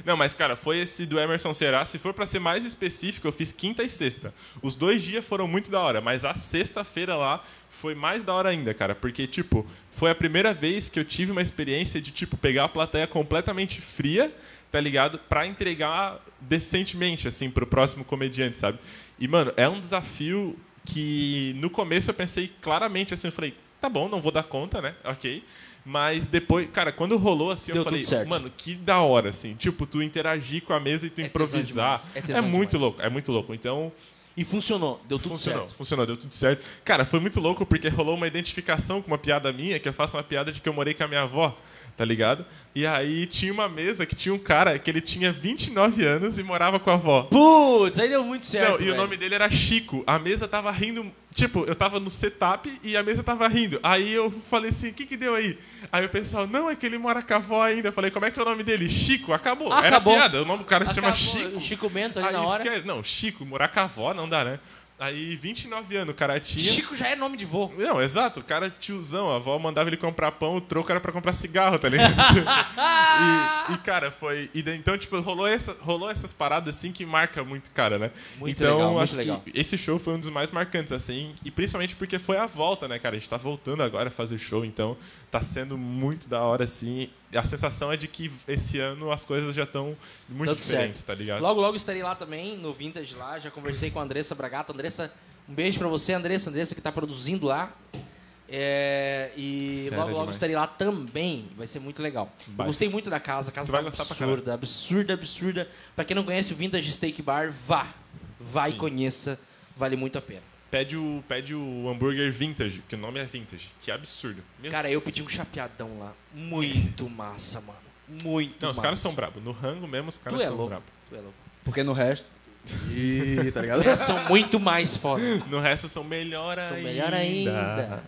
A: Não, mas cara, foi esse do Emerson Ceará. Se for pra ser mais específico, eu fiz quinta e sexta. Os dois dias foram muito da hora, mas a sexta-feira lá foi mais da hora ainda, cara, porque tipo, foi a primeira vez que eu tive uma experiência de tipo pegar a plateia completamente fria, tá ligado? Pra entregar decentemente assim pro próximo comediante, sabe? E mano, é um desafio que no começo eu pensei claramente assim, eu falei, tá bom, não vou dar conta, né? OK. Mas depois, cara, quando rolou assim,
B: Deu
A: eu
B: tudo
A: falei,
B: certo.
A: mano, que da hora, assim. Tipo, tu interagir com a mesa e tu
B: tesão
A: improvisar.
B: demais, é
A: É,
B: tesão
A: muito
B: demais.
A: louco, é muito louco. Então,
B: E funcionou, deu tudo
A: funcionou,
B: certo.
A: funcionou, deu tudo certo. Cara, foi muito louco porque rolou uma identificação com uma piada minha, que eu faço uma piada de que eu morei com a minha avó, tá ligado? E aí tinha uma mesa que tinha um cara que ele tinha 29 anos e morava com a avó.
B: Putz, aí deu muito certo.
A: Não, e
B: velho.
A: o nome dele era Chico. A mesa tava rindo. Tipo, eu tava no setup e a mesa tava rindo. Aí eu falei assim: o que que deu aí? Aí o pessoal, não, é que ele mora com a avó ainda. Eu falei: como é que é o nome dele? Chico, acabou. Era
B: Acabou.
A: piada. O nome do cara se chama
B: Acabou,
A: Chico.
B: o Chico Bento ali
A: Aí
B: na hora.
A: esquece- Não, Chico, morar com a avó não dá, né? Aí, 29 anos, o cara tinha.
B: Chico já é nome de vô.
A: Não, exato. O cara tiozão, a avó mandava ele comprar pão, o troco era pra comprar cigarro, tá ligado? (laughs) e, e, cara, foi. E daí, então, tipo, rolou, essa, rolou essas paradas assim que marca muito, cara, né?
B: Muito
A: então,
B: legal, muito
A: acho
B: legal.
A: que esse show foi um dos mais marcantes, assim. E principalmente porque foi a volta, né, cara? A gente tá voltando agora a fazer show, então tá sendo muito da hora, assim. A sensação é de que esse ano as coisas já estão muito
B: Tudo
A: diferentes,
B: certo.
A: tá ligado?
B: Logo, logo estarei lá também, no Vintage lá. Já conversei com a Andressa Bragato. Andressa, um beijo pra você, Andressa. Andressa que tá produzindo lá. É, e
A: Fera
B: logo, logo
A: demais.
B: estarei lá também. Vai ser muito legal. Eu
A: Vai.
B: gostei muito da casa. A casa
A: Tu
B: tá
A: vai gostar pra
B: absurda, absurda, absurda. Pra quem não conhece o Vintage Steak Bar, vá. Vá e
A: Sim.
B: conheça. Vale muito a pena.
A: Pede o, pede o hambúrguer vintage, que o nome é vintage. Que absurdo. Meu
B: Cara, eu pedi um chapeadão lá. Muito massa, mano. Muito
A: Não, os
B: massa.
A: caras são brabo. No rango mesmo, os caras
B: Tu é
A: são
B: louco.
A: brabo.
B: Tu é louco.
E: Porque no resto. Ih,
B: (laughs)
E: tá ligado?
B: Eles são muito mais foda.
A: No resto são melhor ainda.
B: (laughs) São melhor ainda.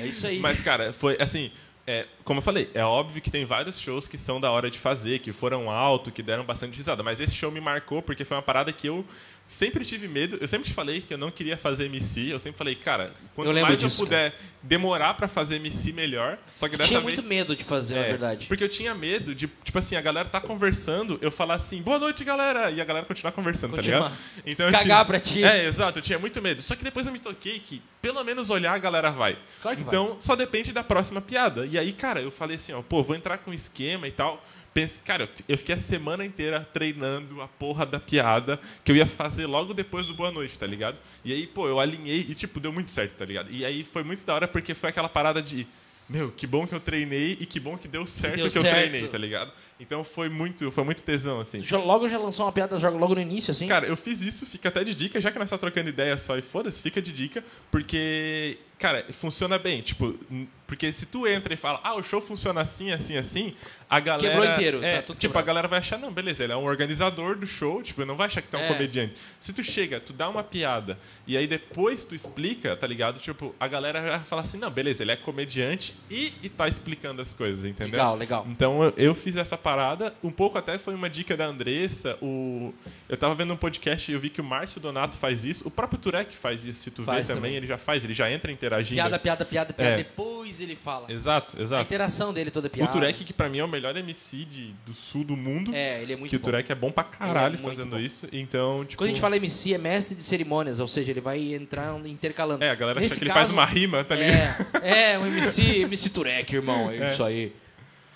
B: É isso aí.
A: Mas, cara, foi assim. é, como eu falei, é óbvio que tem vários shows que são da hora de fazer, que foram alto, que deram bastante risada. Mas esse show me marcou porque foi uma parada que eu sempre tive medo. Eu sempre te falei que eu não queria fazer MC. Eu sempre falei, cara, quanto
B: Eu lembro
A: mais
B: disso,
A: eu puder demorar pra fazer MC, melhor. Só que
B: eu
A: dessa
B: tinha
A: vez.
B: muito medo de fazer, na
A: É,
B: verdade.
A: Porque eu tinha medo de, tipo assim, a galera tá conversando, eu falar assim, boa noite, galera, e a galera continuar conversando,
B: Continuar.
A: tá ligado? Então, eu
B: Cagar
A: tinha-
B: pra ti.
A: É, exato, eu tinha muito medo. Só que depois eu me toquei que, pelo menos olhar, a galera vai.
B: Claro que
A: então, só depende da próxima piada. E aí, cara, eu falei assim, ó, pô, vou entrar com esquema e tal. Pense, cara, eu- eu fiquei a semana inteira treinando a porra da piada que eu ia fazer logo depois do Boa Noite, tá ligado? E aí, pô, eu alinhei e, tipo, deu muito certo, tá ligado? E aí foi muito da hora porque foi aquela parada de, meu, que bom que eu treinei e que bom que deu certo que,
B: deu
A: eu
B: certo.
A: treinei, tá ligado? Então foi muito, foi muito tesão, assim.
B: Já- Logo já lançou uma piada, joga logo no início, assim.
A: Cara, eu fiz isso, fica até de dica, já que nós tá trocando ideia só e foda-se, fica de dica, porque, cara, funciona bem. Tipo, n- porque se tu entra e fala, ah, o show funciona assim, assim, assim, a galera.
B: Quebrou inteiro,
A: é,
B: tá tudo
A: Tipo, a
B: quebrado.
A: galera vai achar, não, beleza, ele é um organizador do show, tipo, não vai achar que tu é um
B: É.
A: comediante. Se tu chega, tu dá uma piada e aí depois tu explica, tá ligado? Tipo, a galera vai falar assim, não, beleza, ele é comediante e, e tá explicando as coisas, entendeu?
B: Legal, legal.
A: Então eu, eu fiz essa parada, um pouco até foi uma dica da Andressa. O, eu tava vendo um podcast e eu vi que o Márcio Donato faz isso, o próprio Turek faz isso, se tu
B: Faz
A: vê também,
B: também.
A: ele já faz, ele já entra interagindo.
B: Piada, piada, piada, piada.
A: É.
B: Depois ele fala.
A: Exato,
B: A
A: exato.
B: interação dele é toda
A: O
B: piada.
A: Turek, que pra mim é o melhor MC de- do sul do mundo,
B: É, ele é muito
A: que o
B: bom.
A: Turek é bom pra caralho
B: Ele é muito
A: fazendo
B: bom.
A: isso. Então, tipo.
B: Quando a gente fala MC, é mestre de cerimônias, ou seja, ele vai entrar intercalando.
A: É, a galera
B: Nesse
A: acha que ele
B: caso,
A: faz uma rima, tá ligado? (laughs)
B: É, é um MC, MC Turek, irmão. É, isso aí.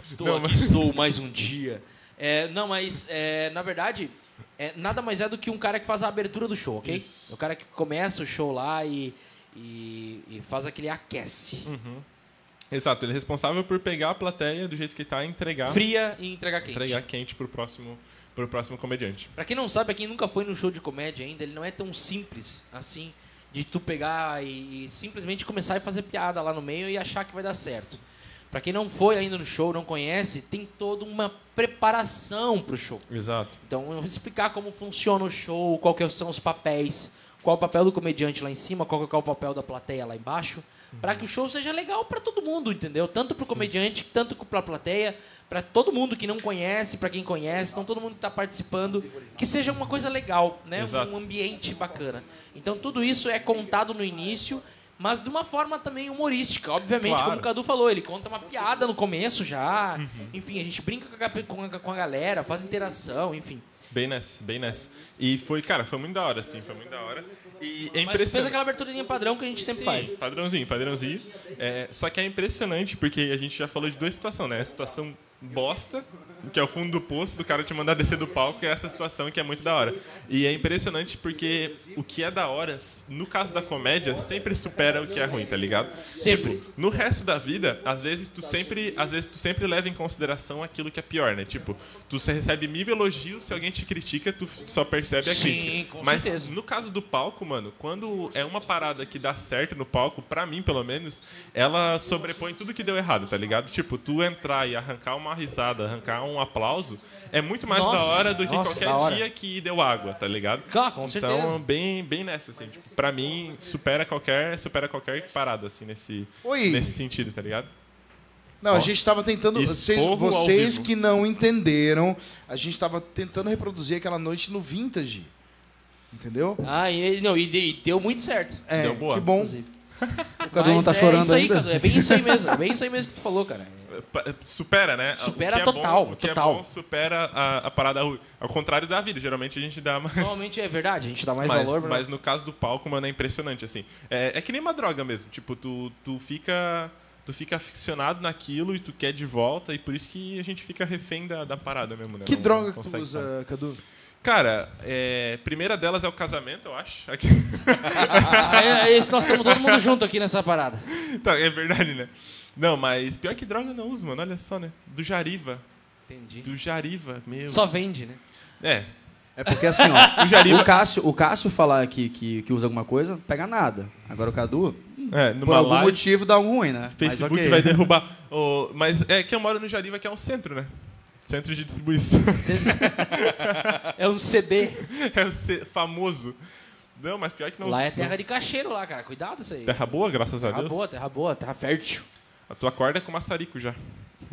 B: Estou
A: Não,
B: aqui, estou mais um dia. É, não, mas é, na verdade, é, nada mais é do que um cara que faz a abertura do show, ok?
A: Isso.
B: É o cara que começa o show lá e, e, e faz aquele aquece.
A: Uhum. Exato, ele é responsável por pegar a plateia do jeito que tá e entregar,
B: Fria e entregar quente.
A: entregar quente pro próximo, pro próximo comediante.
B: Pra quem não sabe, pra quem nunca foi num show de comédia ainda, ele não é tão simples assim de tu pegar e, e simplesmente começar a fazer piada lá no meio e achar que vai dar certo. Pra quem não foi ainda no show, não conhece, tem toda uma preparação pro show.
A: Exato.
B: Então eu vou explicar como funciona o show, qual que são os papéis, qual é o papel do comediante lá em cima, qual que é o papel da plateia lá embaixo, pra que o show seja legal pra todo mundo, entendeu? Tanto pro comediante, tanto pra plateia, pra todo mundo que não conhece, pra quem conhece, então todo mundo que tá participando, que seja uma coisa legal, né?
A: Exato.
B: Um ambiente bacana. Então tudo isso é contado no início, mas de uma forma também humorística, obviamente,
A: Claro. Uhum.
B: como o Cadu falou, ele conta uma piada no começo já. Enfim, a gente brinca com a, com a- com a galera, faz interação, enfim.
A: Bem nessa, bem nessa. E foi, cara, foi muito da hora, assim, foi muito da hora. E é
B: Mas tu fez
A: impressionante.
B: aquela aberturinha padrão que a gente sempre faz.
A: Padrãozinho, padrãozinho. É, só que é impressionante, porque a gente já falou de duas situações, né? A situação bosta, que é o fundo do poço, do cara te mandar descer do palco, é essa situação que é muito da hora. E é impressionante porque o que é da hora, no caso da comédia, sempre supera o que é ruim, tá ligado?
B: Sempre.
A: Tipo, no resto da vida, às vezes tu sempre, às vezes tu sempre leva em consideração aquilo que é pior, né? Tipo, tu se recebe mil elogios, se alguém te critica, tu f- só percebe a
B: Sim,
A: crítica.
B: com
A: Mas
B: certeza.
A: no caso do palco, mano, quando é uma parada que dá certo no palco, pra mim pelo menos, ela sobrepõe tudo que deu errado, tá ligado? Tipo, tu entrar e arrancar uma risada, arrancar um aplauso, é muito mais
B: Nossa,
A: da hora do que
B: nossa, da
A: qualquer
B: hora.
A: dia que deu água, tá ligado?
B: Ah, com certeza.
A: Então, bem, bem nessa, assim. Tipo, pra mim, supera qualquer, supera qualquer parada, assim, nesse,
C: Oi.
A: nesse sentido, tá ligado?
C: Não, a gente estava tentando. Vocês,
A: Esporro ao
C: vocês
A: vivo.
C: que não entenderam, a gente estava tentando reproduzir aquela noite no Vintage. Entendeu?
B: Ah, e, ele- não, e, de- e deu muito certo.
C: É,
A: Deu boa.
C: que bom.
B: Inclusive.
E: O Cadu não tá
B: Mas é
E: chorando
B: isso aí,
E: ainda.
B: Cadu, é bem isso aí mesmo. É bem isso aí mesmo que tu falou,
A: (laughs)
B: cara.
A: Pa- Supera, né? O
B: Supera
A: que é
B: total,
A: bom- o que
B: total.
A: É bom, supera a, a parada ruim. Ao contrário da vida, geralmente a gente dá mais.
B: Normalmente é verdade, a gente dá mais
A: mas,
B: valor. pra-
A: mas no caso do palco, mano, é impressionante, assim. É, é que nem uma droga mesmo. Tipo, tu, tu fica. Tu fica aficionado naquilo e tu quer de volta, e por isso que a gente fica refém da, da parada mesmo, né?
C: Que
A: Não-
C: droga
A: não
C: que tu
A: consegue
C: usa,
A: parar.
C: Cadu?
A: Cara, é, primeira delas é o casamento, eu acho. Aqui- (laughs)
B: Ah, é- é esse- nós estamos todo mundo junto aqui nessa parada.
A: Tá, é verdade, né? Não, mas pior que droga eu não uso, mano. Olha só, né? Do Jariva.
B: Entendi.
A: Do Jariva, meu.
B: Só vende, né?
A: É.
E: É porque assim, ó.
A: O Jariva.
E: O Cássio, o Cássio falar que, que, que usa alguma coisa, pega nada. Agora o Cadu,
A: É,
E: por
A: numa
E: algum
A: live.
E: motivo, dá um ruim, né?
A: Facebook
E: Mas ok.
A: vai derrubar. Ô, mas é que eu moro no Jariva, que é um centro, né? Centro de distribuição.
B: É um CD.
A: (laughs) é o ce- famoso. Não, mas pior que não.
B: Lá é terra de cacheiro lá, cara. Cuidado isso aí.
A: Terra boa, graças a
B: Terra
A: Deus.
B: boa, terra boa,
A: (laughs)
B: terra fértil.
A: A tua corda é com maçarico já.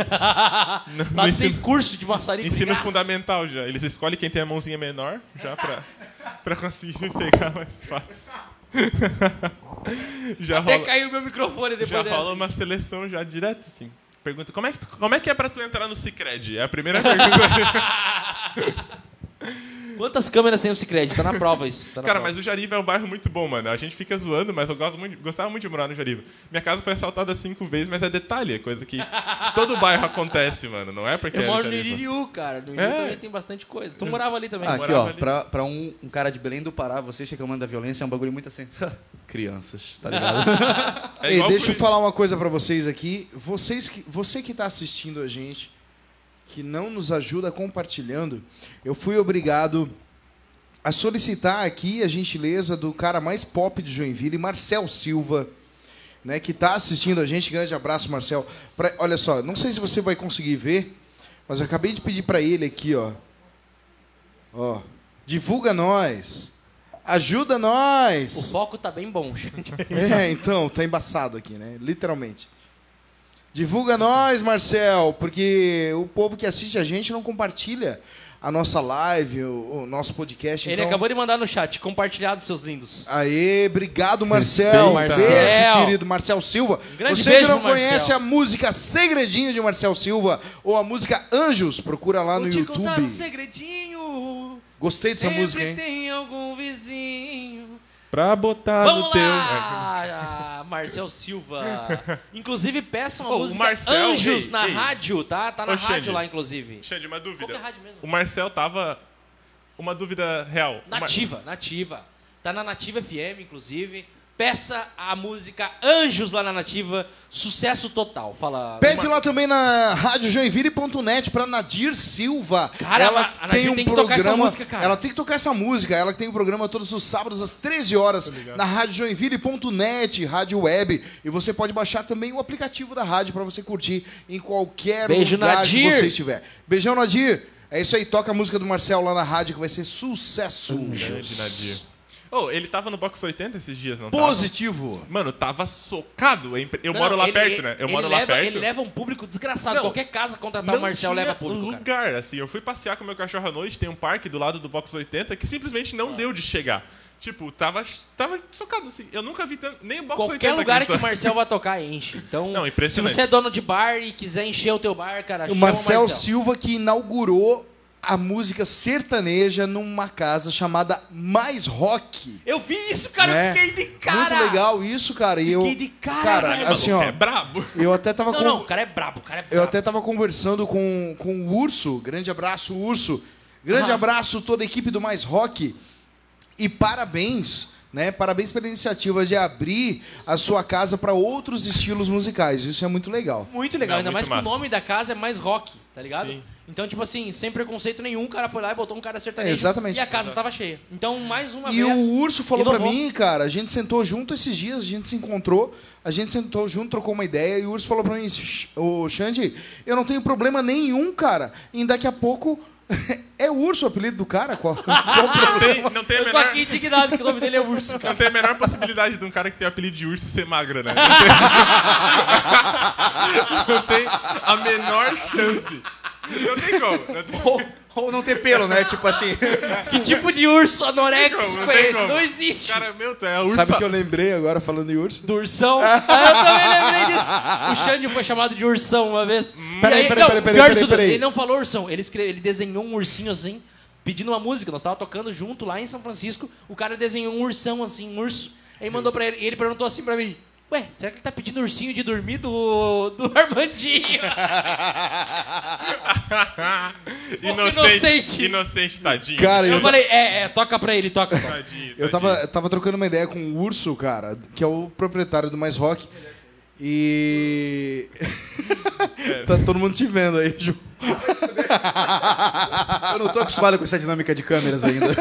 B: lá
A: (laughs) no
B: tem
A: ensino-
B: curso de maçarico.
A: Ensino
B: gás.
A: fundamental já. Eles escolhem quem tem a mãozinha menor já pra, (laughs) pra conseguir (laughs) pegar mais fácil. (laughs) já
B: Até
A: rola,
B: caiu meu microfone
A: já
B: depois dessa.
A: rola uma seleção já direto, assim. Pergunta, como é que, tu- como é, que é pra tu entrar no Cicred? É a primeira (laughs) pergunta.
B: Quantas câmeras tem o Cicred? Tá na prova isso. tá na
A: Cara,
B: prova.
A: mas o Jariva é um bairro muito bom, mano. A gente fica zoando, mas eu gosto muito, gostava muito de morar no Jariva. Minha casa foi assaltada cinco vezes, mas é detalhe, é coisa
B: (laughs)
A: que todo bairro acontece, mano. Não é porque
B: Eu
A: é
B: moro no
A: Jariva.
B: Iririú, cara. No Iririú
A: É.
B: também tem bastante coisa. Tu morava ali também.
E: Ah,
A: Eu
E: aqui,
A: morava
E: ó,
A: ali.
E: pra, pra um, um cara de Belém do Pará, vocês reclamando da violência é um bagulho muito assim. (laughs) Crianças, tá ligado?
A: É
C: Ei,
A: igual
C: deixa
A: por-
C: eu falar uma coisa pra vocês aqui. Vocês que, você que tá assistindo a gente, que não nos ajuda compartilhando, eu fui obrigado a solicitar aqui a gentileza do cara mais pop de Joinville, Marcel Silva, né, que tá assistindo a gente. Grande abraço, Marcel. Pra- olha só, não sei se você vai conseguir ver, mas eu acabei de pedir pra ele aqui, ó. Ó, divulga nós. Ajuda nós.
B: O foco tá bem
C: (laughs)
B: bom, gente.
C: É, então, tá embaçado aqui, né? Literalmente. Divulga nós, Marcel, porque o povo que assiste a gente não compartilha a nossa live, o, o nosso podcast.
B: Ele
C: então...
B: acabou de mandar no chat. Compartilhado, seus lindos.
C: Aê, obrigado, Marcel. Um
B: Respeita. Marcel. Um
C: Beijo, querido Marcel Silva.
B: grande
C: Você
B: beijo
C: que não
B: pro Marcel.
C: conhece a música Segredinho de Marcel Silva ou a música Anjos, procura lá Tá
B: Vou
C: no
B: te contar um
C: YouTube.
B: segredinho.
C: Gostei dessa
B: Sempre
C: música, hein?
B: tem algum vizinho.
A: Pra botar
B: Vamos
A: no teu.
B: lá, ah,
A: (laughs)
B: Marcel Silva. Inclusive, peça uma
A: Ô, o
B: música
A: Marcel,
B: Anjos
A: ei,
B: na
A: ei.
B: rádio, tá? Tá na
A: Ô,
B: rádio
A: Xande.
B: lá, inclusive.
A: Xande, uma
B: Qual que
A: dúvida.
B: é a rádio mesmo?
A: O Marcel tava. Uma dúvida real. O Mar-
B: Nativa, nativa. Tá na Nativa FM, inclusive. Peça a música Anjos lá na Nativa. Sucesso total. Fala.
C: Pede lá também na radiojoinville.net pra Nadir Silva.
B: Cara,
C: ela um
B: a- a Nadir tem que tocar essa música, cara.
C: Ela tem que tocar essa música. Ela tem um programa todos os sábados às 13 horas na radiojoinville.net, rádio web. E você pode baixar também o aplicativo da rádio pra você curtir em qualquer
B: Beijo,
C: lugar
B: Nadir.
C: que você estiver. Beijão, Nadir. É isso aí, toca a música do Marcel lá na rádio que vai ser sucesso.
A: Grande Nadir. Oh, ele tava no box 80 esses dias, não
C: Positivo.
A: tava? Mano, tava socado. É impre- Eu
B: Não,
A: moro lá
B: ele-
A: perto, né? Eu
B: ele
A: moro
B: leva,
A: lá perto.
B: Ele leva um público desgraçado.
A: Não.
B: Qualquer casa contratar o Tá, Marcel
A: tinha
B: leva público, cara.
A: lugar, assim. Eu fui passear com meu cachorro à noite, tem um parque do lado do box 80 que simplesmente
B: Ah.
A: não deu de chegar. Tipo, tava, tava socado, assim. Eu nunca vi tanto. Nem o box
B: Qualquer
A: 80
B: lugar que o
A: acreditou.
B: Marcel vai tocar, enche. Então,
A: Não,
B: se
A: impressionante.
B: você é dono de bar e quiser encher o teu bar, cara,
C: O
B: chama
C: Marcel,
B: o Marcel.
C: Silva que inaugurou a música sertaneja numa casa chamada Mais Rock.
B: Eu vi isso, cara,
C: Né?
B: eu fiquei de cara.
C: Muito legal isso, cara. E eu,
B: Fiquei de cara, velho.
C: assim, ó,
A: É brabo.
C: eu até tava
B: Não,
C: con-
B: não, o cara é brabo, o cara é brabo.
C: eu até tava conversando com, com o Urso. Grande abraço, Urso. Grande
B: Ah.
C: abraço toda a equipe do Mais Rock. E parabéns, né? Parabéns pela iniciativa de abrir a sua casa para outros estilos musicais. Isso é muito legal.
B: Muito
A: Não,
B: legal, ainda
A: muito
B: mais que o
A: massa.
B: nome da casa é mais rock, tá ligado?
A: Sim.
B: Então, tipo assim, sem preconceito nenhum, o cara foi lá e botou um cara sertanejo.
C: É, exatamente.
B: E a casa tava cheia. Então, mais uma
C: E
B: vez.
C: o Urso falou pra
B: inovou.
C: mim, cara, a gente sentou junto esses dias, a gente se encontrou, a gente sentou junto, trocou uma ideia, e o Urso falou pra mim, "Sh- ô Xande, eu não tenho problema nenhum, cara, e daqui a pouco... (laughs) É Urso o apelido do cara?
B: (laughs)
C: Qual, qual o problema?
A: Tem- não tem a
B: Eu tô
A: menor.
B: aqui indignado que o nome dele é Urso,
A: Não (laughs)
B: cara.
A: tem a menor possibilidade de um cara que tem o apelido de urso ser magro, né? (laughs) Não tem, não tem a menor chance. Não tem como. Não tem...
E: ou, Ou não ter pelo, né? Tipo assim.
B: Que tipo de urso anoréxico
A: Não tem
B: é esse?
A: como.
B: Não existe.
A: Cara, meu, tu é urso.
C: Sabe o que eu lembrei agora falando em urso?
B: Do
C: (laughs)
B: ursão. Ah, eu também lembrei disso. O Xande foi chamado de ursão uma vez.
C: Peraí,
B: E aí-
C: peraí,
B: não,
C: peraí, peraí,
B: pior de
C: peraí,
B: tudo,
C: peraí.
B: Ele não falou ursão. Ele, escre- ele desenhou um ursinho assim, pedindo uma música. Nós tava tocando junto lá em São Francisco. O cara desenhou um ursão assim, um urso. Aí mandou pra ele. E ele perguntou assim pra mim. Ué, será que ele tá pedindo ursinho de dormir do, do
C: (laughs)
B: Armandinho? Inocente.
A: Inocente, inocente, tadinho.
C: Cara,
B: Eu
C: eu,
B: falei, é, é, toca pra ele, toca. toca.
A: Tadinho,
C: eu, tava, eu tava trocando uma ideia com um urso, cara, que é o proprietário do Mais Rock. E.
B: é
C: (laughs) tá todo mundo te vendo aí, Ju.
E: (laughs) Eu não tô acostumado com essa dinâmica de câmeras ainda.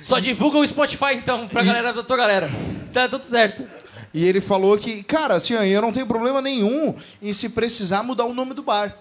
B: Só divulga o Spotify então, pra galera da tua galera. Tá tudo certo.
C: E ele falou que, cara, assim, eu não tenho problema nenhum em se precisar mudar o nome do bar.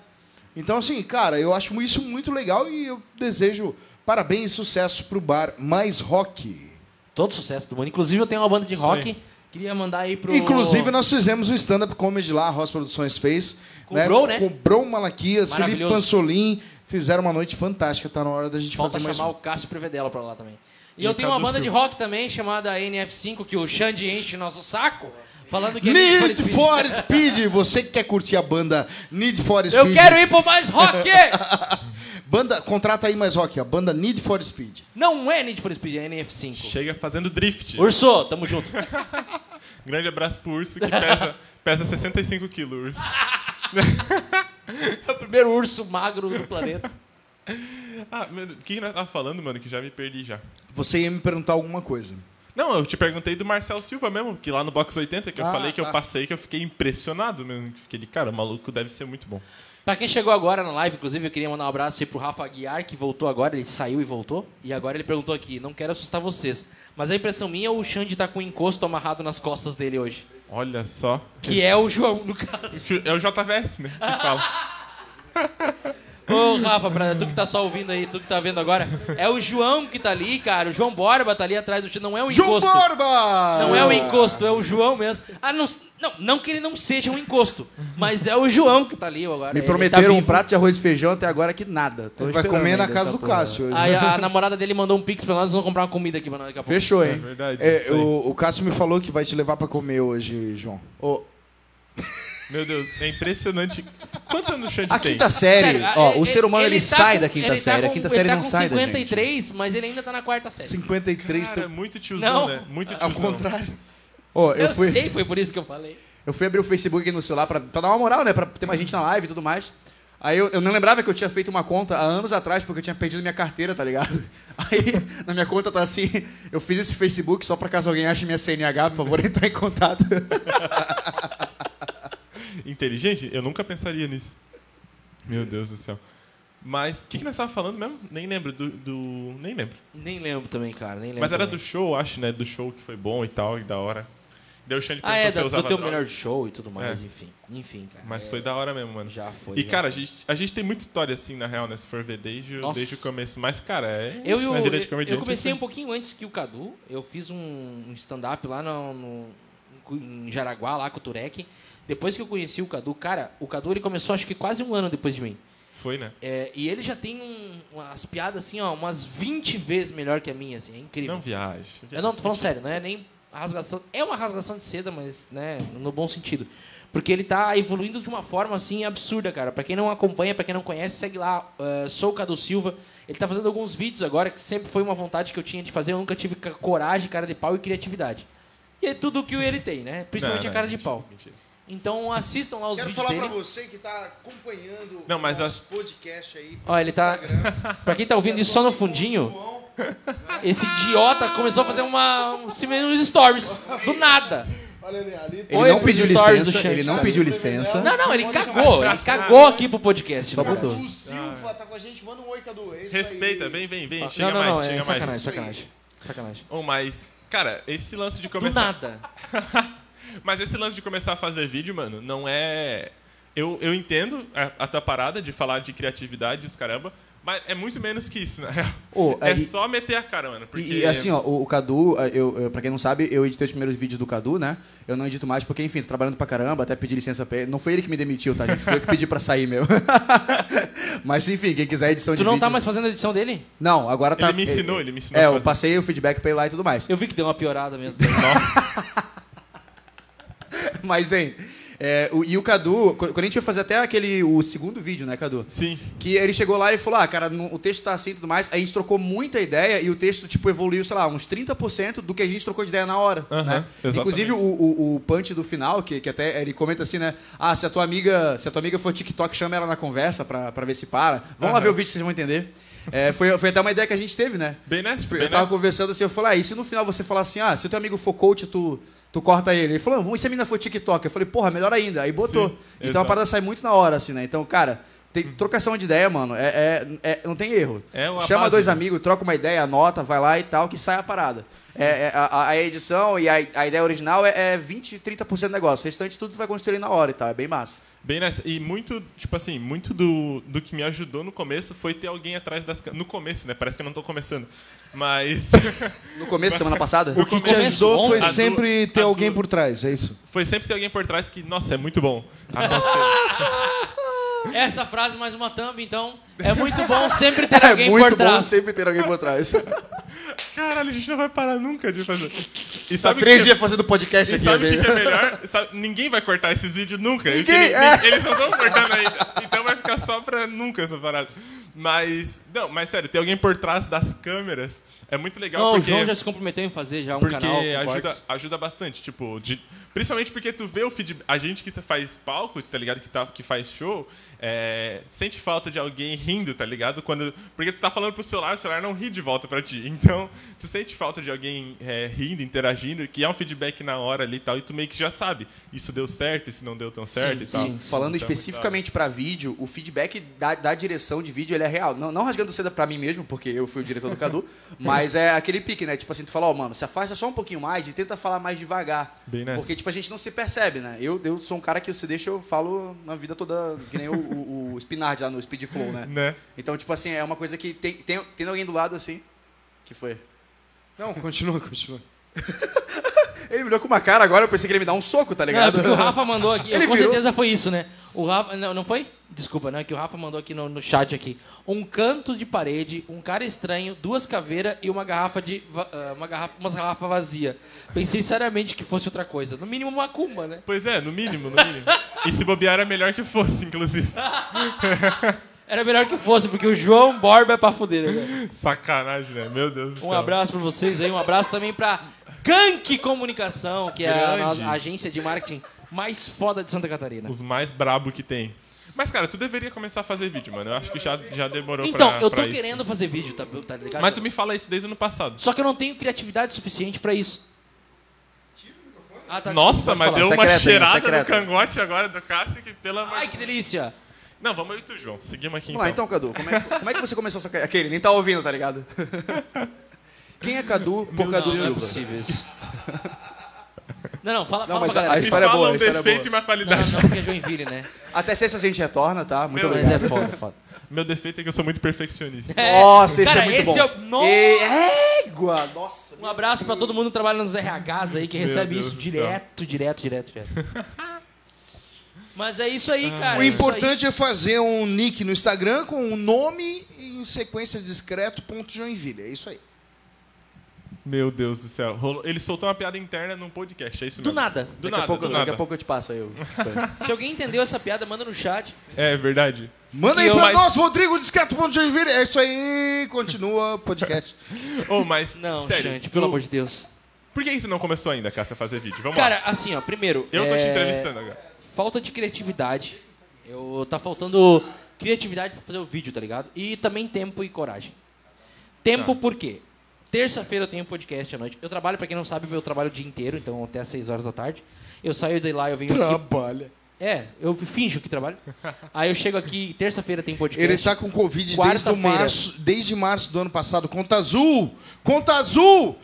C: Então, assim, cara, eu acho isso muito legal e eu desejo parabéns e sucesso pro bar Mais Rock.
B: Todo sucesso do mundo. Inclusive, eu tenho uma banda de rock. Queria mandar aí pro.
C: Inclusive, nós fizemos um stand-up comedy lá, a Ross Produções fez.
B: Com o Bro, né?
C: Com o Bro Malaquias, Felipe
B: Maravilhoso.
C: Pansolim. Fizeram uma noite fantástica, tá na hora da gente
B: Falta
C: fazer mais
B: chamar
C: um.
B: o Cássio Prevedela pra lá também. E,
A: E
B: eu
A: o
B: tenho uma
A: Cadu
B: banda de
A: Silva.
B: rock também, chamada NF5, que o Xande enche nosso saco, falando que é
C: Need
B: Speed.
C: for Speed! Você que quer curtir a banda Need for Speed?
B: Eu quero ir pro mais rock! (laughs)
C: Banda, contrata aí mais rock, a banda Need for Speed.
B: Não é Need for Speed, é NF5.
A: Chega fazendo drift.
B: Urso, tamo junto. (laughs)
A: Grande abraço pro urso que pesa, (laughs) pesa 65 quilos. urso.
B: É o primeiro urso magro do planeta.
A: Ah, mano, o que nós tava falando, mano, que já me perdi já.
C: Você ia me perguntar alguma coisa.
A: Não, eu te perguntei do Marcel Silva mesmo, que lá no Box 80, que eu
C: Ah,
A: falei que
C: tá.
A: eu passei, que eu fiquei impressionado mesmo. que Fiquei de cara, o maluco deve ser muito bom.
B: Pra quem chegou agora na live, inclusive, eu queria mandar um abraço aí pro Rafa Aguiar, que voltou agora, ele saiu e voltou. E agora ele perguntou aqui, não quero assustar vocês, mas a impressão minha é o Xande tá com o encosto amarrado nas costas dele hoje.
A: Olha só.
B: Que é o João, no caso.
A: É o JVS, né? Que fala.
C: (laughs)
B: Ô, Rafa, pra tu que tá só ouvindo aí, tu que tá vendo agora, é o João que tá ali, cara. O João Borba tá ali atrás do Xande, não é um
C: João
B: encosto.
C: Borba!
B: Não é o encosto, é o João mesmo. Ah, não, não, não que ele não seja um encosto, mas é o João que tá ali agora.
E: Me
B: Ele tá
E: prometeram um
B: vivo.
E: prato de arroz e feijão até agora que nada. Tô
C: Ele vai
E: esperando
C: comer na
E: ainda
C: casa
E: essa
C: do
E: porra.
C: Cássio. hoje. né?
B: Aí a, a namorada dele mandou um pix pra nós, nós vamos comprar uma comida aqui pra nós daqui a pouco.
E: Fechou,
A: É
E: hein?
A: verdade.
C: É,
A: isso aí.
C: o, o Cássio me falou que vai te levar pra comer hoje, João.
E: Ô,
A: Meu Deus, é impressionante. Quantos anos o Xande tem?
E: a
C: tá
E: quinta série,
B: Sério,
E: ó,
B: ele-
E: o ser humano ele,
B: tá
E: sai
B: com-
E: da quinta
B: ele tá
E: série.
B: com-
E: a quinta
B: ele
E: série
B: tá
E: não
B: com
E: sai da gente.
B: 53, mas ele ainda tá na quarta série.
C: 53
A: Cara, é
C: teu...
A: muito
B: Não.
A: tiozão, né? Muito tiozão.
C: Ao contrário.
E: Ó,
B: eu
E: eu fui.
B: sei, foi por isso que eu falei.
E: Eu fui abrir o Facebook aqui no celular pra, pra dar uma moral, né? Pra ter mais gente na live e tudo mais. Aí eu, eu não lembrava que eu tinha feito uma conta há anos atrás, porque eu tinha perdido minha carteira, tá ligado? (laughs) Aí na minha conta tá assim, eu fiz esse Facebook só pra caso alguém ache minha CNH, por favor, (laughs) entrar em contato.
A: Inteligente? Eu nunca pensaria nisso. Meu Deus do céu. Mas o que, que nós estávamos falando mesmo? Nem lembro do. do- Nem lembro.
B: Nem lembro também, cara, nem lembro.
A: Mas era do
B: também.
A: show, acho, né? Do show que foi bom e tal, e da hora. Deu o Xande
B: Ah,
A: perguntou
B: é,
A: se eu
B: do, do
A: usava
B: teu
A: droga,
B: melhor show e tudo mais,
A: É.
B: enfim. Enfim, cara. É.
A: Mas foi da hora mesmo, mano.
B: Já foi. né?
A: E,
B: já
A: cara, a
B: foi.
A: gente, a gente tem muita história assim, na real, né? Se for ver desde, o-
B: Nossa.
A: desde o começo. Mas, cara, é.
B: Eu,
A: isso,
B: e
A: né?
B: o-
A: Vida de
B: eu,
A: comediante
B: eu comecei
A: é
B: um pouquinho antes que o Cadu. Eu fiz um, um stand-up lá no, no- em Jaraguá, lá com o Turek. Depois que eu conheci o Cadu, cara, o Cadu ele começou acho que quase um ano depois de mim.
A: assim. Foi, né?
B: É, e ele já tem um- umas piadas assim, ó, umas 20 vezes melhor que a minha, assim, é incrível.
A: Não viaje.
B: Eu não tô falando sério, né? Nem rasgação. É uma rasgação de seda, mas, né, no bom sentido. Porque ele tá evoluindo de uma forma assim absurda, cara. Pra quem não acompanha, pra quem não conhece, segue lá. eh, sou o Cadu Silva. Ele tá fazendo alguns vídeos agora, que sempre foi uma vontade que eu tinha de fazer. Eu nunca tive ca- coragem, cara de pau e criatividade. E é tudo que ele tem, né? Principalmente
A: Não,
B: a cara
A: não,
B: de
A: mentira,
B: pau.
A: mentira.
B: Então assistam lá os
C: Quero
B: vídeos
C: falar
B: dele.
C: pra você que tá acompanhando
A: Não, mas
C: o nosso podcast aí.
B: Ó, ele tá. Pra quem tá ouvindo isso só no fundinho,
C: né?
B: esse idiota começou a fazer uma. um- se meio uns stories. Do nada.
C: Olha ali, ali tá-
E: Ele
B: Oi,
E: não pediu
B: dos stories do
E: licença,
B: chat.
E: ele não pediu licença.
B: Não, não, ele cagou. Ele cagou aqui pro podcast. né?
E: Só
B: cara.
E: botou.
C: Cadu Silva tá com a gente, manda um oi, Cadu. É isso aí.
A: Respeita, vem, vem, vem. Chega
B: Não,
A: mais,
B: não, não.
A: chega mais.
B: É sacanagem, sacanagem. Sacanagem.
A: Ou mais. Cara, esse lance de
B: Do
A: começar.
B: nada.
A: Mas esse lance de começar a fazer vídeo, mano, não é. Eu, eu entendo a, a tua parada de falar de criatividade e os caramba, Mas é muito menos que isso, na real.
E: Ô,
A: é
E: é, e-
A: só meter a cara, mano. Porque
E: E, e, assim, ó, o, o Cadu, eh, eu, eu, pra quem não sabe, eu editei os primeiros vídeos do Cadu, né? Eu não edito mais porque, enfim, tô trabalhando pra caramba, até pedi licença pra ele. Não foi ele que me demitiu, tá, gente? Foi eu que pedi pra sair, meu. (laughs) Mas, enfim, quem quiser edição de
B: Tu não
E: vídeo...
B: tá mais fazendo a edição dele?
E: Não, agora tá...
A: Ele me ensinou, ele me ensinou
E: É,
A: a
E: eu
A: fazer.
E: passei o feedback pra ele lá e tudo mais. (laughs)
B: Eu vi que deu uma
A: (laughs)
B: piorada mesmo.
E: Mas, hein... é, o- e o Cadu, quando quando a gente ia fazer até aquele, o segundo vídeo, né, Cadu?
A: Sim.
E: Que ele chegou lá e falou: Ah, cara, não- o texto tá assim e tudo mais. A gente trocou muita ideia e o texto, tipo, evoluiu, sei lá, uns 30% do que a gente trocou de ideia na hora.
A: Aham,
E: né?
A: exatamente.
E: Inclusive, o, o, o punch do final, que, que até ele comenta assim, né? Ah, se a tua amiga, se a tua amiga for TikTok, chama ela na conversa pra, pra ver se para. Vamos lá
A: Aham.
E: ver o vídeo, vocês vão entender. É, foi, foi até uma ideia que a gente teve, né?
A: Bem nessa,
E: Tipo,
A: bem
E: eu tava
A: nessa.
E: conversando assim, eu falei, ah, e se no final você falar assim, ah, se o teu amigo for coach, tu, tu corta ele. Ele falou, "Ah, e se a mina for TikTok? Eu falei, porra, melhor ainda. Aí botou.
A: Sim,
E: então a
A: exato. Uhum.
E: parada sai muito na hora, assim, né? Então, cara, tem trocação de ideia, mano. É, é- é- não tem erro.
A: É uma
E: Chama
A: base,
E: dois
A: né?
E: amigos, troca uma ideia, anota, vai lá e tal, que sai a parada. É, é, a, a edição e a, a ideia original é, é 20, 30% do negócio. O restante tudo tu vai construir na hora e tal. É bem massa.
A: Bem nessa. E muito, tipo assim, muito do, do que me ajudou no começo foi ter alguém atrás das câmeras. No começo, né? Parece que eu não tô começando. Mas (laughs)
E: No começo, semana passada?
A: O que
C: O que te ajudou foi
A: A do-
C: sempre ter
A: a do-
C: alguém por trás, é isso.
A: foi sempre ter alguém por trás que, nossa, é muito bom.
E: (laughs)
A: Aconselho.
B: Essa frase mais uma thumb, então. É muito bom sempre
E: (laughs)
B: ter
E: É
B: alguém por trás.
E: sempre ter alguém por trás.
A: Caralho, a gente não vai parar nunca de fazer. E
E: Tá
A: sabe o
E: três
A: que-
E: dias fazendo podcast
A: E
E: aqui, a
A: sabe o que,
E: gente. (laughs)
A: que é melhor? Sabe- ninguém vai cortar esses vídeos nunca.
E: Ninguém,
A: Eles-
E: é.
A: Eles não estão cortando ainda. Então vai ficar só pra nunca essa parada. Mas, não, mas sério, ter alguém por trás das câmeras é muito legal
B: Não, o
A: porque,
B: João já se comprometeu em fazer já um
A: porque
B: canal. com
A: ajuda,
B: cortes.
A: ajuda bastante. Tipo, de- principalmente porque tu vê o feedback. A gente que tá- faz palco, tá ligado? Que, tá, que faz show, é, sente falta de alguém rindo, tá ligado? Quando, porque tu tá falando pro celular, o celular não ri de volta pra ti. (laughs) Então, tu sente falta de alguém é, rindo, interagindo, que é um feedback na hora ali e tal, e tu meio que já sabe. Isso deu certo, isso não deu tão certo e tal.
E: Sim, falando
A: Então,
E: especificamente pra vídeo, o feedback da, da direção de vídeo ele é real. Não, não rasgando seda pra mim mesmo, porque eu fui o diretor
A: (laughs)
E: do Cadu, mas é aquele pique, né? Tipo assim, tu fala, ó, mano, se afasta só um pouquinho mais e tenta falar mais devagar.
A: Bem nessa.
E: Porque, tipo, a gente não se percebe, né? Eu, eu sou um cara que se deixa, eu falo na vida toda, que nem o, o, o
A: (laughs)
E: Spinard lá no Speed Flow, né?
A: Né?
E: Então, tipo assim, é uma coisa que tem, tem, tendo alguém do lado assim. Que foi?
C: Não, continua, (laughs) continua.
E: Ele me olhou com uma cara agora, eu pensei que ele ia me dar um soco, tá
B: Não, é
E: ligado?
B: porque o
E: (laughs)
B: Rafa mandou aqui.
E: Ele
B: com
E: virou.
B: certeza foi isso, né? O Rafa. Não, não foi? Desculpa, não. É que o Rafa mandou aqui no, no chat aqui. Um canto de parede, um cara estranho, duas caveiras e uma garrafa de. va- ah, Uma garrafa, umas garrafa vazia. Pensei seriamente que fosse outra coisa. No mínimo uma cumba, né?
A: Pois é, no mínimo, no
E: (laughs)
A: mínimo. e se bobear é melhor que fosse, inclusive. (laughs)
B: Era melhor que fosse, porque o João Borba é pra fuder, né?
A: Sacanagem, né? Meu Deus do céu.
B: Um abraço pra vocês aí, um abraço também pra Kank Comunicação, que é a,
A: Grande.
B: nossa- a agência de marketing mais foda de Santa Catarina.
A: Os mais brabo que tem. Mas, cara, tu deveria começar a fazer vídeo, mano. Eu acho que já, já demorou
B: Então,
A: pra
B: eu tô
A: pra isso.
B: querendo fazer vídeo, tá, tá ligado?
A: Mas tu me fala isso desde o ano passado.
B: Só que eu não tenho criatividade suficiente pra isso. Ah, tá,
A: Nossa,
B: desculpa, pode
A: mas
B: falar.
A: deu
E: Secreto,
A: uma
E: hein?
A: cheirada
E: Secreto.
A: no cangote agora do Cássio que, pelo amor
B: Ai,
A: de
B: que delícia!
A: Não, vamos eu e tu, João. Seguimos aqui
E: Vamos lá, então, Cadu, como é, como é que você começou a sua carreira? Aquele, nem tá ouvindo, tá ligado? (laughs) Quem é Cadu por
B: não,
E: Cadu
B: não é
E: Silva?
B: possível isso. Não, não, fala,
E: Não,
B: fala
E: mas
B: pra
E: a-
B: galera.
E: a história é
A: Me
E: boa,
A: fala
E: a
A: um
E: história é
A: defeito
E: boa.
A: e uma
B: Não, não,
A: qualidade.
B: não, porque é Joinville, né?
E: Até sexta a gente retorna, tá? Muito
A: Meu,
B: Mas
E: obrigado.
B: é foda, foda.
A: Meu defeito é que eu sou muito
B: (laughs)
A: perfeccionista.
E: Nossa, esse
B: Cara,
E: é muito
B: esse
E: bom.
B: é o- Nossa!
E: E- Égua, nossa.
B: Um abraço pra todo mundo que trabalha nos RHs aí, que recebe
A: Deus
B: isso
A: do
B: direto, direto,
A: (laughs)
B: direto, direto. Mas é isso
A: Ah.
B: aí, cara.
C: O
B: é isso
C: importante é fazer um nick no Instagram com um nome em sequência discreto ponto Joinville. É isso aí.
A: Meu Deus do céu. Rolou- Ele soltou uma piada interna num podcast, é isso
B: aí. Do
A: mesmo.
B: nada.
A: Do
E: daqui, a
A: nada,
E: pouco,
A: do
E: daqui
A: nada.
E: a pouco eu te passo aí. o-
B: Se alguém entendeu essa piada, manda no chat.
A: É verdade.
C: Manda aí
B: eu-
C: pra
A: mas-
C: nós, Rodrigo discreto ponto Joinville. É isso aí. Continua o podcast.
A: Ô, mas.
B: (laughs) Não,
A: sério,
B: Xande,
A: tu-
B: pelo amor de Deus.
A: Por que tu não começou ainda, Cássio, a fazer vídeo? Vamos lá.
B: Cara, assim, ó, primeiro.
A: Eu tô te
B: é,
A: entrevistando agora.
B: Falta de criatividade. Eu tá faltando criatividade pra fazer o vídeo, tá ligado? E também tempo e coragem. Tempo por quê? Terça-feira eu tenho podcast à noite. Eu trabalho, pra quem não sabe, eu trabalho o dia inteiro, então até às 6 horas da tarde. Eu saio de lá, eu venho aqui
C: Trabalha.
B: É, eu finjo que trabalho. Aí eu chego aqui, terça-feira tem podcast.
C: Ele tá com Covid desde, o
B: Quarta-feira.
C: março, desde março do ano passado. Conta azul! Conta azul!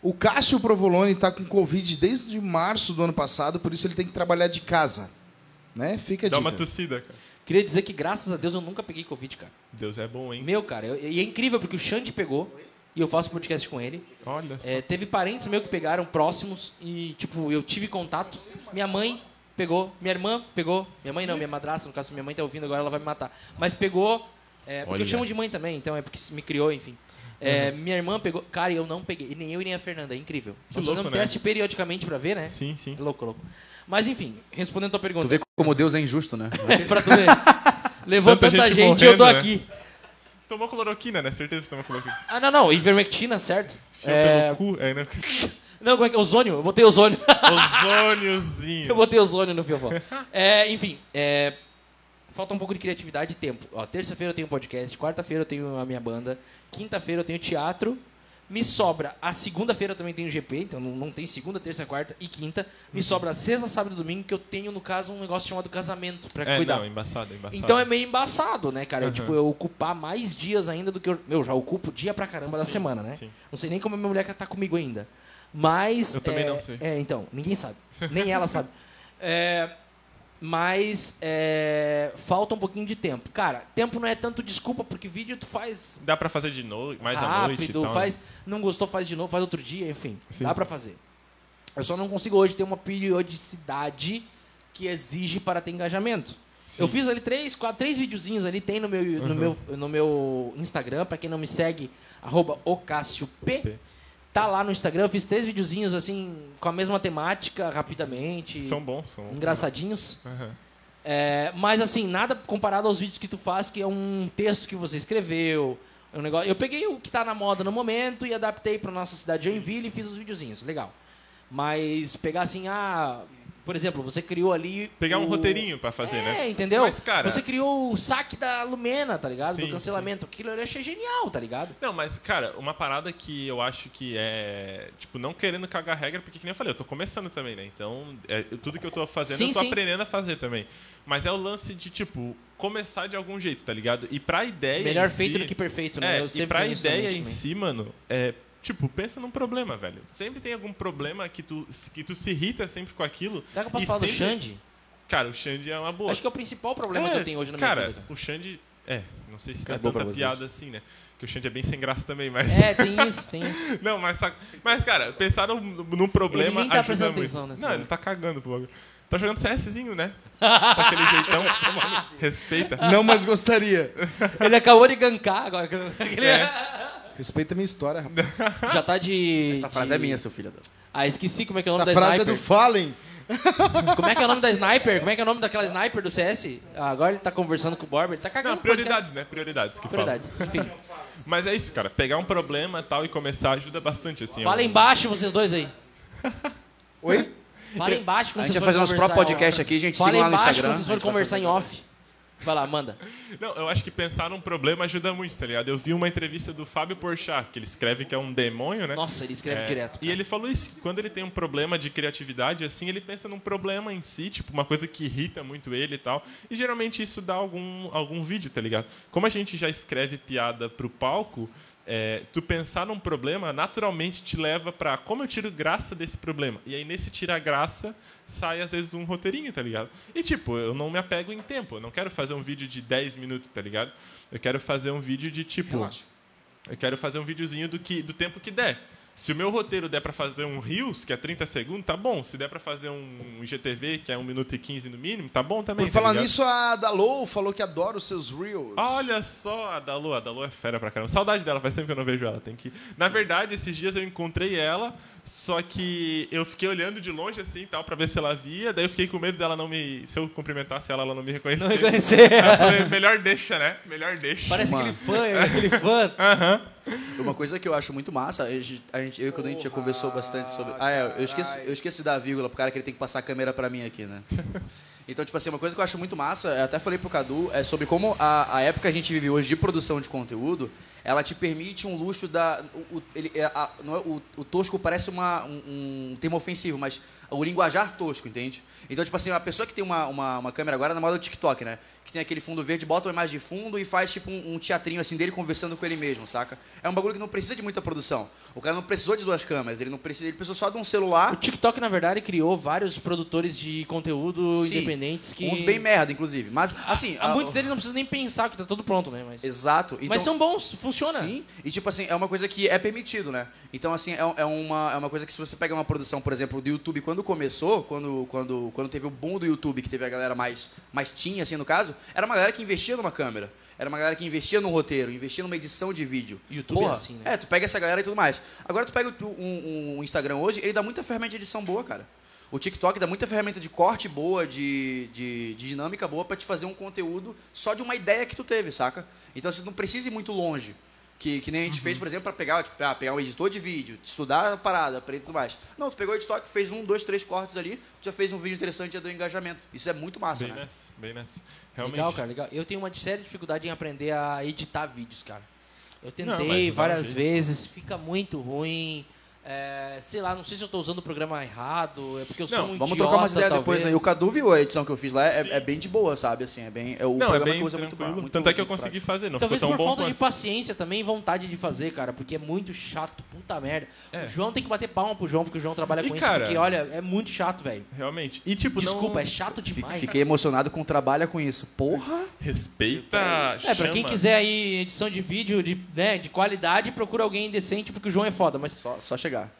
C: O Cássio Provolone tá com Covid desde março do ano passado, por isso ele tem que trabalhar de casa. Né? Fica a
A: Dá uma
C: dica.
A: tossida, cara.
B: Queria dizer que graças a Deus eu nunca peguei Covid, cara.
A: Deus é bom, hein?
B: Meu, cara, eu- e é incrível porque o Xande pegou e eu faço podcast com ele.
A: Olha só.
B: É, teve parentes meus que pegaram próximos e, tipo, eu tive contato. Minha mãe pegou, minha irmã pegou. Minha mãe não, minha madrasta, no caso, minha mãe tá ouvindo agora, ela vai me matar. Mas pegou. é, porque eu
A: Olha. Uhum.
B: chamo de mãe também, então é porque se me criou, enfim. É, Minha irmã pegou. Cara, eu não peguei. E nem eu e nem a Fernanda, é incrível.
A: Que
B: Nós
A: louco,
B: fazemos
A: né?
B: teste periodicamente pra ver, né?
A: Sim, sim.
B: É louco, louco. Mas enfim, respondendo a tua pergunta.
E: Tu vê como Deus é injusto, né?
B: (laughs) pra
A: (laughs)
B: tu ver. Levou
A: Tanta
B: tanta,
A: gente
B: gente, e eu tô
A: morrendo, né?
B: aqui.
A: Tomou cloroquina, né? Certeza que tomou cloroquina.
B: Ah, não, não. Ivermectina, certo?
A: Fio
B: É...
A: pelo cu. É, né? (laughs)
B: Não, como é que é? Ozônio. Eu botei ozônio. Eu (laughs)
A: Ozôniozinho.
B: botei ozônio no fiofó. É, enfim, é, falta um pouco de criatividade e tempo. Ó, terça-feira eu tenho podcast, quarta-feira eu tenho a minha banda, quinta-feira eu tenho teatro. Me sobra a segunda-feira eu também tenho GP, então não, não tem segunda, terça, quarta e quinta. Me sobra sexta, sábado e domingo, que eu tenho, no caso, um negócio chamado casamento pra
A: É,
B: cuidar.
A: não, embaçado, embaçado.
B: Então é meio embaçado, né, cara? Eu,
A: Aham.
B: tipo, eu ocupar mais dias ainda do que eu. Meu, já ocupo dia pra caramba da semana, né?
A: sim.
B: Não sei nem como a minha mulher que tá comigo ainda. Mas.
A: Eu também
B: é,
A: não sei.
B: É, então, ninguém sabe. Nem
A: (laughs)
B: ela sabe. É, mas é, falta um pouquinho de tempo. Cara, tempo não é tanto desculpa, porque vídeo tu faz
A: Dá pra fazer de novo, mais à noite e
B: rápido,
A: tal, né?
B: faz. Não gostou, faz de novo, faz outro dia, enfim.
A: Sim.
B: Dá pra fazer. Eu só não consigo hoje ter uma periodicidade que exige para ter engajamento.
A: Sim. Uhum.
B: Eu fiz ali três, quatro, três videozinhos ali, tem no meu, no meu, no meu Instagram, pra quem não me segue, arroba
A: P.
B: ocassiop. Tá lá no Instagram, eu fiz três videozinhos assim, com a mesma temática, rapidamente,
A: São Uhum. bons, são bons.
B: engraçadinhos.
A: Aham.
B: É, mas assim, nada comparado aos vídeos que tu faz, que é um texto que você escreveu. é um negócio... Eu peguei o que tá na moda no momento e adaptei pra nossa cidade de Joinville e fiz os videozinhos, legal. Mas pegar assim, ah, por exemplo, você criou ali.
A: Pegar um
B: o-
A: roteirinho pra fazer,
B: é,
A: né?
B: entendeu?
A: Mas, cara-
B: Você criou o saque da Lumena, tá ligado?
A: Sim,
B: Do cancelamento. Aquilo eu achei genial, tá ligado?
A: Não, mas, cara, uma parada que eu acho que é. Tipo, não querendo cagar regra, porque, que nem eu falei, eu tô começando também, né? Então, é, tudo que eu tô fazendo,
B: Sim,
A: eu tô
B: sim.
A: aprendendo a fazer também. Mas é o lance de, tipo, começar de algum jeito, tá ligado? E pra ideia.
B: Melhor
A: em
B: feito
A: si-
B: do que perfeito, né?
A: É,
B: eu
A: e
B: sempre
A: pra
B: tenho isso na
A: ideia
B: mente
A: em
B: também.
A: si, mano, é. Tipo, pensa num problema, velho. Sempre tem algum problema que tu, que tu se irrita sempre com aquilo.
B: Será que eu posso
A: e
B: falar do
A: sempre-
B: Xande?
A: Cara, o Xande é uma boa.
B: Acho que é o principal problema
A: É,
B: que eu tenho hoje na
A: cara,
B: minha vida.
A: o Xande. É, não sei se
E: Acabou
A: dá
E: pra
A: tanta
E: vocês.
A: piada assim, né? Que o Xande é bem sem graça também, mas.
B: É, tem isso, tem isso.
A: (laughs) Não, mas, saca- mas, cara, pensar num, num problema.
B: Ele nem tá
A: ajuda
B: prestando
A: muito.
B: atenção nesse
A: Não,
B: bagulho.
A: ele tá cagando pro bagulho. Tá jogando CSzinho, né? Daquele jeitão. (laughs) Respeita.
C: Não, mas gostaria.
B: Ele acabou de gankar agora. (laughs) Ele-
A: É.
C: Respeita a minha história, rapaz.
B: Já tá de.
E: Essa frase
B: de-
E: é minha, seu filho. da-
B: Ah, esqueci como é que é o nome
C: Essa
B: da
C: frase é do
B: sniper.
C: Fallen.
B: Como é que é o nome da sniper? Como é que é o nome daquela sniper do CS? Ah, agora ele tá conversando com o Borba, ele tá cagando.
A: Não, prioridades, né? Prioridades que fala.
B: Prioridades. Enfim.
A: Mas é isso, cara. Pegar um problema e tal e começar ajuda bastante, assim.
B: Fala
A: eu-
B: embaixo, vocês dois aí.
C: Oi?
B: Fala embaixo
E: A
B: quando
E: gente
B: vocês
E: vai
B: forem
E: fazer uns
B: conversar.
E: próprios podcast aqui, gente.
B: Fala
E: Sigam lá no
B: embaixo
E: Instagram.
B: quando vocês forem conversar em
E: um
B: off. Vai lá, manda.
A: Não, eu acho que pensar num problema ajuda muito, tá ligado? Eu vi uma entrevista do Fábio Porchat, que ele escreve que é um demônio, né?
B: Nossa, ele escreve
A: É,
E: (laughs)
B: direto.
A: E ele falou isso, que quando ele tem um problema de criatividade, assim, ele pensa num problema em si, tipo, uma coisa que irrita muito ele e tal. E geralmente isso dá algum, algum vídeo, tá ligado? Como a gente já escreve piada pro palco, é, tu pensar num problema naturalmente te leva pra como eu tiro graça desse problema. E aí nesse tirar graça sai às vezes um roteirinho, tá ligado? E tipo, eu não me apego em tempo, eu não quero fazer um vídeo de 10 minutos, tá ligado? Eu quero fazer um vídeo de tipo. Eu quero fazer um videozinho do, que, do tempo que der. Se o meu roteiro der pra fazer um Reels, que é 30 segundos, tá bom. Se der pra fazer um IGTV, que é 1 minuto e 15 no mínimo, tá bom também.
C: Por
A: tá
C: falar
A: ligado?
C: nisso, a Dalou falou que adora os seus Reels.
A: Olha só a Dalu, a Dalu é fera pra caramba. Saudade dela, faz tempo que eu não vejo ela. Tem que. Na verdade, esses dias eu encontrei ela, só que eu fiquei olhando de longe assim, e tal, pra ver se ela via. Daí eu fiquei com medo dela não me, se eu cumprimentasse ela, ela não me reconhecer.
B: Não
E: (laughs)
B: reconhecer.
A: Eu falei, melhor deixa, né? Melhor deixa.
B: Parece aquele fã, é aquele
E: (laughs)
B: fã.
E: Uma coisa que eu acho muito massa, a gente, a gente- eu e o Cadu, a gente já conversou bastante sobre. Ah, é, eu esqueci, eu esqueci da vírgula pro cara que ele tem que passar a câmera pra mim aqui, né? Então, tipo assim, uma coisa que eu acho muito massa, eu até falei pro Cadu, é sobre como a, a época que a gente vive hoje de produção de conteúdo Ela te permite um luxo da. O, o- ele, é a- não é- o- o tosco parece uma, um, um termo ofensivo, mas o linguajar tosco, entende? Então, tipo assim, a pessoa que tem uma, uma, uma câmera agora na moda do TikTok, né? Que tem aquele fundo verde, bota uma imagem de fundo e faz tipo um, um teatrinho assim dele conversando com ele mesmo, saca? É um bagulho que não precisa de muita produção. O cara não precisou de duas câmeras, ele não precisa, ele precisou só de um celular.
B: O TikTok, na verdade, criou vários produtores de conteúdo
E: Sim.
B: independentes que. Ah,
E: Uns bem merda, inclusive. Mas, assim.
B: Há
E: a-
B: muitos deles não precisam nem pensar que tá tudo pronto, né? Mas,
E: Exato. Então,
B: mas são bons, funciona.
E: Sim. E, tipo assim, é uma coisa que é permitido, né? Então, assim, é, é uma, é uma coisa que se você pega uma produção, por exemplo, do YouTube, quando começou, quando, quando, quando teve o boom do YouTube, que teve a galera mais, mais tinha, assim, no caso, era uma galera que investia numa câmera. Era uma galera que investia num roteiro, investia numa edição de vídeo.
B: YouTube é assim, né?
E: É, tu pega essa galera e tudo mais. Agora tu pega o- um, um Instagram hoje, ele dá muita ferramenta de edição boa, cara. O TikTok dá muita ferramenta de corte boa, de, de, de dinâmica boa pra te fazer um conteúdo só de uma ideia que tu teve, saca? Então você não precisa ir muito longe. Que, que nem a gente
A: Uhum.
E: fez, por exemplo, pra pegar, tipo, ah, pegar um editor de vídeo, estudar a parada, aprender tudo mais. Não, tu pegou o TikTok, fez um, dois, três cortes ali, tu já fez um vídeo interessante, já deu engajamento. Isso é muito massa,
A: Bem
E: né?
A: nessa, bem nessa. Realmente.
B: Legal, cara, legal. Eu tenho uma séria dificuldade em aprender a editar vídeos, cara. Eu
A: Não, mas
B: tentei
A: dá um
B: várias
A: jeito.
B: vezes, fica muito ruim. É, sei lá, não sei se eu tô usando o programa errado, é porque eu sou
A: Não,
B: um
E: Vamos
B: idiota,
E: trocar umas ideias
B: talvez.
E: depois aí. O Cadu viu a edição que eu fiz lá, é, é bem de boa, sabe? Assim, é bem. É o
A: Não, é
E: programa
A: bem
E: que usa muito,
A: tranquilo.
E: muito
A: Tanto é que eu
E: muito
A: consegui fazer, não
B: Talvez
A: ficou
B: por
A: tão bom
B: falta de
A: quanto.
B: paciência também e vontade de fazer, cara, porque é muito chato, puta merda.
A: É.
B: O João tem que bater palma pro João, porque o João trabalha
A: E,
B: com isso,
A: cara-
B: porque, olha, é muito chato, velho.
A: Realmente. E tipo,
B: Desculpa,
A: não...
B: é chato
E: Fique-
B: demais.
E: Fiquei emocionado com o trabalho com isso. Porra!
A: Respeita,
B: É, pra quem
A: chama.
B: quiser aí edição de vídeo de, né, de qualidade, procura alguém decente, porque o João é foda, mas
E: Só, só chegar.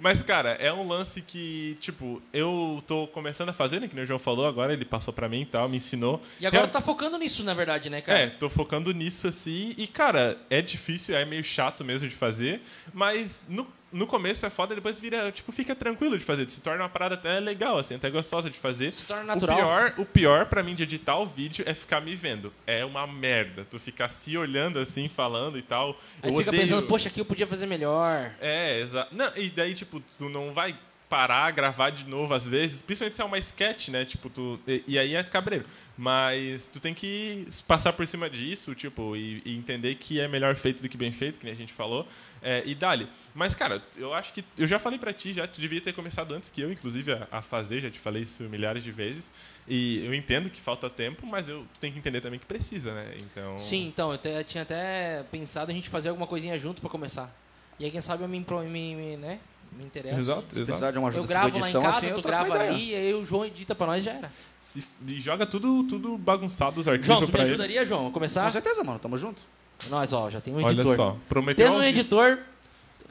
A: Mas, cara, é um lance que, tipo, eu tô começando a fazer, né? Que nem o João falou agora, ele passou pra mim e tal, me ensinou.
B: E agora
A: Real-
B: tá focando nisso, na verdade, né, cara?
A: É, tô focando nisso assim. E, cara, é difícil, é meio chato mesmo de fazer. Mas no, no começo é foda, depois vira, tipo, fica tranquilo de fazer. Se torna uma parada até legal, assim, até gostosa de fazer.
B: Se torna natural.
A: O pior, o pior pra mim de editar o vídeo é ficar me vendo. É uma merda. Tu ficar se olhando assim, falando e tal.
B: Aí
A: eu
B: tu fica
A: odeio.
B: pensando, poxa, aqui eu podia fazer melhor.
A: É, exato. Não, E daí, tipo, tu não vai parar, gravar de novo às vezes, principalmente se é uma sketch, né? Tipo, tu. E, e aí é cabreiro. Mas tu tem que passar por cima disso, tipo, e, e entender que é melhor feito do que bem feito, que nem a gente falou. É, e dali. Mas, cara, eu acho que. Eu já falei pra ti, já tu devia ter começado antes que eu, inclusive, a, a fazer, já te falei isso milhares de vezes. E eu entendo que falta tempo, mas eu tenho que entender também que precisa, né? Então.
B: Sim, então, eu, te- eu tinha até pensado a gente fazer alguma coisinha junto pra começar. E aí, quem sabe eu me, impro- me, me, né, me interesso.
A: Exato,
E: Se precisar
A: exato.
E: de uma
B: Eu
E: ajuda
B: gravo
E: com
B: lá em
E: edição,
B: casa,
E: assim, eu
B: tu
E: troco uma
B: grava
E: ideia.
B: ali, e aí o João edita pra nós e já era.
A: Se- e joga tudo, tudo bagunçado os arquivos
B: João, tu me
A: É pra ele.
B: ajudaria, João, a começar?
E: Com certeza, mano. Tamo junto.
B: Nós, ó, já tem um
A: Olha
B: editor.
A: só, prometeu.
B: Tendo
A: ao
B: um
A: vivo.
B: editor,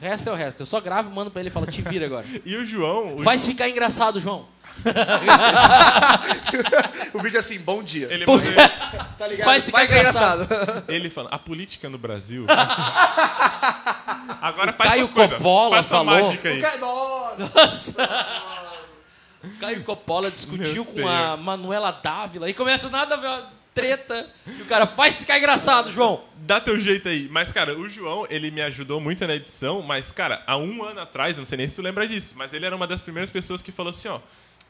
B: o resto é o resto. Eu só gravo, mando pra ele e falo, te vira agora.
A: E o João, (laughs) o
B: Faz ficar engraçado, João.
E: O vídeo é assim, bom dia.
A: João, ele,
B: Puta.
E: Tá ligado?
B: Faz ficar engraçado.
A: ele fala, a política no
B: (laughs)
A: Brasil. Agora faz
B: Caio
A: suas coisas.
B: Coppola
A: faz sua
B: falou.
A: mágica aí.
E: (laughs) Nossa!
B: Nossa! (laughs) Caio Coppola discutiu
A: Meu
B: com
A: senhor.
B: a Manuela Dávila e começa nada a ver uma treta. E o cara faz ficar engraçado, João.
A: Dá teu jeito aí. Mas, cara, o João, ele me ajudou muito na edição, mas, cara, há um ano atrás, não sei nem se tu lembra disso, mas ele era uma das primeiras pessoas que falou assim, ó,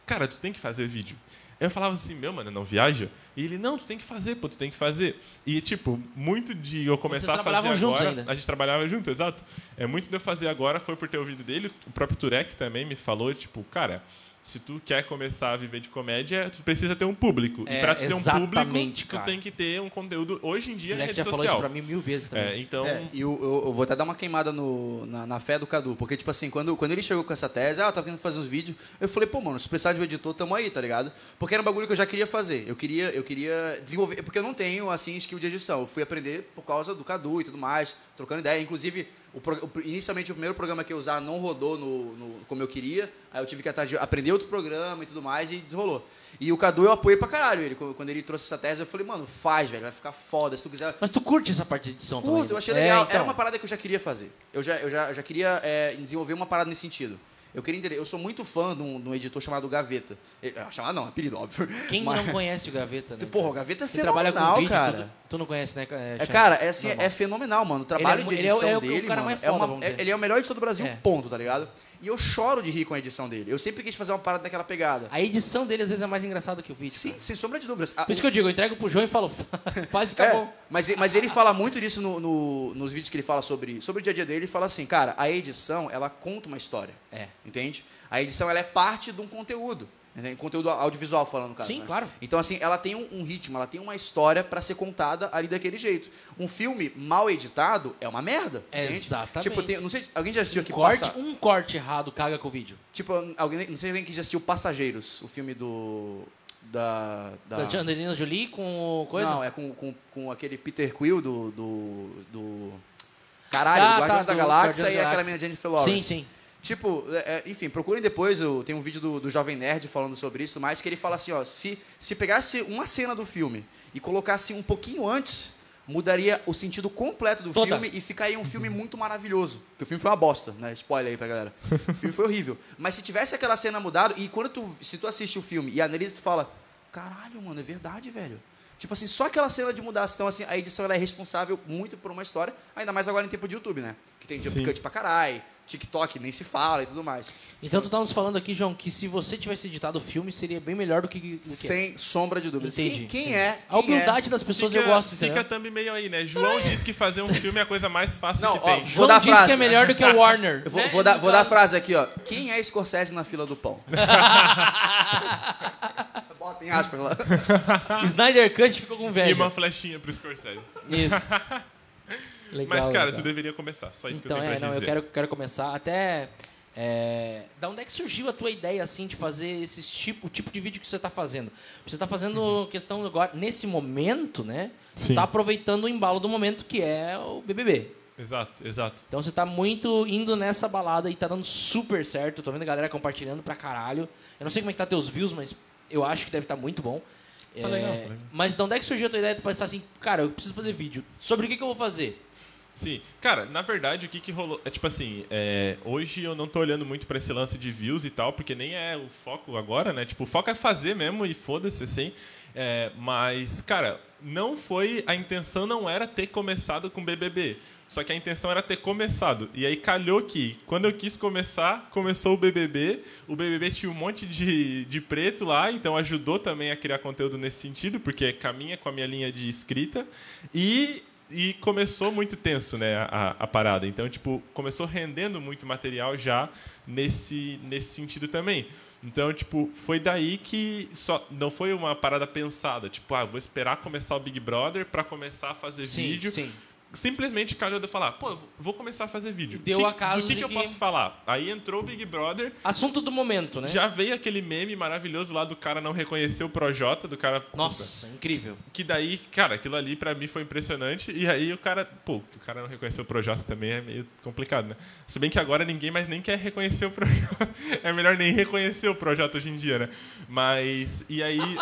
A: cara, tu tem que fazer vídeo. Eu falava assim, meu, mano, não viaja? E ele, não, tu tem que fazer, pô, tu tem que fazer. E, tipo, muito de eu começar a fazer
B: trabalhavam
A: agora...
B: juntos ainda.
A: A gente trabalhava junto, exato. É muito de eu fazer agora, foi por ter ouvido dele. O próprio Turek também me falou, tipo, cara, se tu quer começar a viver de comédia, tu precisa ter um público.
B: É,
A: e pra tu ter um público,
B: exatamente,
A: tu
B: cara.
A: tem que ter um conteúdo hoje em
B: O
A: dia na rede
B: moleque já
A: social.
B: falou isso pra mim mil vezes também.
A: É, então.
E: É, e eu, eu- eu vou até dar uma queimada no- na, na fé do Cadu, porque, tipo assim, quando, quando ele chegou com essa tese, ah, eu tava querendo fazer uns vídeos, eu falei, pô, mano, se precisar de um editor, tamo aí, tá ligado? Porque era um bagulho que eu já queria fazer, eu queria, eu queria desenvolver, porque eu não tenho, assim, skill de edição, eu fui aprender por causa do Cadu e tudo mais, trocando ideia, inclusive, o pro- o pr- inicialmente o primeiro programa que eu usar não rodou no, no- como eu queria, aí eu tive que atrás de- aprender outro programa e tudo mais, e desenrolou. E o Cadu eu apoiei pra caralho ele, quando quando ele trouxe essa tese, eu falei, mano, faz, velho, vai ficar foda, se tu quiser...
B: Mas tu curte essa parte de edição também?
E: Curto,
B: né?
E: eu achei
B: É,
E: legal.
B: então.
E: Era uma parada que eu já queria fazer. Eu já, eu já, eu já queria é, desenvolver uma parada nesse sentido. Eu queria entender. Eu sou muito fã de um, de um editor chamado Gaveta. Eh, ah, chamado não, apelido, óbvio.
B: Quem
E: Mas-
B: não conhece o Gaveta, né?
E: Porra, o Gaveta é
B: Ele trabalha
E: fenomenal,
B: com vídeo,
E: cara.
B: Tu, tu não conhece, né?
E: É,
B: Alexandre?
E: cara, é, assim,
B: Normal.
E: é fenomenal, mano. O trabalho
B: mu-
E: de
B: ele é o-
E: edição
B: é o- o
E: dele,
B: cara
E: mano,
B: mais
E: é
B: foda,
E: uma-
B: vamos
E: é-
B: dizer.
E: ele é o melhor editor do Brasil,
B: É.
E: ponto, tá ligado? E eu choro de rir com a edição dele. Eu sempre quis fazer uma parada daquela pegada.
B: A edição dele às vezes é mais engraçada que o vídeo.
E: Sim,
B: cara.
E: sem sombra de dúvidas. A-
B: Por isso que eu digo, eu entrego pro João e falo, (laughs) faz ficar
E: É,
B: bom.
E: Mas, e- mas ele fala muito disso no- no- nos vídeos que ele fala sobre, sobre o dia a dia dele. Ele fala assim, cara, a edição, ela conta uma história.
B: É.
E: Entende? A edição, ela é parte de um conteúdo. entende? Conteúdo audiovisual falando, cara.
B: Sim,
E: né?
B: claro.
E: Então, assim, ela tem um, um ritmo, ela tem uma história pra ser contada ali daquele jeito. Um filme mal editado é uma merda. entende?
B: Exatamente.
E: Tipo, tem- não sei, alguém já assistiu
B: Um
E: aqui
B: corte,
E: Passa-
B: um corte errado caga com o vídeo.
E: Tipo, alguém, não sei alguém que já assistiu Passageiros, o filme do... Da... Da,
B: Da Angelina Jolie com o coisa?
E: Não, é com, com, com aquele Peter Quill do... do, do- Caralho,
B: Ah, tá,
E: Guardiões da
B: do
E: Galáxia
B: Guardiões
E: e
B: da
E: aquela
B: Galáxia.
E: menina Jennifer Lawrence.
B: Sim, sim.
E: Tipo, é, é, enfim, procurem depois, eu, tem um vídeo do, do Jovem Nerd falando sobre isso, mas que ele fala assim, ó, se, se pegasse uma cena do filme e colocasse um pouquinho antes, mudaria o sentido completo do
B: Toda.
E: filme e ficaria um filme muito maravilhoso. Porque o filme foi uma bosta, né? Spoiler aí pra galera. O filme foi horrível. Mas se tivesse aquela cena mudada, e quando tu, se tu assiste o filme e analisa, tu fala, caralho, mano, é verdade, velho. Tipo assim, só aquela cena de mudança. Então, assim, a edição ela é responsável muito por uma história, ainda mais agora em tempo de YouTube, né? Que tem jump
A: Sim.
E: cut pra caralho, TikTok nem se fala e tudo mais.
B: Então tu tá nos falando aqui, João, que se você tivesse editado o filme, seria bem melhor do que o que é.
E: Sem sombra de dúvidas.
B: Entendi.
E: Quem, quem
B: entendi.
E: é? Quem
B: A humildade das pessoas eu gosto,
A: Fica a
B: entendeu?
A: thumb meio aí, né? João diz que fazer um filme é a coisa mais fácil
E: Não,
A: que
E: ó,
A: tem.
E: Vou
B: João
E: dar a
B: diz
E: frase.
B: que é melhor do que o Warner.
E: É? Eu vou,
B: né?
E: vou dar,
B: No
E: vou dar a
B: caso.
E: frase aqui, ó. Quem é Scorsese na fila
B: (laughs)
E: do pão? Bota em aspas lá.
A: tá.
B: Snyder Cut ficou com
A: E
B: inveja.
A: uma flechinha pro Scorsese.
B: Isso.
A: (laughs)
B: Legal,
A: Mas, cara,
B: legal.
A: tu deveria começar. Só isso
B: Então,
A: que eu tenho
B: é,
A: pra
B: não,
A: te
B: eu
A: dizer.
B: quero, quero começar até. é, da onde é que surgiu a tua ideia, assim, de fazer esse tipo, o tipo de vídeo que você tá fazendo? Você tá fazendo questão agora, nesse momento, né? Você
A: Uhum. Sim.
B: tá aproveitando o embalo do momento que é o BBB.
A: Exato, exato.
B: Então você tá muito indo nessa balada e tá dando super certo. Tô vendo a galera compartilhando pra caralho. Eu não sei como é que tá teus views, mas eu acho que deve estar muito bom.
A: Tá legal, tá legal.
B: Mas de onde é que surgiu a tua ideia de pensar assim, cara, eu preciso fazer vídeo. Sobre o que, que eu vou fazer?
A: Sim. Cara, na verdade, o que, que rolou. É tipo assim, é, hoje eu não tô olhando muito pra esse lance de views e tal, porque nem é o foco agora, né? Tipo, o foco é fazer mesmo e foda-se assim. É, mas, cara, não foi. A intenção não era ter começado com BBB. Só que a intenção era ter começado. E aí calhou que, quando eu quis começar, começou o BBB. O BBB tinha um monte de, de preto lá, então ajudou também a criar conteúdo nesse sentido, porque caminha com a minha linha de escrita. E e começou muito tenso, né, a, a parada. Então, tipo, começou rendendo muito material já nesse, nesse sentido também. Então, tipo, foi daí que só não foi uma parada pensada, tipo, ah, vou esperar começar o Big Brother pra começar a fazer vídeo.
B: sim.
A: Simplesmente calhou de eu falar, pô, eu vou- vou começar a fazer vídeo.
B: Deu
A: que,
B: acaso
A: Do que,
B: de
A: que eu
B: que-
A: posso falar? Aí entrou o Big Brother,
B: Assunto do momento, né?
A: já veio aquele meme maravilhoso lá do cara não reconhecer o Projota, do cara.
B: Nossa, incrível.
A: Que daí, cara, aquilo ali pra mim foi impressionante. E aí o cara, pô, que o cara não reconheceu o Projota também é meio complicado, né? Se bem que agora ninguém mais nem quer reconhecer o Projota. (laughs) É melhor nem reconhecer o Projota hoje em dia, né? Mas, e aí. (laughs)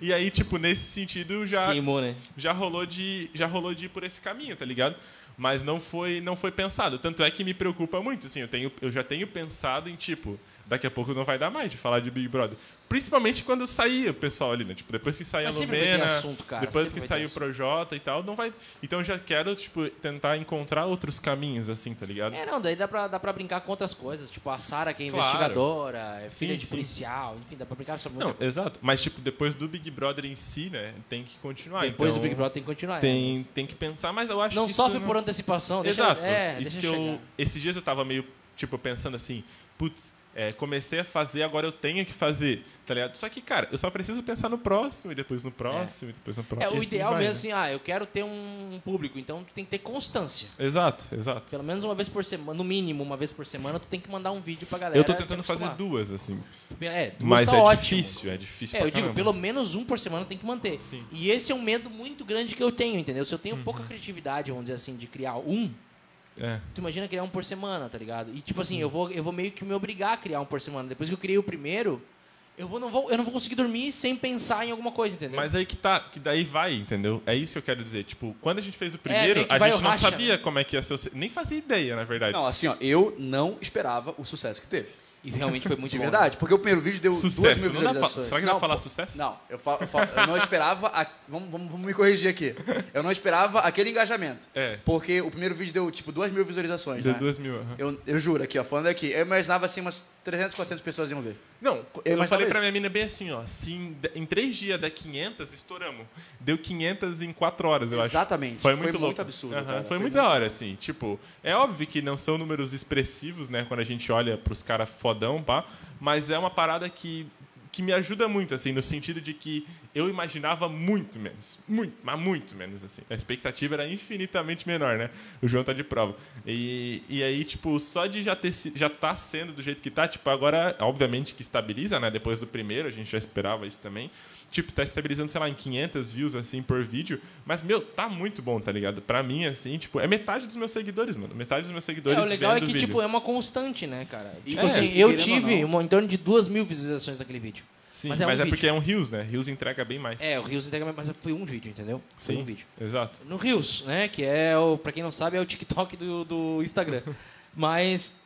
A: e aí, tipo, nesse sentido já
B: Queimou, né?
A: já rolou de já rolou de ir por esse caminho, tá ligado? Mas não foi não foi pensado. Tanto é que me preocupa muito, assim, eu tenho eu já tenho pensado em tipo, daqui a pouco não vai dar mais de falar de Big Brother. Principalmente quando sair o pessoal ali, né? Tipo, depois que sair
B: Mas
A: a
B: sempre vai ter
A: Lumena,
B: assunto, cara,
A: depois
B: sempre
A: que
B: vai ter
A: sair o
B: assunto.
A: Projota e tal, não vai. Então eu já quero tipo tentar encontrar outros caminhos assim, tá ligado?
B: É, não, daí dá pra, dá pra brincar com outras coisas. Tipo, a Sarah, que é
A: Claro.
B: investigadora, é
A: Sim,
B: filha de
A: sim.
B: policial, enfim, dá pra brincar sobre
A: Não,
B: muita coisa.
A: exato. Mas tipo, depois do Big Brother em si, né, tem que continuar.
B: Depois
A: então,
B: do Big Brother tem que continuar. né?
A: tem tem que pensar, mas eu acho
B: Não
A: que isso
B: sofre
A: não-
B: por antecipação, deixa
A: Exato.
B: É,
A: Isso
B: deixa
A: que eu,
B: chegar.
A: esses dias eu tava meio, tipo, pensando assim, putz, é, comecei a fazer, agora eu tenho que fazer, tá ligado? Só que, cara, eu só preciso pensar no próximo, e depois no próximo, e depois no próximo.
B: É,
A: e
B: o
A: assim
B: ideal
A: vai,
B: mesmo,
A: né?
B: assim, ah, eu quero ter um público, então tu tem que ter constância.
A: Exato, exato.
B: Pelo menos uma vez por semana, no mínimo uma vez por semana, tu tem que mandar um vídeo pra galera.
A: Eu tô
B: se
A: tentando fazer
B: acostumar.
A: duas, assim.
B: É, duas
A: mas
B: tá
A: é
B: ótimo.
A: difícil, é difícil
B: É,
A: pra
B: eu digo,
A: caramba.
B: pelo menos um por semana tem que manter.
A: Sim. Uhum.
B: E esse é um medo muito grande que eu tenho, entendeu? Se eu tenho pouca criatividade, vamos dizer assim, de criar um,
A: É.
B: tu imagina criar um por semana, tá ligado? E tipo assim, eu vou, eu vou meio que me obrigar a criar um por semana. Depois que eu criei o primeiro, eu, vou, não, vou, eu não vou conseguir dormir sem pensar em alguma coisa, entendeu?
A: Mas aí que tá, que daí vai, entendeu? É isso que eu quero dizer. Tipo, quando a gente fez o primeiro,
B: É, meio que
A: a
B: vai
A: gente
B: o
A: não
B: racha,
A: sabia
B: né?
A: como é que ia ser o. se- Nem fazia ideia, na verdade.
E: Não, assim, ó, eu não esperava o sucesso que teve.
B: E realmente
A: (laughs)
B: foi muito
E: De
B: bom, né?
E: verdade, porque o primeiro vídeo deu duas
A: Sucesso.
E: mil
A: Não dá pra-
E: visualizações.
A: será que dá pra falar
E: pô,
A: sucesso?
E: Não, eu, falo, eu, falo- eu não esperava. a- vamos, vamos- vamos me corrigir aqui. Eu não esperava aquele engajamento.
A: É.
E: Porque o primeiro vídeo deu tipo duas mil visualizações.
A: Deu
E: né?
A: duas mil, aham.
E: Eu, eu juro aqui, ó, falando aqui. Eu imaginava assim umas 300, 400 pessoas iam ver.
A: Não,
E: Eu
A: eu,
E: imaginava
A: falei pra
E: isso.
A: minha mina bem assim, ó. Se em, de- em três dias der 500, estouramos. Deu 500 em quatro horas, eu acho.
E: Exatamente.
A: Foi
E: Foi
A: muito,
E: muito
A: louco.
E: absurdo,
A: Aham,
E: cara.
A: Foi,
E: Foi
A: muito
E: muito-
A: da hora, assim. Tipo, é óbvio que não são números expressivos, né? Quando a gente olha pros caras fodão, pá. Mas é uma parada que, que me ajuda muito, assim. No sentido de que eu imaginava muito menos. Muito, mas muito menos, assim. A expectativa era infinitamente menor, né? O João tá de prova. E, e aí, tipo, só de já ter si- já tá sendo do jeito que tá, tipo, agora, obviamente que estabiliza, né? Depois do primeiro, a gente já esperava isso também. Tipo, tá estabilizando, sei lá, em 500 views, assim, por vídeo. Mas, meu, tá muito bom, tá ligado? Pra mim, assim, tipo, é metade dos meus seguidores, mano. Metade dos meus seguidores
B: É, o legal é
A: vendo
B: que,
A: o vídeo.
B: tipo, é uma constante, né, cara?
E: E-
B: Tipo
E: É,
B: assim,
E: querendo
B: eu
E: ou
B: tive
E: não.
B: uma- em torno de duas mil visualizações daquele vídeo.
A: Sim,
B: mas
A: mas
B: é
A: é,
B: um vídeo.
A: porque é um Rios, né? Rios entrega bem mais.
B: É, o Rios integralmente, mas foi um vídeo, entendeu? Foi
A: Sim,
B: um vídeo.
A: Exato.
B: No Rios, né? Que é, o, pra quem não sabe, é o TikTok do, do Instagram. mas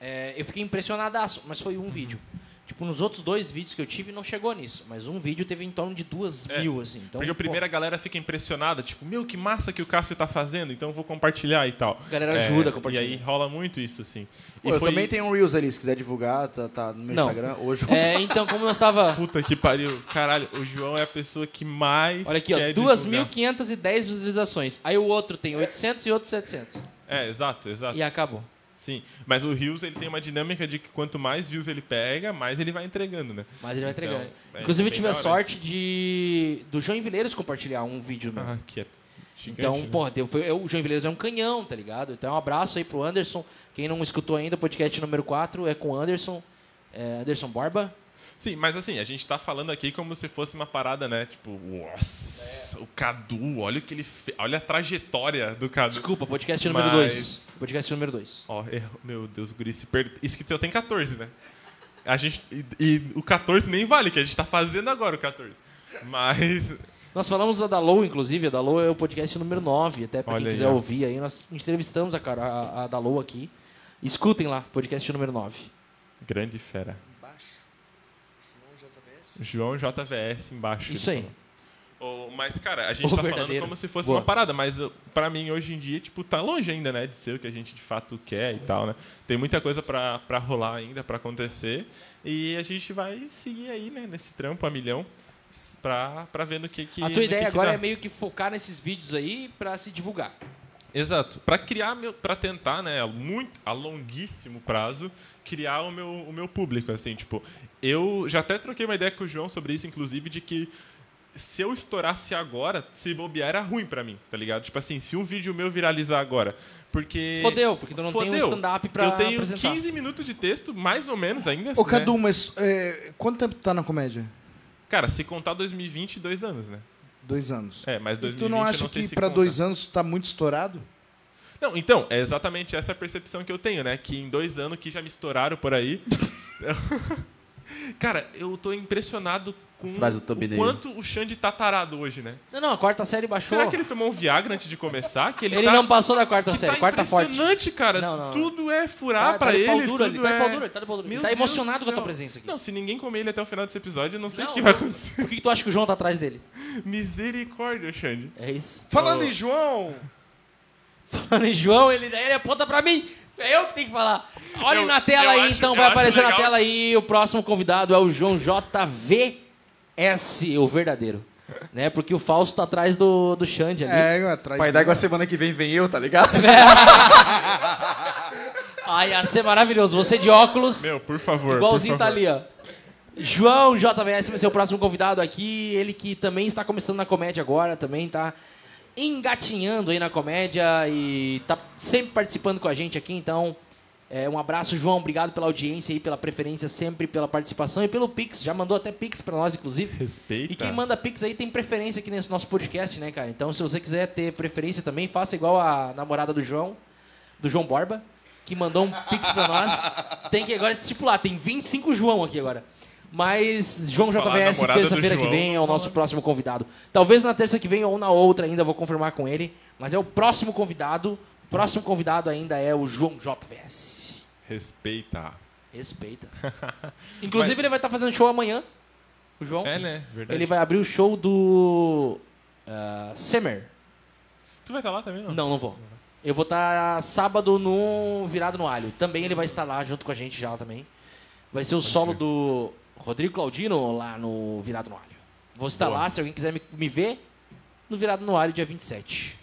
B: é, eu fiquei impressionadaço, mas
A: Uhum.
B: foi um vídeo. Tipo, nos outros dois vídeos que eu tive, não chegou nisso. Mas um vídeo teve em torno de duas
A: É,
B: mil, assim. Então,
A: Porque o
B: pô,
A: primeiro a galera fica impressionada, tipo, meu, que massa que o Cássio tá fazendo, então eu vou compartilhar e tal. É,
B: A galera ajuda a
A: E
B: compartilhar.
A: aí rola muito isso, assim.
E: Pô,
A: e
E: eu
A: foi...
E: também tenho um Reels ali, se quiser divulgar, tá, tá no meu
B: Não.
E: Instagram. Hoje
B: É, então, como
A: (laughs)
B: nós tava...
A: Puta que pariu. Caralho, o João é a pessoa que é mais.
B: Olha aqui, ó,
A: quer divulgar.
B: 2.510 visualizações. Aí o outro tem 800 e outro 700.
A: É, exato, exato.
B: E acabou.
A: Sim. Mas o Rios, ele tem uma dinâmica de que quanto mais views ele pega, mais ele vai entregando, né?
B: Mas ele vai
A: Então,
B: entregando.
A: é
B: Inclusive, eu
A: bem
B: tive a
A: da hora
B: sorte de do João Vileiros compartilhar um vídeo meu.
A: Ah, que é gigante,
B: então,
A: né?
B: porra, deu- foi- eu- o João Vileiros é um canhão, tá ligado? Então, um abraço aí pro Anderson. Quem não escutou ainda, o podcast número 4 é com o Anderson. é, Anderson Borba.
A: Sim, mas assim, a gente tá falando aqui como se fosse uma parada, né? Tipo, nossa, o Cadu, olha o que ele fez. Olha a trajetória do Cadu.
B: Desculpa, podcast número
A: Mas-
B: 2. Podcast número 2.
A: Ó, erro- meu Deus, o Guri se perde. Isso que eu tenho 14, né? A gente. E, e o 14 nem vale, que a gente tá fazendo agora o 14. Mas.
B: Nós falamos da Dalou, inclusive. A Dalou é o podcast número 9. Até pra
A: Olha
B: quem
A: aí,
B: quiser
A: ó.
B: ouvir aí, nós entrevistamos a, cara, a, a Dalou aqui. Escutem lá, podcast número 9.
A: Grande fera.
C: Embaixo. João
A: João
C: JBS.
A: JVS embaixo.
B: Isso aí.
A: Ô, mas, cara, a gente
B: Ô,
A: tá falando
B: verdadeiro.
A: como se fosse
B: Boa.
A: uma parada, mas eu- pra mim, hoje em dia, tipo, tá longe ainda, né, de ser o que a gente de fato quer e tal, né? Tem muita coisa pra, pra rolar ainda, pra acontecer, e a gente vai seguir aí, né, nesse trampo a milhão, s- pra, pra ver no que que...
B: A
A: no
B: tua
A: que
B: ideia
A: que
B: agora
A: dá.
B: é meio que focar nesses vídeos aí pra se divulgar.
A: Exato. Pra criar, meu, pra tentar, né, muito, a longuíssimo prazo, criar o meu, o meu público, assim, tipo... Eu já até troquei uma ideia com o João sobre isso, inclusive, de que se eu estourasse agora, se bobear era ruim pra mim, tá ligado? Tipo assim, se um vídeo meu viralizar agora, porque...
B: Fodeu, porque tu não tem um stand-up pra
A: Eu tenho
B: apresentar.
A: 15 minutos de texto, mais ou menos, ainda
C: Ô,
A: né?
C: Cadu, mas é, quanto tempo tu tá na comédia?
A: Cara, se contar 2020, dois anos, né?
C: Dois anos.
A: É, mas 2020
C: tu não
A: eu
C: acha
A: não sei
C: que
A: se
C: pra
A: conta.
C: dois anos tu tá muito estourado?
A: Não, então, é exatamente essa percepção que eu tenho, né? Que em dois anos que já me estouraram por aí. (laughs) Cara, eu tô impressionado com
E: Frase do
A: o
E: thumbnail.
A: quanto o Xande tá tarado hoje, né?
B: Não, não, a quarta série baixou.
A: Será que ele tomou um Viagra antes de começar? Que ele
B: Ele,
A: tá-
B: não passou da quarta
A: que
B: série,
A: tá
B: quarta forte.
A: impressionante, cara.
B: Não, não, não.
A: Tudo é furar
B: Tá,
A: pra
B: tá de
A: ele.
B: pau duro ali,
A: tudo
B: tá de pau
A: é-
B: duro, ele tá de pau duro. Ele
A: Meu
B: tá
A: Deus
B: emocionado
A: do
B: com a tua
A: céu.
B: presença aqui.
A: Não, se ninguém comer ele até o final desse episódio, eu não sei o
B: Não,
A: que
B: não.
A: vai acontecer. (laughs)
B: Por que, que tu acha que o João tá atrás dele?
A: Misericórdia, Xande.
B: É (laughs) isso.
C: Falando em João,
B: Falando em João, ele, daí ele aponta pra mim. É eu que tenho que falar. Olhem
A: Eu-
B: na tela
A: eu
B: aí,
A: acho-
B: então.
A: eu
B: Vai
A: acho
B: aparecer na
A: legal.
B: tela aí. O próximo convidado é o João JVS, o verdadeiro. Né? Porque o Fausto tá atrás do, do Xande ali.
C: é, atrás.
E: Pai d'água, semana que vem vem eu, tá ligado?
B: Ai, ia ser maravilhoso. Você de óculos.
A: Meu, por favor.
B: Igualzinho
A: por
B: tá
A: favor.
B: ali, ó. João JVS vai ser o próximo convidado aqui. Ele que também está começando na comédia agora, também tá engatinhando aí na comédia e tá sempre participando com a gente aqui, então. é, um abraço, João. Obrigado pela audiência aí, pela preferência sempre, pela participação e pelo Pix. Já mandou até Pix pra nós, inclusive.
A: Respeita.
B: E quem manda Pix aí tem preferência aqui nesse nosso podcast, né, cara? Então, se você quiser ter preferência também, faça igual a namorada do João, do João Borba, que mandou um Pix
A: (laughs)
B: pra nós. Tem que agora estipular, tem 25 João aqui agora. Mas João
A: Falar namorada
B: JVS,
A: do
B: terça-feira que
A: João,
B: vem, é o nosso próximo convidado. Talvez na terça que vem ou na outra ainda, vou confirmar com ele. Mas é o próximo convidado. O próximo convidado ainda é o João JVS.
A: Respeita. (laughs)
B: Respeita. Inclusive, ele vai estar fazendo show amanhã. O João.
A: É, né? Verdade.
B: Ele vai abrir o show do. ah, Semer.
A: Tu vai estar lá também, não?
B: Não, não vou. Eu vou estar sábado no Virado no Alho. Também ele vai estar lá junto com a gente já também. Vai ser o solo do Rodrigo Claudino lá no Virado no Alho. Vou estar
A: Boa.
B: lá, se alguém quiser me, me ver, no Virado no Alho, dia 27.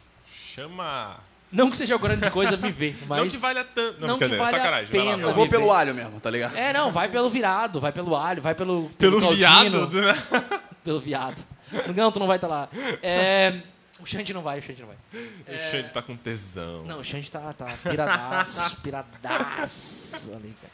A: Chama.
B: Não que seja grande coisa me ver,
A: (laughs)
B: mas...
A: Não que valha tanto.
B: não que
A: brincadeira,
B: valha a
A: sacanagem,
B: pena.
A: vai lá, vai
E: Eu
A: lá.
E: vou pelo alho mesmo, tá ligado?
B: É, não, vai pelo virado, vai pelo alho, vai pelo.
A: Pelo
B: Claudino,
A: viado, né?
B: Pelo viado. Não, tu não vai estar lá. É, o Xande não vai, o Xande não vai.
A: O Xande tá com tesão.
B: Não, o Xande tá, tá (laughs) piradaço, piradaço ali, cara.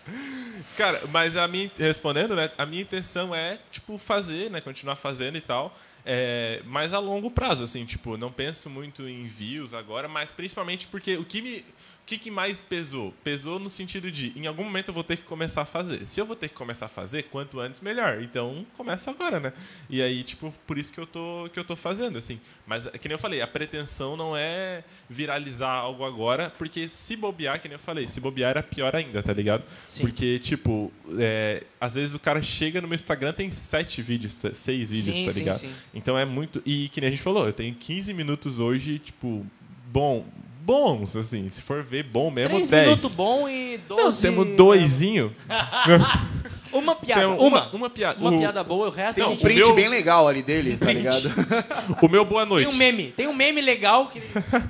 A: Cara, mas a minha, respondendo, né? A minha intenção é, tipo, fazer, né? Continuar fazendo e tal. É, mas a longo prazo, assim, tipo, não penso muito em views agora, mas principalmente porque o que me. O que, que mais pesou? Pesou no sentido de, em algum momento eu vou ter que começar a fazer. Se eu vou ter que começar a fazer, quanto antes, melhor. Então, começo agora, né? E aí, tipo, por isso que eu tô, que eu tô fazendo, assim. Mas, que nem eu falei, a pretensão não é viralizar algo agora, porque se bobear, que nem eu falei, se bobear era pior ainda, tá ligado?
B: Sim.
A: Porque porque, tipo, é, às vezes o cara chega no meu Instagram, tem sete vídeos, se- seis vídeos,
B: Sim,
A: tá
B: sim,
A: ligado?
B: sim.
A: Então é muito. E que nem a gente falou, eu tenho 15 minutos hoje, tipo, bom. Bons, assim, se for ver bom mesmo,
B: Três
A: 10.
B: minutos bom e
A: Nós
B: doze. eh,
A: temos doisinho.
B: Uma piada,
A: Tem um,
B: uma.
A: uma- uma piada.
B: Uma
A: O-
B: piada boa, o resto
A: Não,
B: a
E: Um
B: gente.
A: print
E: print
A: meu-
E: bem legal ali dele, tá
B: Print.
E: ligado?
A: O meu boa
B: Tem
A: noite.
B: um meme, tem um meme legal
A: (laughs)
B: que.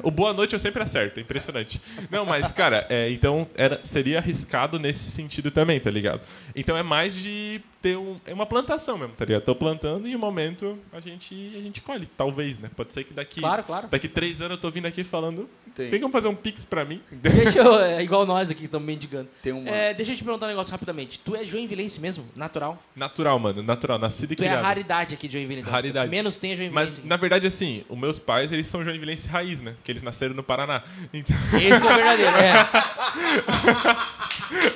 A: O Boa Noite eu sempre acerto, é impressionante. Não, mas, cara, é, então era, seria arriscado nesse sentido também, tá ligado? Então é mais de ter um, é uma plantação mesmo, tá ligado? Tô plantando e em um momento a gente, a gente colhe, talvez, né? Pode ser que daqui,
B: Claro, claro.
A: daqui três anos eu tô vindo aqui falando,
E: Tem.
A: tem, como fazer um pix pra mim?
B: Deixa eu. É igual nós aqui que estamos mendigando.
E: Tem uma-
B: É, deixa eu te perguntar um negócio rapidamente. Tu é joinvilense mesmo? Natural?
A: Natural, mano, natural, nascido e
B: Tu é a
A: criado.
B: raridade aqui de Joinville. então.
A: Raridade.
B: Menos tem a Joinville.
A: Mas, na verdade, assim, os meus pais, eles são joinvilense raiz, né? Porque eles nasceram no Paraná. Então,
B: Esse é o verdadeiro.
A: (laughs)
B: É.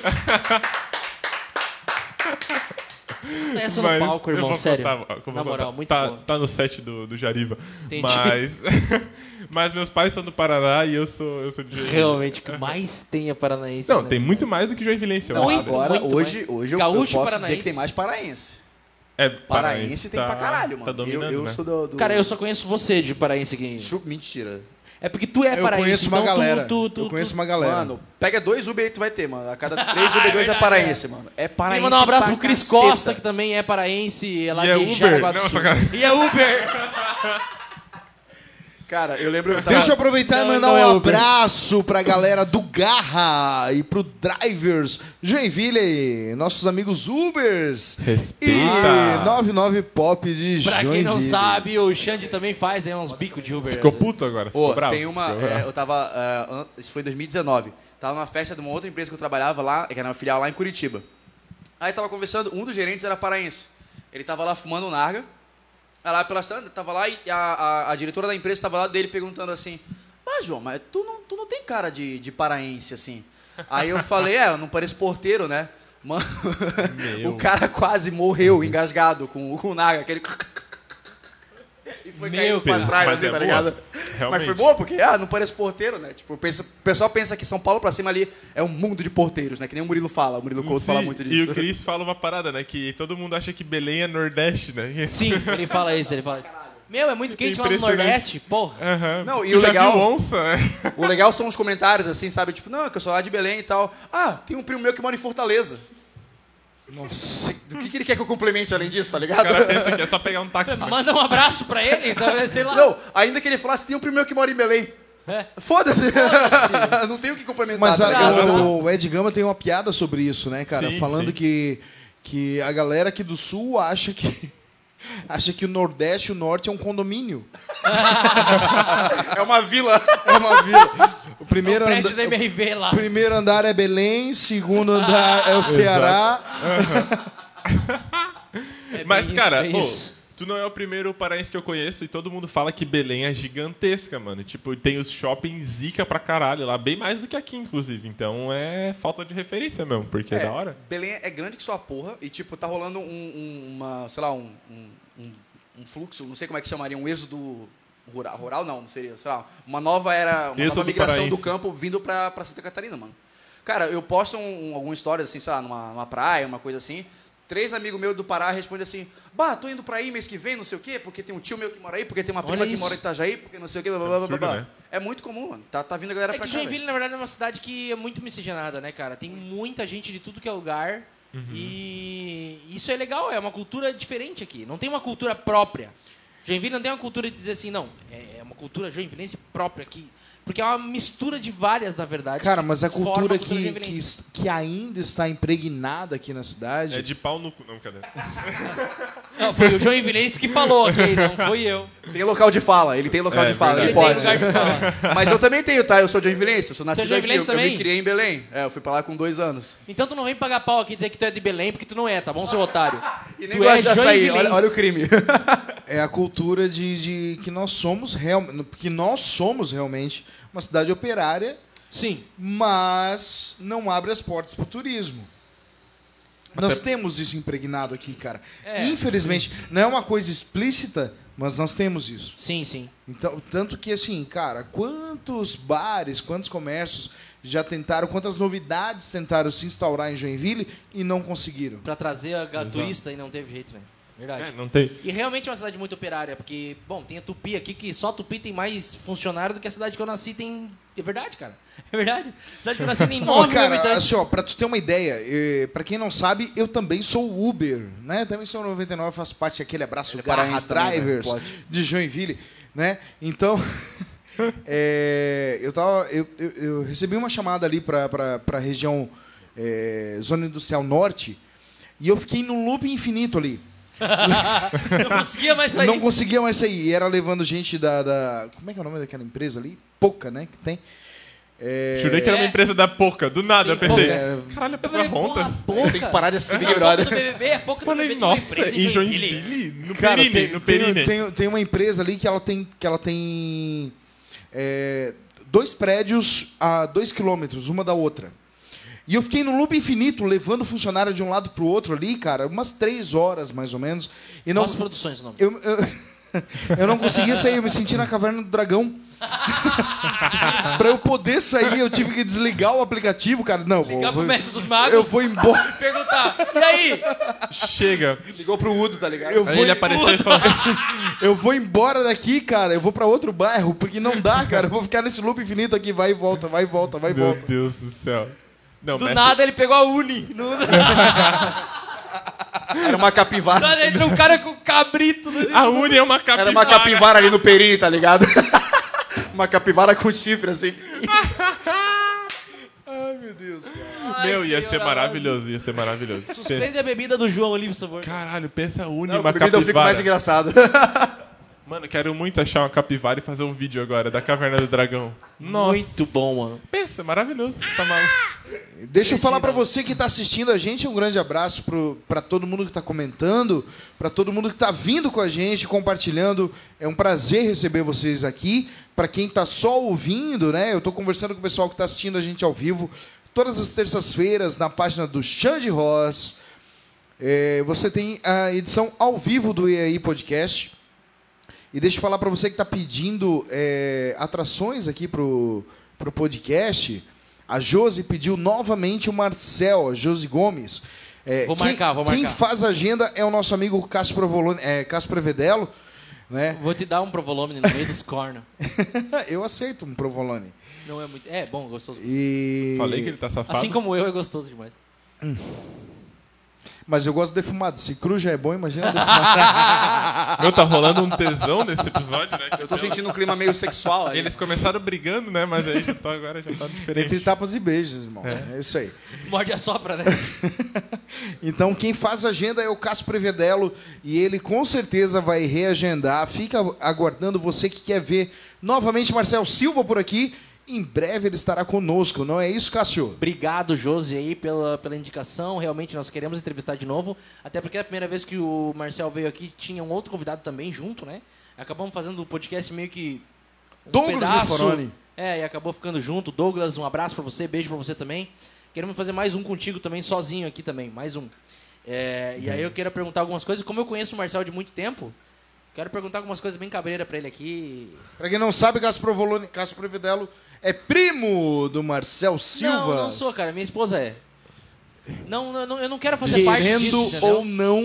B: Tá Essa no
A: mas
B: palco,
A: eu
B: irmão,
A: vou
B: sério.
A: contar, eu vou
B: Na moral,
A: contar.
B: muito
A: tá,
B: bom.
A: tá no set do, do Jariva.
B: Entendi.
A: Mas, (laughs) mas meus pais são do Paraná e eu sou, eu sou de Joinville.
B: Realmente, o que mais tem é paranaense.
A: Não,
B: né?
A: tem muito mais do que Joinvilense, eu
E: Não,
A: acho.
B: Muito,
E: agora,
B: muito
E: hoje,
B: mais.
E: hoje eu, eu
B: Gaúcho e
E: posso dizer
B: paranaense.
E: que tem mais paraense.
A: É,
E: Paraense tem
A: tá-
E: pra caralho, mano.
A: Tá dominando,
E: eu eu
A: né?
E: sou do, do-
B: Cara, eu só conheço você de paraense aqui.
E: Chu- Mentira.
B: É porque tu é
C: Eu
B: paraense.
C: conheço uma
B: então tu-
C: galera.
B: Tu, tu,
C: eu conheço
B: tu-
C: uma galera.
E: Mano, pega dois Uber aí que tu vai ter, mano.
B: (laughs)
E: A cada três Uber, dois é paraense, mano. É
B: Queria
E: paraense.
B: mandar um abraço pro Cris Costa, que
E: tá...
B: também é paraense, é lá
A: E é
B: de
A: Uber?
B: Jaraguá do
A: Não,
B: Sul.
A: sacanagem.
B: E é Uber!
E: Cara, eu lembro... Eu tava...
C: Deixa eu aproveitar
B: Tá. Não,
C: e mandar
B: não é
C: um
B: Uber.
C: abraço pra galera do Garra e pro Drivers Joinville, nossos amigos Ubers
A: Respeita.
C: e 99 Pop de
B: pra
C: Joinville.
B: quem não sabe, o Xande também faz aí uns bicos de Uber.
A: Ficou
B: às vezes.
A: puto agora, ficou
E: Ô,
A: bravo.
E: tem uma.
A: Ficou
E: é,
A: bravo.
E: eu tava. é, an- isso foi em 2019. Tava numa festa de uma outra empresa que eu trabalhava lá, que era uma filial lá em Curitiba. Aí tava conversando, um dos gerentes era paraense. Ele tava lá fumando um narga. Aí lá pelas tantas, tava lá e a, a- a diretora da empresa tava lá dele perguntando assim: Mas, João, mas tu não, tu não tem cara de, de paraense assim. Aí eu falei: É, eu não pareço porteiro, né? Mano, (laughs) o cara quase morreu engasgado com, com o narga, aquele. (laughs) E foi
B: Meu
E: caindo pra
A: Deus,
E: trás,
A: mas
E: assim,
A: é
E: tá
A: boa.
E: ligado? Mas
A: Realmente.
E: foi boa, porque, ah, não parece porteiro, né? Tipo, pensa- o pessoal pensa que São Paulo pra cima ali é um mundo de porteiros, né? Que nem o Murilo fala, o Murilo Couto
A: Sim,
E: fala muito
A: E
E: disso.
A: o Cris fala uma parada, né? Que todo mundo acha que Belém é Nordeste, né?
B: Sim, ele fala isso, ele fala isso. Meu, é muito quente lá no
A: Impressionante.
B: Nordeste, porra.
A: Aham.
E: Não, e
A: Tu
E: o
A: já
E: legal-
A: Viu onça, (laughs) né?
E: O legal são os comentários, assim, sabe? Tipo, não, que eu sou lá de Belém e tal. Ah, tem um primo meu que mora em Fortaleza.
C: Nossa.
E: Do que, que ele quer que eu complemente além disso, tá ligado?
A: O cara pensa que é só pegar um táxi.
E: Ah,
A: né?
B: Manda um abraço pra ele, talvez, sei lá.
E: (laughs) Não, ainda que ele falasse, tem um primo meu que mora em Belém.
B: É.
E: Foda-se! (laughs) não tem o que complementar.
C: Mas
E: tá
C: a-
E: ligado?
B: engraçado.
C: o Ed Gama tem uma piada sobre isso, né, cara?
A: Sim,
C: Falando
A: sim.
C: que que a galera aqui do sul acha que (laughs) acha que o Nordeste e o Norte é um condomínio.
E: É uma vila.
C: É uma vila. O
A: É
C: primeiro
B: O
A: um
B: prédio
C: anda-
B: da MRV lá.
C: O Primeiro andar é Belém, segundo andar
A: Ah.
C: é o Ceará.
B: É
A: Mas,
B: bem
A: cara,
B: isso,
A: pô,
B: bem isso.
A: tu não é o primeiro paraense que eu conheço e todo mundo fala que Belém é gigantesca, mano. Tipo, tem os shoppings zica pra caralho lá, bem mais do que aqui, inclusive. Então é falta de referência mesmo, porque é, da hora.
E: Belém é grande que sua porra e, tipo, tá rolando um, um- uma, sei lá, um, um- um- um fluxo, não sei como é que chamaria, um êxodo rural, rural não, não seria, sei lá, uma nova era, uma
A: Êxodo
E: nova migração
A: paraense.
E: do campo vindo pra, pra Santa Catarina, mano. Cara, eu posto um, um, alguma história, assim, sei lá, numa, numa praia, uma coisa assim. Três amigos meus do Pará respondem assim: Bah, tô indo pra aí mês que vem, não sei o quê, porque tem um tio meu que mora aí, porque tem uma
B: Olha
E: prima que
B: isso.
E: mora em Itajaí, porque não sei o quê, blá blá blá blá.
A: Absurdo,
E: blá.
A: né?
E: É muito comum, mano. Tá, tá vindo a galera
B: É
E: pra
B: que
E: cá. velho.
B: Joinville, na verdade, é uma cidade que é muito miscigenada, né, cara? Tem muita gente de tudo que é lugar.
A: Uhum.
B: E isso é legal, é uma cultura diferente aqui. Não tem uma cultura própria. Joinville não tem uma cultura de dizer assim, não. É é uma cultura joinvilense própria aqui. Porque é uma mistura de várias, na verdade.
C: Cara,
B: que
C: mas a
B: forma
C: cultura que, que,
B: joinvilense.
C: es- que ainda está impregnada aqui na cidade.
A: É de pau no cu. Não, cadê?
B: É Não, foi o joinvilense que falou, ok? Não foi eu.
E: Tem local de fala, ele tem local
A: É,
E: de fala,
B: Ele
E: ele
A: verdade.
E: pode.
B: tem lugar de falar.
E: Mas eu também tenho, tá? Eu sou de Joinvilense, eu sou nascido aqui,
B: joinvilense
E: eu, eu
B: também?
E: me criei em Belém. É, eu fui pra lá com dois anos.
B: Então tu não vem pagar pau aqui e dizer que tu é de Belém, porque tu não é, tá bom, seu otário?
E: E
B: Tu
E: nem gosto
B: é
E: de açaí,
B: joinvilense.
E: olha, olha o crime.
C: é a cultura de, de que nós somos realmente, que nós somos realmente uma cidade operária,
B: Sim.
C: mas não abre as portas para o turismo. Nós temos isso impregnado aqui, cara.
B: É,
C: Infelizmente, não é uma coisa explícita, mas nós temos isso.
B: Sim, sim.
C: Então, tanto que assim, cara, quantos bares, quantos comércios já tentaram, quantas novidades tentaram se instaurar em Joinville e não conseguiram.
B: Pra trazer a ga-
A: Exato.
B: turista e não teve jeito, né? Verdade.
A: É, não tem.
B: E realmente é uma cidade muito operária, porque, bom, tem a Tupi aqui, que só a Tupi tem mais funcionário do que a cidade que eu nasci tem. É verdade, cara. (laughs) É verdade. A cidade que eu nasci
C: (laughs)
B: tem
C: Não,
B: 9 mil
C: cara,
B: habitantes.
C: assim, ó, pra tu ter uma ideia, eh, pra quem não sabe, eu também sou Uber, né? Também sou 99, faço parte daquele abraço
E: Ele é
C: Garra
E: paraense também, né?
C: Drivers
E: Pode.
C: de Joinville, né? Então, (laughs) eh, eu, tava, eu, eu- eu recebi uma chamada ali pra, pra, pra região eh, Zona Industrial Norte e eu fiquei num loop infinito ali.
B: Não conseguia mais sair.
C: Não conseguia mais sair. E era levando gente da, da- Como é que é o nome daquela empresa ali? Pouca, né? Que tem. Eh,
A: Jurei que era uma
B: É.
A: empresa da Poca. Do nada, eu pensei.
C: Pouca.
A: Caralho, a
B: Eu
A: Poca
B: falei, porra,
A: Rontas.
B: pouca.
E: Tem que parar de assistir Big
B: É pouca
E: Brother.
B: do BBB, é pouca
A: Eu
B: do
A: falei,
B: BBB, tem uma
A: nossa,
B: empresa
A: em Joinville? No
C: Cara,
A: Perine,
C: tem,
A: no
C: tem-
A: Perine.
C: tem- tem uma empresa ali que ela tem, que ela tem é, dois prédios a dois quilômetros, uma da outra. E eu fiquei no loop infinito, levando o funcionário de um lado pro outro ali, cara, umas três horas, mais ou menos. E não,
B: Nossas produções, o nome.
C: eu, (laughs) eu, eu não conseguia sair, eu me senti na caverna do dragão. (laughs) pra eu poder sair, eu tive que desligar o aplicativo, cara. Não, vou-
B: Ligar pro
C: vou-
B: mestre dos magos.
C: eu vou embora.
B: Perguntar, e aí?
A: Chega.
E: (laughs) Ligou pro Udo, tá ligado?
C: Eu
A: Aí
C: vou,
A: ele apareceu e falou.
C: Eu vou embora daqui, cara. Eu vou pra outro bairro, porque não dá, cara. Eu vou ficar nesse loop infinito aqui, vai e volta, vai e volta, vai e
A: Meu
C: volta.
A: Deus do céu. Não,
B: Do
A: mestre-
B: nada ele pegou a Uni. No- Do
E: Era uma capivara.
B: nada entra um cara com cabrito. no-
A: A Uni é uma capivara.
E: Era uma capivara ali no perinho, tá ligado? (laughs) uma capivara com chifre, assim.
C: Ai, meu Deus, cara.
B: Ai,
A: Meu, ia
B: senhor
A: ser
B: amado.
A: maravilhoso, ia ser maravilhoso.
B: Suspende a bebida do João ali, por favor.
A: Caralho, pensa a Uni,
E: Não,
A: uma
E: comigo eu fico mais
A: capivara.
E: engraçado.
A: Mano, quero muito achar uma capivara e fazer um vídeo agora da Caverna do Dragão. Nossa.
B: Muito bom, mano.
A: Pensa, maravilhoso. Tá maluco.
C: Deixa eu falar pra você que tá assistindo a gente, um grande abraço pro, pra todo mundo que tá comentando, pra todo mundo que tá vindo com a gente, compartilhando. É um prazer receber vocês aqui. Pra quem tá só ouvindo, né? Eu tô conversando com o pessoal que tá assistindo a gente ao vivo todas as terças-feiras na página do Xande Ross. É, você tem a edição ao vivo do EAI Podcast. E deixa eu falar para você que está pedindo é, atrações aqui pro, pro podcast. A Josi pediu novamente o Marcel, a Josi Gomes. É,
B: Vou
C: quem-
B: marcar, vou
C: Quem
B: marcar.
C: faz a agenda é o nosso amigo Cássio, Provolone, é, Cássio Prevedelo. Né? (laughs)
B: Vou te dar um provolone no meio dos cornos.
C: Eu aceito um Provolone.
B: Não é muito. É bom, gostoso.
C: E...
A: Falei que ele tá safado.
B: Assim como eu, é gostoso demais.
C: Mas eu gosto de defumado. Se cru já é bom, imagina
A: (laughs)
C: defumado.
A: Meu, tá rolando um tesão nesse episódio, né?
E: Eu (laughs) tô sentindo um clima meio sexual ali.
A: Eles começaram brigando, né? Mas aí já tá, agora já tá diferente.
C: Entre tapas e beijos, irmão. é isso aí.
B: Morde a sopra, né?
C: Então, quem faz a agenda é o Cássio Prevedelo e ele com certeza vai reagendar. Fica aguardando você que quer ver novamente Marcel Silva por aqui. Em breve ele estará conosco, não é isso, Cássio?
B: (laughs) Obrigado, Josi, aí, pela, pela indicação. Realmente, nós queremos entrevistar de novo. Até porque é a primeira vez que o Marcel veio aqui, tinha um outro convidado também junto, né? Acabamos fazendo o podcast meio que. um
C: Douglas
B: pedaço.
C: Biforoni.
B: É, e acabou ficando junto. Douglas, um abraço pra você, beijo pra você também. Queremos fazer mais um contigo também, sozinho aqui também, mais um. É, e aí eu quero perguntar algumas coisas. Como eu conheço o Marcel de muito tempo, quero perguntar algumas coisas bem cabreira pra ele aqui.
C: Para quem não sabe, Cássio, Provolone, Cássio Prevedelo É primo do Marcel Silva.
B: Não, não sou, cara. Minha esposa é. Não, não, não, eu não quero fazer parte
C: Querendo
B: é disso, entendeu?
C: ou não,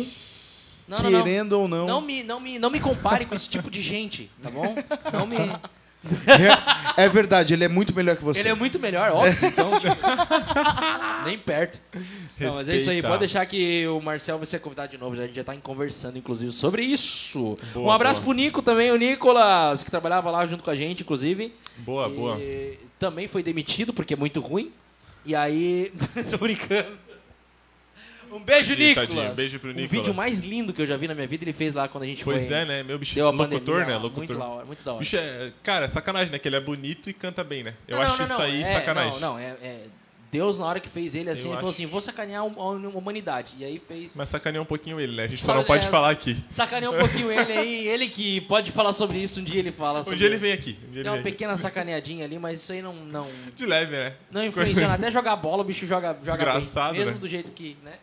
B: não, não, não.
C: querendo ou não.
B: Não me, não, me, não me compare com esse tipo de gente, tá bom? Não me...
C: É, é verdade, ele é muito melhor que você.
B: Ele é muito melhor, óbvio, então,
C: (laughs)
B: tipo, nem perto. Não, mas é isso aí,
A: Respeita.
B: pode deixar que o Marcel vai ser convidado de novo, já, a gente já tá em conversando, inclusive, sobre isso. um
A: Boa,
B: abraço
A: boa.
B: pro Nico também, o Nicolas, que trabalhava lá junto com a gente, inclusive.
A: Boa,
B: E
A: Tá boa.
B: Também foi demitido, porque é muito ruim. E aí. (laughs) Tô brincando. Um beijo,
A: Tadinho,
B: Nicolas.
A: tadinho. Beijo pro
B: O
A: Nicolas.
B: vídeo mais lindo que eu já vi na minha vida, ele fez lá quando a gente
A: Pois
B: foi.
A: é, né? Meu bicho
B: Deu a
A: locutor,
B: pandemia,
A: né?
B: ó, Muito da
A: Locutor.
B: hora. Muito da hora.
A: Bicho é, cara, sacanagem, né? Que ele é bonito e canta bem, né? Eu
B: Não, não,
A: acho
B: não,
A: isso
B: não,
A: aí
B: é,
A: sacanagem.
B: Não, não, é, é- Deus, na hora que fez ele assim,
A: Eu
B: ele falou
A: acho.
B: assim: vou sacanear a humanidade. E aí fez.
A: Mas sacaneou um pouquinho ele, né? A gente
B: Só
A: só não pode
B: é,
A: falar aqui.
B: Sacaneou um pouquinho
A: (laughs)
B: ele aí, ele que pode falar sobre isso, um dia ele fala
A: Um
B: sobre
A: dia ele vem aqui. Um dia ele
B: Deu uma
A: vem aqui.
B: pequena sacaneadinha ali, mas isso aí não, não,
A: De leve, né? (laughs)
B: não influencia. Até jogar bola, o bicho joga, joga
A: Desgraçado,
B: bem. Mesmo
A: né?
B: do jeito que, né?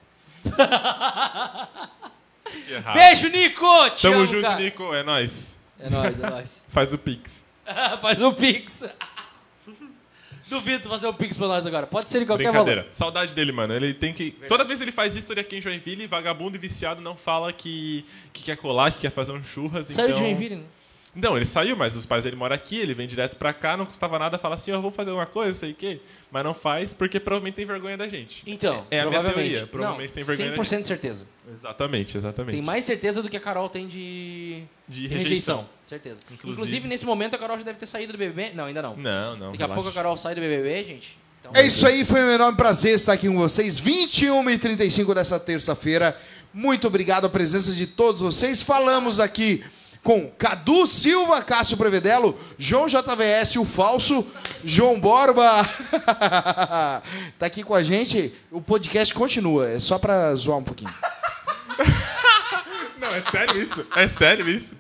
A: Que errado.
B: Beijo, Nico! Te
A: Ah. Tamo
B: amo,
A: junto,
B: cara.
A: Nico. É nóis.
B: É nóis,
A: (laughs)
B: é nóis.
A: Faz o pix.
B: Faz um pix. Duvido tu fazer um pix pra nós agora. Pode ser de qualquer
A: Brincadeira.
B: valor.
A: Saudade dele, mano. Ele tem que. Toda vez que ele faz história aqui em Joinville, vagabundo e viciado não fala que, que quer colar, que quer fazer um churras.
B: Saiu
A: então...
B: de Joinville, né?
A: Não, ele saiu, mas os pais dele moram aqui, ele vem direto pra cá, não custava nada falar assim, ó, vou fazer uma coisa, sei o quê. Mas não faz, porque provavelmente tem vergonha da gente.
B: Então,
A: É a minha
B: provavelmente.
A: teoria, provavelmente
B: Não,
A: tem vergonha da
B: 100% de certeza.
A: Exatamente, exatamente.
B: Tem mais certeza do que a Carol tem de,
A: De
B: de
A: rejeição.
B: Certeza. Inclusive,
A: Inclusive-
B: nesse momento, a Carol já deve ter saído do BBB. Não, ainda não.
A: Não, não.
B: Daqui a pouco a Carol sai do BBB, gente. Então,
C: É isso aí, foi um enorme prazer estar aqui com vocês. 21h35 dessa terça-feira. Muito obrigado à presença de todos vocês. Falamos aqui com Cadu Silva, Cássio Prevedelo, João JVS, o falso, João Borba. (laughs) tá aqui com a gente. O podcast continua, é só pra zoar um pouquinho.
A: Não, é sério isso? É sério isso?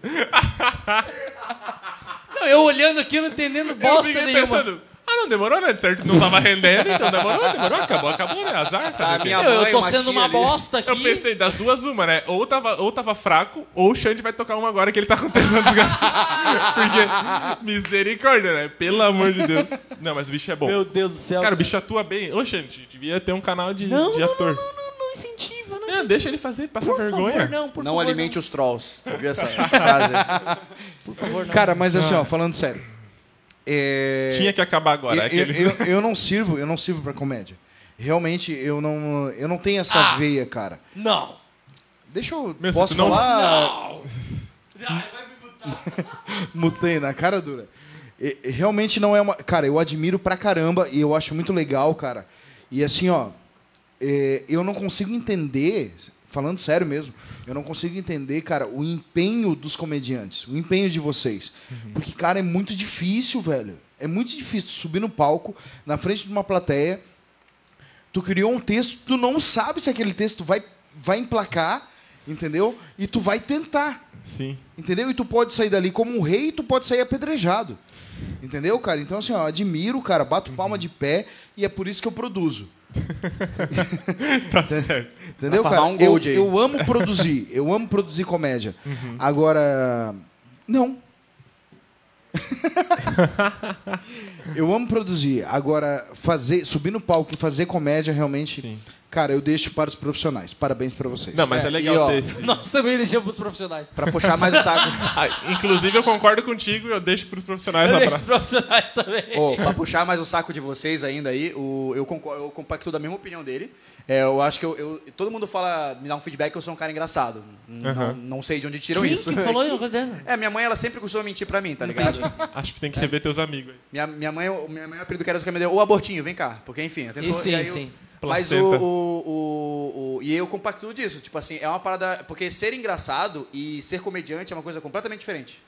B: Não, eu olhando aqui, não entendendo bosta
A: eu fiquei
B: nenhuma.
A: pensando, ah, não, demorou, né? Certo, Não tava rendendo, então demorou, demorou, acabou, acabou, né? Azar, fazer
E: Tá,
A: o quê?
E: minha
B: Eu, eu
E: mãe,
B: tô
E: uma
B: sendo
E: tia
B: uma
E: ali.
B: bosta aqui.
A: Eu pensei, das duas, uma, né? Ou tava, ou tava fraco, ou o Xande vai tocar uma agora que ele tá acontecendo desgraçado. (laughs) Porque, misericórdia, né? Pelo amor de Deus. Não, mas o bicho é bom.
B: Meu Deus do céu.
A: Cara, o bicho atua bem. Ô, Xande, devia ter um canal de,
B: não,
A: de
B: não,
A: ator.
B: não, não, não, não incentiva, não
A: É,
B: incentiva.
A: deixa ele fazer, passa
B: Por
A: vergonha.
B: favor, não, por
E: Não
B: favor,
E: alimente os trolls. Tu viu essa, (laughs) essa frase?
B: Por favor, não.
C: Cara, mas assim, ó, falando sério. É...
A: Tinha que acabar agora.
C: eu,
A: aquele...
C: eu- eu- eu não sirvo, eu não sirvo pra comédia. Realmente, eu não, eu não tenho essa
B: Ah.
C: veia, cara.
B: Não.
C: Deixa eu.
A: Meu, se
C: posso
A: tu não-
C: falar?
B: Não. Ai, vai me botar.
C: Mutei na cara dura. E- e realmente não é uma. Cara, eu admiro pra caramba e eu acho muito legal, cara. E assim, ó. é, eu não consigo entender, falando sério mesmo, eu não consigo entender, cara, o empenho dos comediantes, o empenho de vocês.
A: Uhum.
C: Porque, cara, é muito difícil, velho. É muito difícil tu subir no palco, na frente de uma plateia, tu criou um texto, tu não sabe se aquele texto vai, vai emplacar, entendeu? E tu vai tentar.
A: Sim.
C: Entendeu? E tu pode sair dali como um rei e tu pode sair apedrejado. Entendeu, cara? Então, assim, ó, admiro, cara, bato palma de pé e é por isso que eu produzo.
A: Tá
B: (laughs)
A: certo.
C: Entendeu,
E: Vai
C: cara?
E: farmar um
C: eu,
E: gold aí. Uhum.
C: eu amo produzir. Eu amo produzir comédia. Agora,
E: (laughs)
C: não. eu amo produzir. Agora, fazer, subir no palco e fazer comédia, realmente,
A: Sim.
C: cara, eu deixo para os profissionais. Parabéns para vocês.
A: Não, mas é,
E: É,
A: legal
E: e, ó,
A: ter esse.
B: Nós também deixamos os profissionais.
E: Pra puxar mais o saco.
A: Ah, inclusive, eu concordo contigo eu deixo pros profissionais um
B: Eu
A: lá
B: deixo
A: pra...
B: os profissionais também. (laughs)
E: Ô, pra puxar mais o saco de vocês ainda aí, o, eu, concordo, eu compacto da mesma opinião dele. É, eu acho que eu, eu- todo mundo fala, me dá um feedback que eu sou um cara engraçado. N- Não, não sei de onde tiram
B: Quem
E: isso.
B: que falou uma coisa dessa?
E: (laughs) É, minha mãe, ela sempre costuma mentir pra mim, tá ligado?
A: Acho que tem que rever teus amigos aí.
E: minha, minha mãe, o- minha mãe é o apelido que era que me deu, ô abortinho, vem cá. Porque, enfim, eu tento-
B: E sim,
E: aí eu-
B: sim.
E: Mas o,
A: Placenta.
E: o- o- o- E eu compacto disso. Tipo assim, é uma parada. Porque ser engraçado e ser comediante é uma coisa completamente diferente.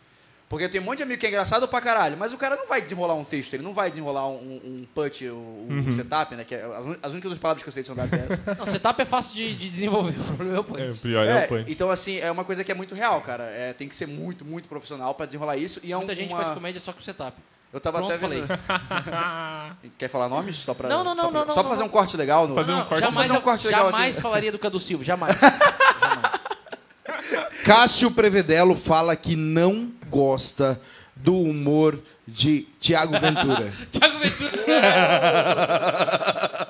E: Porque tem um monte de amigo que é engraçado pra caralho, mas o cara não vai desenrolar um texto, ele não vai desenrolar um, um punch, um,
B: Uhum.
E: um setup, né? Que é, as, un- as únicas duas palavras que eu sei de setup é essa.
B: (laughs) Não, setup é fácil de, de desenvolver. (laughs) O problema é o punch.
A: É, o pior é,
E: É,
A: o punch.
E: então, assim, é uma coisa que é muito real, cara. É, tem que ser muito, muito profissional pra desenrolar isso. E é um,
B: Muita gente
E: uma-
B: faz comédia só com setup.
E: Eu tava
B: Pronto,
E: até vendo- (laughs) Quer falar nomes? Só pra,
B: Não, não,
E: só
B: não,
E: pra,
B: não,
E: Só
B: não,
E: pra fazer
B: não.
E: um corte legal. No...
A: Fazer um
B: Não,
A: corte.
B: Jamais,
E: Vamos fazer um corte legal
B: jamais
E: aqui.
B: falaria do Cadu Silva,
E: (laughs)
B: jamais.
C: Cássio Prevedelo fala que não gosta do humor de
B: (laughs)
C: Tiago Ventura.
B: Tiago
A: (laughs)
B: Ventura,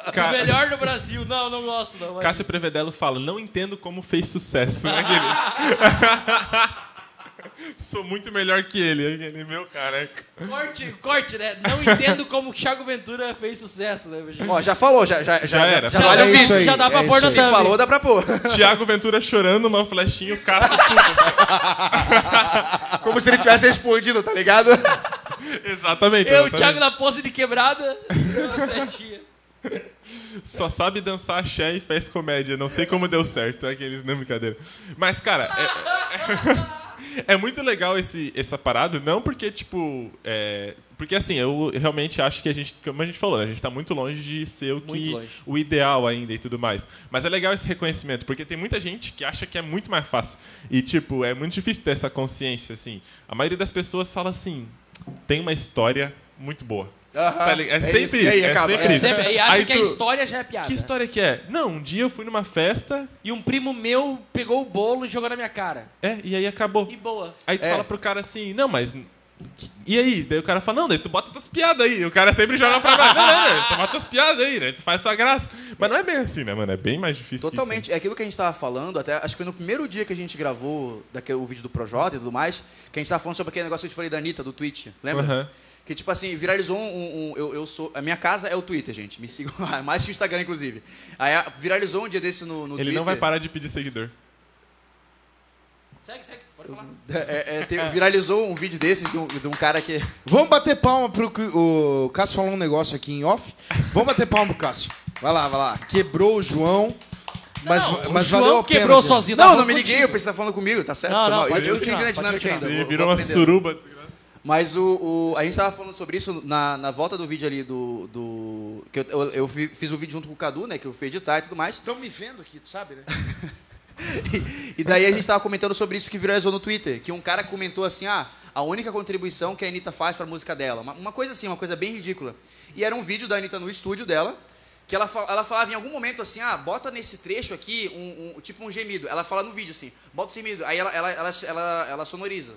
B: o
A: Ca-
B: melhor do Brasil. Não, não gosto, não. mas-
A: Cássio Prevedelo fala, não entendo como fez sucesso. né,
B: (laughs)
A: Aquele... (laughs) Sou muito melhor que ele. Aquele meu
B: (laughs)
A: careca.
B: Corte, corte, né? Não entendo como o Thiago Ventura fez sucesso, né? bicho?
E: Ó, já falou, já, já, já, já,
A: era.
E: já
A: Já
E: vale
C: é
E: o
C: isso
E: vídeo.
C: aí,
B: Já dá pra
C: é
B: pôr
C: isso
B: no
C: aí.
E: Se falou, dá pra
B: (laughs)
E: pôr.
A: Tiago Ventura chorando, uma flechinha, o Cássio super.
E: Como se ele tivesse respondido, tá ligado?
A: Exatamente.
B: Eu, o
A: exatamente.
B: Thiago na pose de (laughs) quebrada. Uma setinha.
A: Só sabe dançar axé e faz comédia. Não sei como deu certo. Aqueles, não, brincadeira. Mas, cara, é- é, (laughs) é muito legal esse, essa parada. Não porque, tipo... é, porque, assim, eu realmente acho que a gente... Como a gente falou, né, a gente tá muito longe de ser o,
B: Muito
A: que,
B: longe.
A: o ideal ainda e tudo mais. Mas é legal esse reconhecimento. Porque tem muita gente que acha que é muito mais fácil. E, tipo, é muito difícil ter essa consciência, assim. A maioria das pessoas fala assim... Tem uma história muito boa. Tá ligado? é, sempre
E: isso.
A: isso,
E: E aí,
A: é
E: acaba.
A: sempre
B: É
A: isso.
B: sempre, e acha
A: Aí
B: que a
A: tu-
B: história já é piada.
A: que história que é? Não, um dia eu fui numa festa,
B: E um primo meu pegou o bolo e jogou na minha cara.
A: é, e aí acabou.
B: E boa.
A: Aí tu
E: É.
A: fala pro cara assim, não, mas. E aí? Daí o cara fala, não, daí tu bota tuas piadas aí. O cara sempre joga pra baixo. Não, não, não, tu bota tuas piadas aí, né? Tu faz tua graça. Mas não é bem assim, né, mano? É bem mais difícil. que
E: Totalmente. É aquilo que a gente tava falando, até acho que foi no primeiro dia que a gente gravou daquele, o vídeo do Projota e tudo mais, que a gente tava falando sobre aquele negócio que eu te falei da Anitta, do Twitch,
A: isso.
E: lembra?
A: Aham.
E: Que, tipo assim, viralizou um. um- um- eu, eu sou, a minha casa é o Twitter, gente. Me sigam lá, (laughs) mais que o Instagram, inclusive. Aí a- viralizou um dia desse no, no
A: Ele
E: Twitter.
A: não vai parar de pedir seguidor.
B: Segue, segue, pode falar.
E: É, é, te- viralizou um vídeo desses de um, de um cara que.
C: Vamos bater palma pro. que- O Cássio falou um negócio aqui em off. Vamos bater palma pro Cássio. Vai lá, vai lá. Quebrou o João. Mas,
B: Não,
C: mas
B: o João
C: valeu a pena.
B: quebrou
C: cara.
B: sozinho.
E: Não,
B: tava
E: não me
B: contigo.
E: liguei, eu pensei que tá falando comigo, tá certo?
B: Não,
E: foi
B: não,
E: mal. Eu-
B: pode
E: eu
B: continuar,
E: entendi a
B: pode
E: dinâmica ainda.
B: continuar.
A: Ele
E: vou-
A: virou
E: vou
A: uma
E: aprendendo.
A: suruba.
E: Mas o, o- a gente tava falando sobre isso na, na volta do vídeo ali do. do que eu, eu, eu fi- fiz o vídeo junto com o Cadu, né? Que eu fui editar e tudo mais.
C: Estão me vendo aqui, tu sabe, né?
E: (laughs) E, e daí a gente tava comentando sobre isso que viralizou no Twitter. Que um cara comentou assim: ah, a única contribuição que a Anitta faz pra música dela. Uma, uma coisa assim, uma coisa bem ridícula. E era um vídeo da Anitta no estúdio dela. Que ela, fa- ela falava em algum momento assim, ah, bota nesse trecho aqui um, um- tipo um gemido. Ela fala no vídeo assim, bota o gemido. Aí ela, ela, ela, ela, ela sonoriza.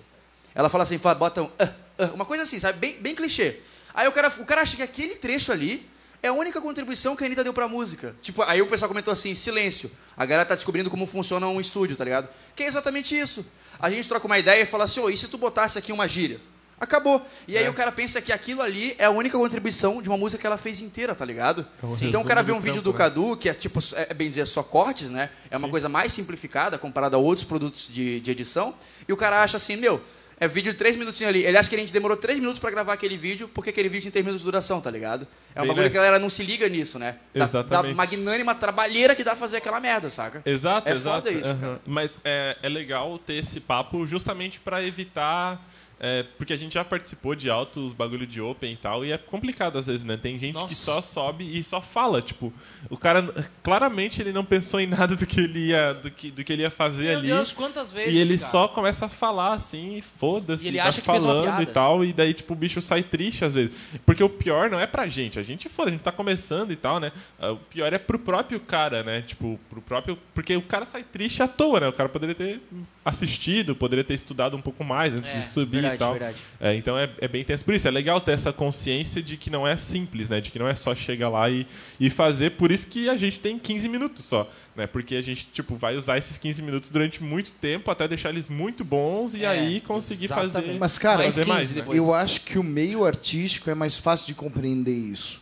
E: Ela fala assim, fala, bota um, "ah, ah", uma coisa assim, sabe? Bem, bem clichê. Aí o cara, o cara acha que aquele trecho ali é a única contribuição que a Anitta deu pra música. Tipo, aí o pessoal comentou assim, silêncio. A galera tá descobrindo como funciona um estúdio, tá ligado? Que é exatamente isso. A gente troca uma ideia e fala assim, ô, e se tu botasse aqui uma gíria? Acabou. E aí o cara pensa que aquilo ali é a única contribuição de uma música que ela fez inteira, tá ligado? Então o cara vê um vídeo do Cadu, que é tipo, é é bem dizer, só cortes, né? É uma coisa mais simplificada comparada a outros produtos de, de edição. E o cara acha assim, meu, é vídeo de três minutinhos ali. Ele acha que a gente demorou três minutos pra gravar aquele vídeo, porque aquele vídeo tem três minutos de duração, tá ligado? É uma
A: Bem
E: bagulho que a
A: nessa.
E: galera não se liga nisso, né? Da, da
A: Exatamente.
E: magnânima trabalheira que dá fazer aquela merda, saca?
A: Exato,
E: É
A: exato.
E: foda isso,
A: Aham.
E: cara.
A: Mas é, é legal ter esse papo justamente pra evitar. é, porque a gente já participou de altos bagulho de open e tal, e é complicado às vezes, né? Tem gente
B: Nossa.
A: que só sobe e só fala, tipo, o cara claramente ele não pensou em nada do que ele ia, do que, do que ele ia fazer
B: Meu
A: ali.
B: Deus, quantas vezes,
A: e ele
B: cara?
A: só começa a falar assim, e foda-se,
B: E ele
A: tá
B: acha que fez uma
A: falando e
B: piada.
A: tal, e daí tipo o bicho sai triste às vezes. Porque o pior não é pra gente, a gente foda, a gente tá começando e tal, né? Ah, O pior é pro próprio cara, né? Tipo, pro próprio, porque o cara sai triste à toa, né? O cara poderia ter assistido, poderia ter estudado um pouco mais antes
B: É,
A: de subir
B: verdade,
A: e tal.
B: verdade.
A: É, então é, é bem tenso. Por isso, é legal ter essa consciência de que não é simples, né? De que não é só chegar lá e, e fazer. Por isso que a gente tem 15 minutos só, né? Porque a gente, tipo, vai usar esses 15 minutos durante muito tempo até deixar eles muito bons e
B: É,
A: aí conseguir
B: exatamente.
A: fazer...
C: Mas, cara,
A: fazer mais, né?
B: depois.
C: Eu acho que o meio artístico é mais fácil de compreender isso.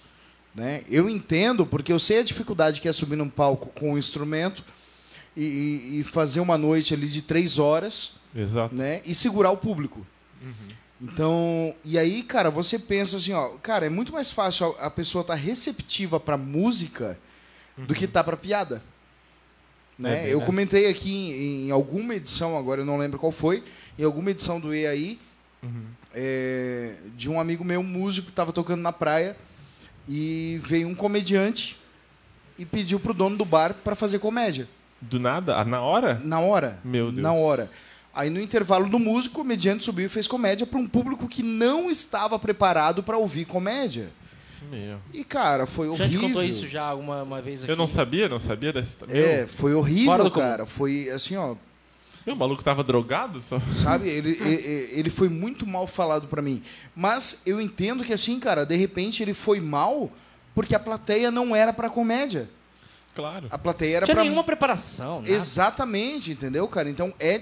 C: Né? Eu entendo, porque eu sei a dificuldade que é subir num palco com um instrumento e, e- e fazer uma noite ali de três horas
A: Exato. Uhum.
C: né, e segurar o público. Então, e aí, cara, você pensa assim, ó, cara, é muito mais fácil a, a pessoa estar receptiva pra música do que tá pra piada.
A: Uhum. É
C: Né?
A: bem
C: eu
A: nessa.
C: comentei aqui em, em alguma edição, agora eu não lembro qual foi, em alguma edição do E aí,
A: Uhum.
C: é, de um amigo meu, músico, que tava tocando na praia e veio um comediante e pediu pro dono do bar pra fazer comédia.
A: Do nada, ah, na hora...
C: Na hora.
A: Meu Deus.
C: Na hora. Aí no intervalo do músico, o comediante subiu e fez comédia para um público que não estava preparado para ouvir comédia.
A: Meu.
C: E cara, foi
B: Já
C: horrível.
B: te contou isso já alguma uma vez aqui.
A: Eu não sabia, não sabia dessa...
C: É, foi horrível,
B: Fora do comum.
C: cara. Foi assim, ó.
A: Meu, o maluco tava drogado só. (laughs)
C: Sabe? Ele, e- e- ele foi muito mal falado pra mim. Mas eu entendo que, assim, cara, de repente ele foi mal porque a plateia não era pra comédia.
A: Claro.
C: A plateia era
B: Não tinha
C: pra.
B: nenhuma preparação, né?
C: Exatamente, entendeu, cara? Então, é.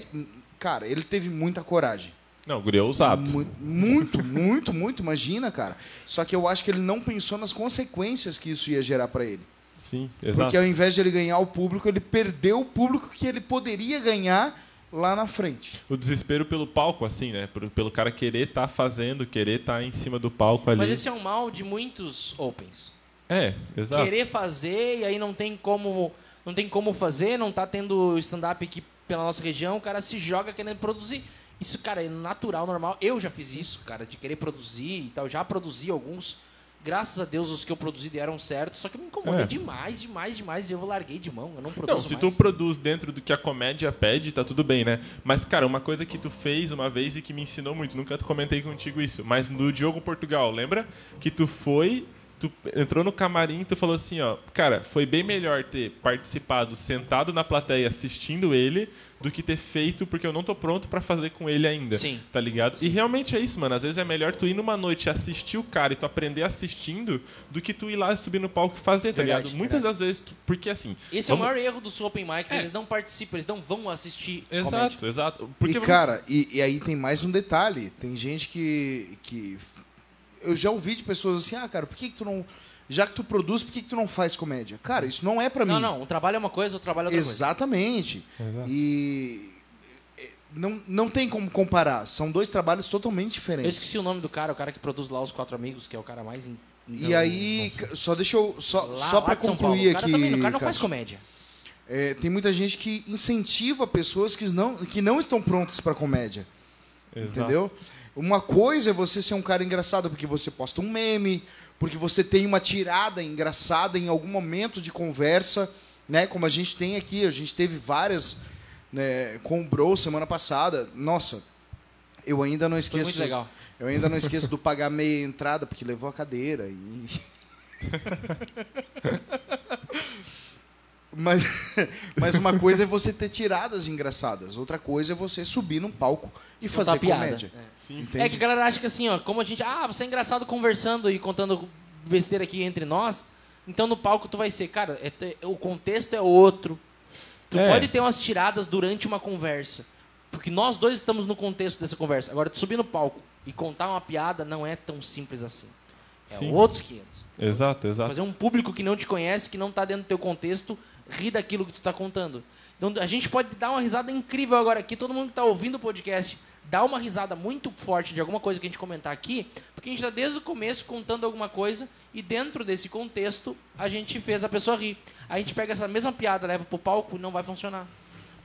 C: Cara, ele teve muita coragem.
A: Não, o guri é ousado.
C: Mu- Muito, muito, muito, imagina, cara. Só que eu acho que ele não pensou nas consequências que isso ia gerar pra ele.
A: Sim, exato.
C: Porque ao invés de ele ganhar o público, ele perdeu o público que ele poderia ganhar lá na frente.
A: O desespero pelo palco, assim, né? Por- Pelo cara querer tá fazendo, querer tá em cima do palco ali.
B: Mas esse é um mal de muitos opens.
A: É, exato.
B: Querer fazer e aí não tem como, não tem como fazer, não tá tendo stand-up aqui pela nossa região, o cara se joga querendo produzir. Isso, cara, é natural, normal. Eu já fiz isso, cara, de querer produzir e tal. Já produzi alguns. Graças a Deus, os que eu produzi deram certo. Só que me incomoda
A: É.
B: demais, demais, demais. Eu larguei de mão. Eu não produzo
A: Não, se tu
B: mais.
A: produz dentro do que a comédia pede, tá tudo bem, né? Mas, cara, uma coisa que tu fez uma vez e que me ensinou muito, nunca comentei contigo isso, mas no Diogo Portugal, lembra? Que tu foi, tu entrou no camarim e tu falou assim, ó, cara, foi bem melhor ter participado sentado na plateia assistindo ele do que ter feito porque eu não tô pronto pra fazer com ele ainda.
B: Sim.
A: Tá ligado? E realmente é isso, mano. Às vezes é melhor tu ir numa noite assistir o cara e tu aprender assistindo do que tu ir lá subir no palco e fazer, tá
B: Verdade,
A: ligado? Muitas das vezes, tu- porque assim. vamos-
B: Esse
A: É.
B: é o maior erro dos Open Mics. Eles não participam, eles não vão assistir.
A: Exato,
B: comédia.
A: exato. Porque
C: e,
A: você-
C: cara, e, e aí tem mais um detalhe. Tem gente que, que. Eu já ouvi de pessoas assim, ah, cara, por que, que tu não. Já que tu produz, por que, que tu não faz comédia? Cara, isso não é pra
B: Não,
C: mim.
B: não. Um trabalho é uma coisa, outro trabalho é outra
C: Exatamente. E. é, Não, não tem como comparar. São dois trabalhos totalmente
B: coisa. Eu
C: diferentes.
B: esqueci o nome do cara, o cara que produz lá os quatro amigos, que é o cara mais. in-
C: E aí, ca- só deixa eu. Só,
B: Lá-
C: só
B: lá
C: pra
B: de São Paulo.
C: concluir
B: O cara
C: aqui.
B: também, o cara não faz
C: Cássio.
B: comédia.
C: É, tem muita gente que incentiva pessoas que não, que não estão prontas para comédia,
A: Exato.
C: entendeu? Uma coisa é você ser um cara engraçado porque você posta um meme, porque você tem uma tirada engraçada em algum momento de conversa, né? Como a gente tem aqui, a gente teve várias né, com o Bro semana passada. Nossa, eu ainda não
B: Foi
C: esqueço.
B: muito legal.
C: Eu ainda não esqueço do pagar meia entrada, porque levou a cadeira. e- (laughs) mas, mas uma coisa é você ter tiradas engraçadas, outra coisa é você subir num palco e fazer
B: Contar piada.
C: comédia.
A: Sim.
C: Entende?
B: É que a galera acha que assim, ó, como a gente. Ah, você é engraçado conversando e contando besteira aqui entre nós. Então no palco tu vai ser, cara, é te- o contexto é outro. Tu
A: É.
B: pode ter umas tiradas durante uma conversa. Porque nós dois estamos no contexto dessa conversa. Agora, tu subir no palco e contar uma piada não é tão simples assim. É
A: Sim.
B: outros 500.
A: Exato, exato.
B: Fazer um público que não te conhece, que não tá dentro do teu contexto, ri daquilo que tu tá contando. Então a gente pode dar uma risada incrível agora aqui. Todo mundo que tá ouvindo o podcast, dá uma risada muito forte de alguma coisa que a gente comentar aqui, porque a gente tá desde o começo contando alguma coisa e dentro desse contexto a gente fez a pessoa rir. A gente pega essa mesma piada, leva pro palco, não vai funcionar.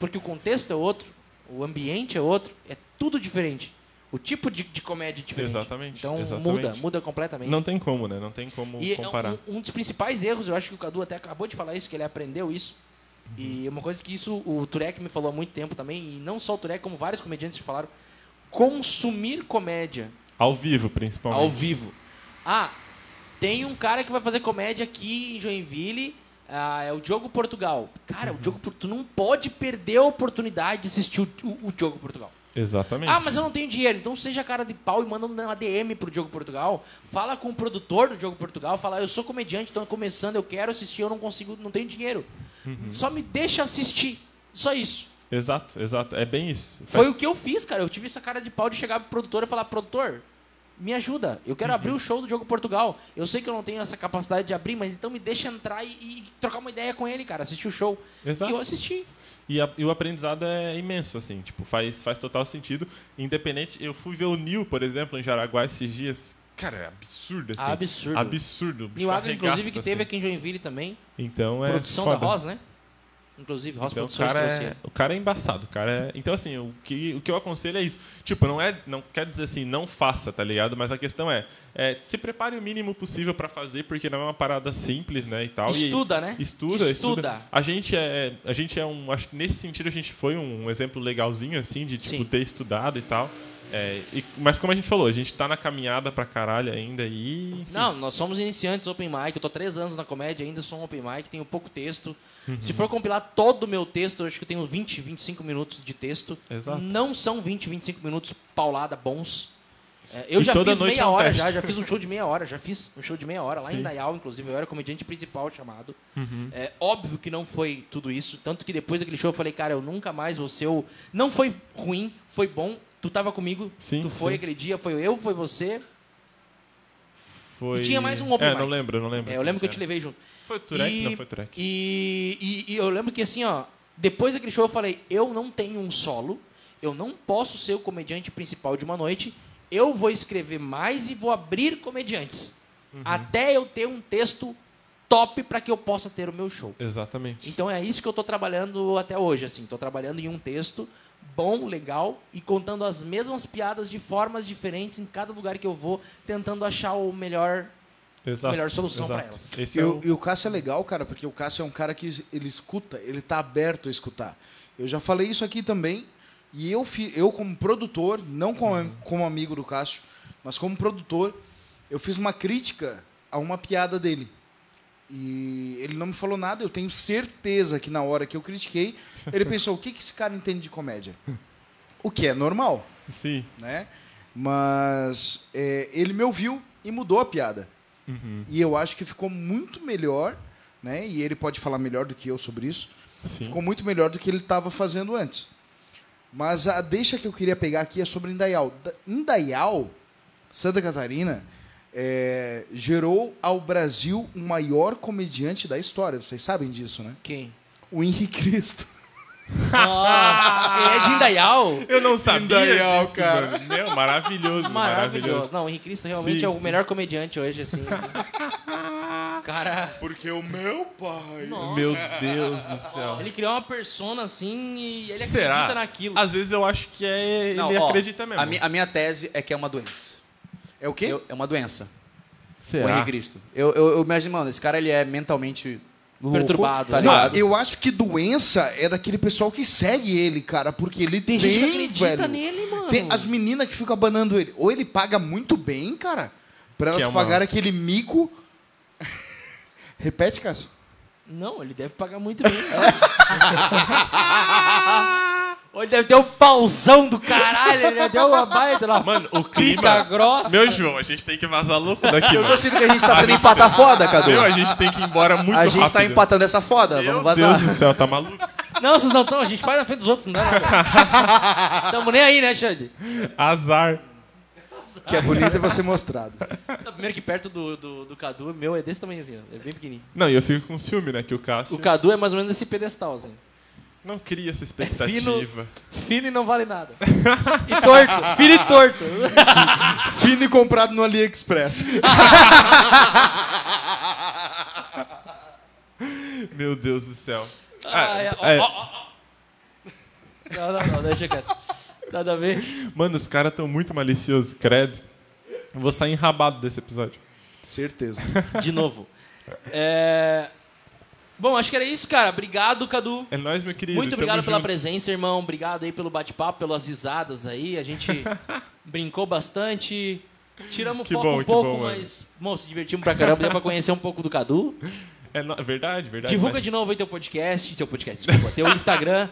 B: Porque o contexto é outro, o ambiente é outro, é tudo diferente. O tipo de, de comédia é diferente.
A: Exatamente,
B: Então
A: exatamente.
B: muda, muda completamente.
A: Não tem como, né? Não tem como
B: E é
A: comparar.
B: um, um dos principais erros, eu acho que o Cadu até acabou de falar isso, que ele aprendeu isso. E é uma coisa que isso o Turek me falou há muito tempo também, e não só o Turek, como vários comediantes falaram, consumir comédia
A: Ao vivo, principalmente.
B: ao vivo. Ah, tem um cara que vai fazer comédia aqui em Joinville, ah, é o Diogo Portugal. Cara, o Diogo Por- tu não pode perder a oportunidade de assistir o, o, o Diogo Portugal.
A: Exatamente.
B: Ah, mas eu não tenho dinheiro. Então seja cara de pau e manda um uma DM pro Diogo Portugal. Fala com o produtor do Diogo Portugal. Fala, eu sou comediante, tô começando, eu quero assistir, eu não consigo, não tenho dinheiro.
A: Uhum.
B: Só me deixa assistir. Só isso.
A: Exato, exato. É bem isso.
B: Foi
A: Faz-
B: o que eu fiz, cara. Eu tive essa cara de pau de chegar pro produtor e falar, produtor, me ajuda. Eu quero
A: Uhum.
B: abrir o show do Diogo Portugal. Eu sei que eu não tenho essa capacidade de abrir, mas então me deixa entrar e, e trocar uma ideia com ele, cara. Assistir o show.
A: Exato.
B: E eu assisti.
A: E, a- e o aprendizado é imenso, assim, tipo, faz, faz total sentido. Independente, eu fui ver o Nil, por exemplo, em Jaraguá esses dias. Cara, é absurdo, assim.
B: Absurdo.
A: Absurdo. O bicho
B: New Agra, inclusive,
A: arregaça,
B: que teve
A: assim.
B: aqui em Joinville também.
A: Então é
B: produção
A: foda.
B: da Ross, né? Inclusive, Ross
A: Então, o
B: Produções
A: cara,
B: trouxe
A: é,
B: ele.
A: o cara é embaçado, o cara é... Então, assim, o que, o que eu aconselho é isso. Tipo, não é, não quer dizer assim, não faça, tá ligado? Mas a questão é, é, se prepare o mínimo possível pra fazer, porque não é uma parada simples, né, e tal. E-
B: Estuda, né?
A: Estuda, estuda.
B: Estuda.
A: A gente é, a gente é um, acho que nesse sentido a gente foi um, exemplo um legalzinho, assim, de, tipo,
B: Sim.
A: ter estudado e tal. É, e- mas como a gente falou, a gente tá na caminhada pra caralho ainda e. enfim,
B: Não, nós somos iniciantes open mic. Eu tô há três anos na comédia, ainda sou um open mic, tenho pouco texto.
A: Uhum.
B: Se for compilar todo o meu texto, eu acho que eu tenho 20, 25 minutos de texto.
A: Exato.
B: Não são 20, 25 minutos paulada bons. É, eu
A: E
B: já
A: toda
B: fiz
A: noite
B: meia
A: é um
B: hora,
A: teste.
B: já, já fiz um show de meia hora, já fiz um show de meia hora lá em
A: Sim. Uhum.
B: Nayal, inclusive, eu era comediante principal chamado. É óbvio que não foi tudo isso, tanto que depois daquele show eu falei, cara, eu nunca mais vou ser o... Não foi ruim, foi bom, tu tava comigo,
A: Sim,
B: tu foi
A: sim.
B: aquele dia, foi eu, foi você,
A: Foi...
B: E tinha mais um open
A: É, não
B: mic.
A: lembro, não lembro.
B: É, eu lembro que eu te levei junto.
A: Foi o Turek?
B: E-
A: Não foi o Turek.
B: E, e- e eu lembro que assim, ó, depois daquele show eu falei, eu não tenho um solo, eu não posso ser o comediante principal de uma noite, eu vou escrever mais e vou abrir comediantes.
A: Uhum.
B: Até eu ter um texto top para que eu possa ter o meu show.
A: Exatamente.
B: Então é isso que eu tô trabalhando até hoje, assim, tô trabalhando em um texto bom, legal e contando as mesmas piadas de formas diferentes em cada lugar que eu vou, tentando achar o melhor.
A: Exato.
B: melhor solução pra
A: Exato.
B: elas.
A: Esse
C: E,
A: é
C: o,
A: o...
C: e o Cássio é legal, cara, porque o Cássio é um cara que ele escuta, ele tá aberto a escutar. Eu já falei isso aqui também, e eu, fi- eu como produtor, não como, como amigo do Cássio, mas como produtor, eu fiz uma crítica a uma piada dele. E ele não me falou nada, eu tenho certeza que na hora que eu critiquei, ele pensou, o que, que esse cara entende de comédia? O que é normal
A: Sim.
C: né? Mas é, ele me ouviu e mudou a piada. E eu acho que ficou muito melhor, né? E ele pode falar melhor do que eu sobre isso.
A: Sim.
C: Ficou muito melhor do que ele estava fazendo antes. Mas a deixa que eu queria pegar aqui é sobre Indaial. Da- Indaial, Santa Catarina, é, gerou ao Brasil o maior comediante da história. Vocês sabem disso, né?
A: (laughs)
B: Quem?
C: O Henrique Cristo.
B: Ah, ele é de Indaial?
A: Eu não sabia
C: Indaial,
A: disso,
C: cara.
A: mano. Meu, maravilhoso,
B: Maravilhoso.
A: maravilhoso.
B: Não, o Henrique Cristo realmente
A: Sim,
B: é o
A: sim.
B: melhor comediante hoje, assim. (laughs) Cara,
C: Porque o meu pai.
B: nossa.
A: Meu Deus do céu.
B: Ele criou uma persona assim e ele
A: Será?
B: acredita naquilo.
A: Às vezes eu acho que é...
E: Não,
A: ele
E: ó,
A: acredita mesmo.
E: A, mi- a minha tese é que é uma doença.
C: É o quê?
E: Eu- é uma doença. O
A: Será?
E: Henrique Cristo. Eu, eu, eu imagino, mano, esse cara ele é mentalmente louco,
B: Perturbado,
E: Tá
B: né?
E: ligado?
C: Não, eu acho que doença é daquele pessoal que segue ele, cara, porque ele tem,
B: Tem gente que acredita
C: velho.
B: nele, mano.
C: Tem as meninas que ficam abanando ele. Ou ele paga muito bem, cara, pra elas
A: Que é uma-
C: pagarem aquele mico. (laughs) Repete, Cássio.
B: Não, ele deve pagar muito bem. né?
A: (laughs)
B: Ou ele deve ter um pauzão do caralho, ele deve ter uma baita lá.
A: Mano, o
B: Pica
A: clima...
B: grossa.
A: Meu João, a gente tem que vazar louco daqui,
E: Eu tô
A: mano.
E: sentindo que a gente tá sendo empatar foda, Cadu.
A: Meu, a gente tem que ir embora muito rápido.
E: A gente tá empatando essa foda,
A: Meu
E: vamos vazar.
A: Deus do céu, tá maluco?
B: Não, vocês não estão, a gente faz na frente dos outros, não dá nada.
A: (laughs)
B: Tamo nem aí, né, Xande?
A: Azar.
C: Que é bonito e vai ser mostrado.
B: Não, Primeiro que perto do, do, do Cadu, meu é desse tamanhozinho, ó, é bem pequenininho.
A: Não, e eu fico com ciúme, né? Que o Cássio
B: O Cadu é mais ou menos esse pedestal, assim.
A: não cria essa
B: fino.
A: expectativa.
B: Fino e não vale nada. E torto, fino e torto.
C: Fino e comprado no AliExpress. (laughs)
A: Meu Deus do céu.
B: (laughs) Ah, é, ó,
A: é.
B: ó, ó, ó. Não, não, não, deixa quieto. Nada a ver.
A: Mano, os caras tão muito maliciosos, credo. Eu vou sair enrabado desse episódio.
C: Certeza.
B: De novo. É... Bom, acho que era isso, cara. Obrigado, Cadu.
A: É nóis, meu querido.
B: Muito obrigado
A: tamo
B: pela
A: junto.
B: presença, irmão. Obrigado aí pelo bate-papo, pelas risadas aí. A
A: (laughs)
B: gente brincou bastante. Tiramos
A: Que
B: foco
A: bom,
B: um
A: que
B: pouco,
A: bom, mano.
B: mas, bom, se divertimos pra caramba. Deu pra conhecer um pouco do Cadu.
A: É nó- verdade, verdade.
B: Divulga
A: mas-
B: de novo aí teu podcast. Teu podcast, desculpa. Teu Instagram.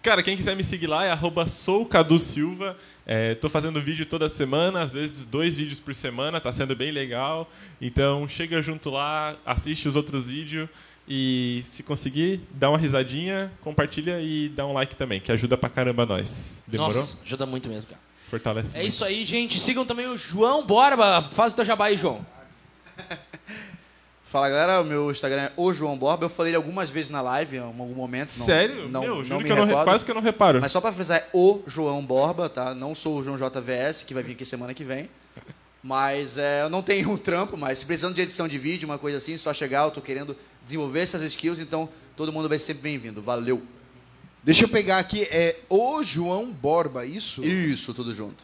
A: Cara, quem quiser me seguir lá é arroba soucadusilva. É, tô fazendo vídeo toda semana, às vezes dois vídeos por semana, tá sendo bem legal. Então chega junto lá, assiste os outros vídeos e se conseguir, dá uma risadinha, compartilha e dá um like também, que ajuda pra caramba nós. Demorou?
B: Nossa, ajuda muito mesmo, cara.
A: Fortalece.
B: É isso aí, gente. Sigam também o João Borba. Faz o teu jabá aí, João.
E: Fala galera, o meu Instagram é o João Borba. Eu falei ele algumas vezes na live, em algum momento. Não,
A: Sério?
E: Não,
A: Meu,
E: não
A: juro
E: me
A: que eu não, re-
E: recordo.
A: quase que eu não reparo.
E: Mas só pra frisar, é o João Borba, tá? Não sou o João JVS, que vai vir aqui semana que vem. Mas é, eu não tenho um trampo, mas se precisando de edição de vídeo, uma coisa assim, só chegar, eu tô querendo desenvolver essas skills, então todo mundo vai ser bem-vindo. Valeu.
C: Deixa eu pegar aqui. É o João Borba, isso?
E: Isso, tudo junto.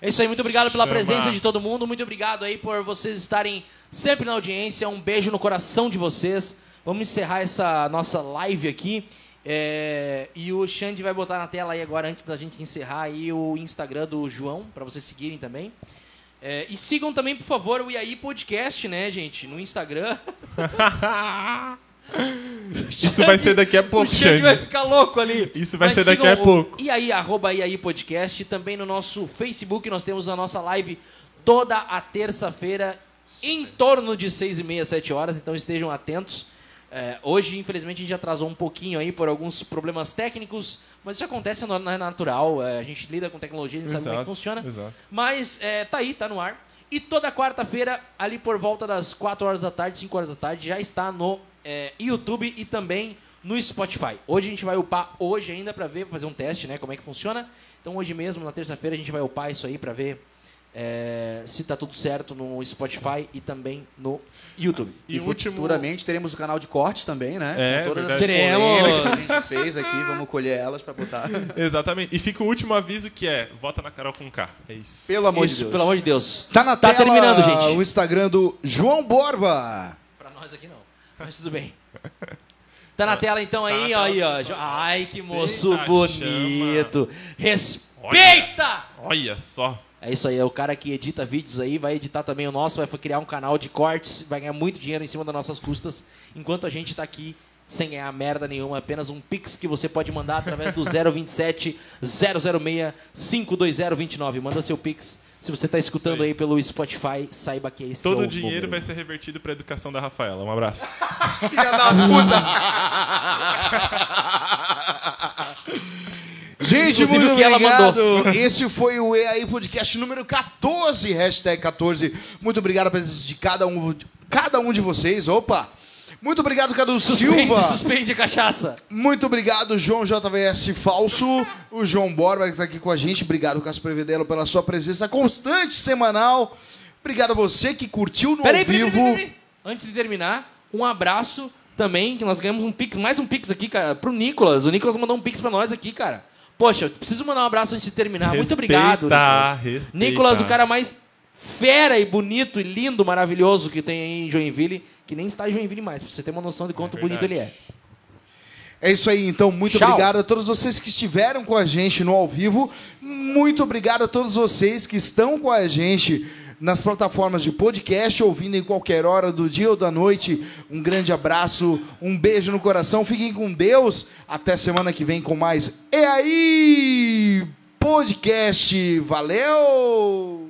B: É isso aí, muito obrigado pela
A: Chama.
B: presença de todo mundo. Muito obrigado aí por vocês estarem sempre na audiência. Um beijo no coração de vocês. Vamos encerrar essa nossa live aqui. É, e o Xande vai botar na tela aí agora, antes da gente encerrar, aí o Instagram do João, pra vocês seguirem também. É, e sigam também, por favor, o IAI Podcast, né, gente? No Instagram.
A: (laughs) Isso vai ser daqui a pouco,
B: O Xande
A: Xande.
B: vai ficar louco ali.
A: Isso vai ser daqui a pouco.
B: E aí, arroba e aí podcast. Também no nosso Facebook nós temos a nossa live toda a terça-feira em torno de seis e meia, sete horas. Então estejam atentos. É, hoje, infelizmente, a gente atrasou um pouquinho aí por alguns problemas técnicos, mas isso acontece, não é natural. É, a gente lida com tecnologia, a gente sabe como é que
A: Exato,
B: funciona.
A: exato.
B: Mas é, tá aí, tá no ar. E toda quarta-feira, ali por volta das 4 horas da tarde, 5 horas da tarde, já está no é, YouTube e também no Spotify. Hoje a gente vai upar hoje ainda pra ver, fazer um teste, né? Como é que funciona. Então hoje mesmo, na terça-feira, a gente vai upar isso aí pra ver é, se tá tudo certo no Spotify e também no YouTube.
A: E,
E: E,
A: o último.
E: futuramente teremos o canal de cortes também, né?
A: É,
E: Com todas
A: verdade.
E: as polêmicas que a
B: Teremos.
E: gente fez aqui, vamos colher elas pra botar. (laughs)
A: Exatamente. E fica o último aviso que é: vota na Carol com K. É isso.
E: Pelo amor de
B: Isso,
E: Deus.
B: pelo amor de Deus.
C: Tá na tela
B: terminando, gente.
C: o Instagram do João Borba.
B: Pra nós aqui não, mas tudo bem. Tá na tela então aí,
A: na
B: ó,
A: tela,
B: aí, ó. Ai, que moço
A: Eita,
B: bonito. Respeita!
A: Olha só.
B: É isso aí, é o cara que edita vídeos aí, vai editar também o nosso, vai criar um canal de cortes, vai ganhar muito dinheiro em cima das nossas custas, enquanto a gente tá aqui sem ganhar merda nenhuma, apenas um pix que você pode mandar através do 027 006 52029. Manda seu pix. Se você tá escutando aí pelo Spotify, saiba que esse
A: Todo
B: é
A: o dinheiro vai ser revertido pra educação da Rafaela. Um abraço.
C: Filha da puta. Gente,
B: Inclusive,
C: muito
B: o que ela
C: obrigado.
B: mandou.
C: Esse foi o EAI Podcast número 14, hashtag 14. Muito obrigado a presença de cada um, cada um de vocês. Opa! Muito obrigado, Cadu Silva.
B: suspende a cachaça.
C: Muito obrigado, João JVS Falso, o João Borba que está aqui com a gente. Obrigado, Cássio Prevedelo, pela sua presença constante, semanal. Obrigado a você que curtiu no
B: Peraí,
C: ao
B: peraí,
C: vivo.
B: peraí, peraí. Antes de terminar, um abraço também, que nós ganhamos um pix, mais um pix aqui, cara, pro Nicolas. O Nicolas mandou um pix pra nós aqui, cara. Poxa, eu preciso mandar um abraço antes de terminar. Muito
A: Respeita,
B: obrigado, Nicolas.
A: respeita.
B: Nicolas, o cara mais fera e bonito e lindo, maravilhoso que tem aí em Joinville, que nem está em Joinville mais, pra você ter uma noção de quanto bonito ele é.
C: É isso aí, então. Muito
B: Tchau.
C: obrigado a todos vocês que estiveram com a gente no ao vivo. Muito obrigado a todos vocês que estão com a gente nas plataformas de podcast, ouvindo em qualquer hora do dia ou da noite. Um grande abraço, um beijo no coração. Fiquem com Deus. Até semana que vem com mais. E aí, podcast. Valeu!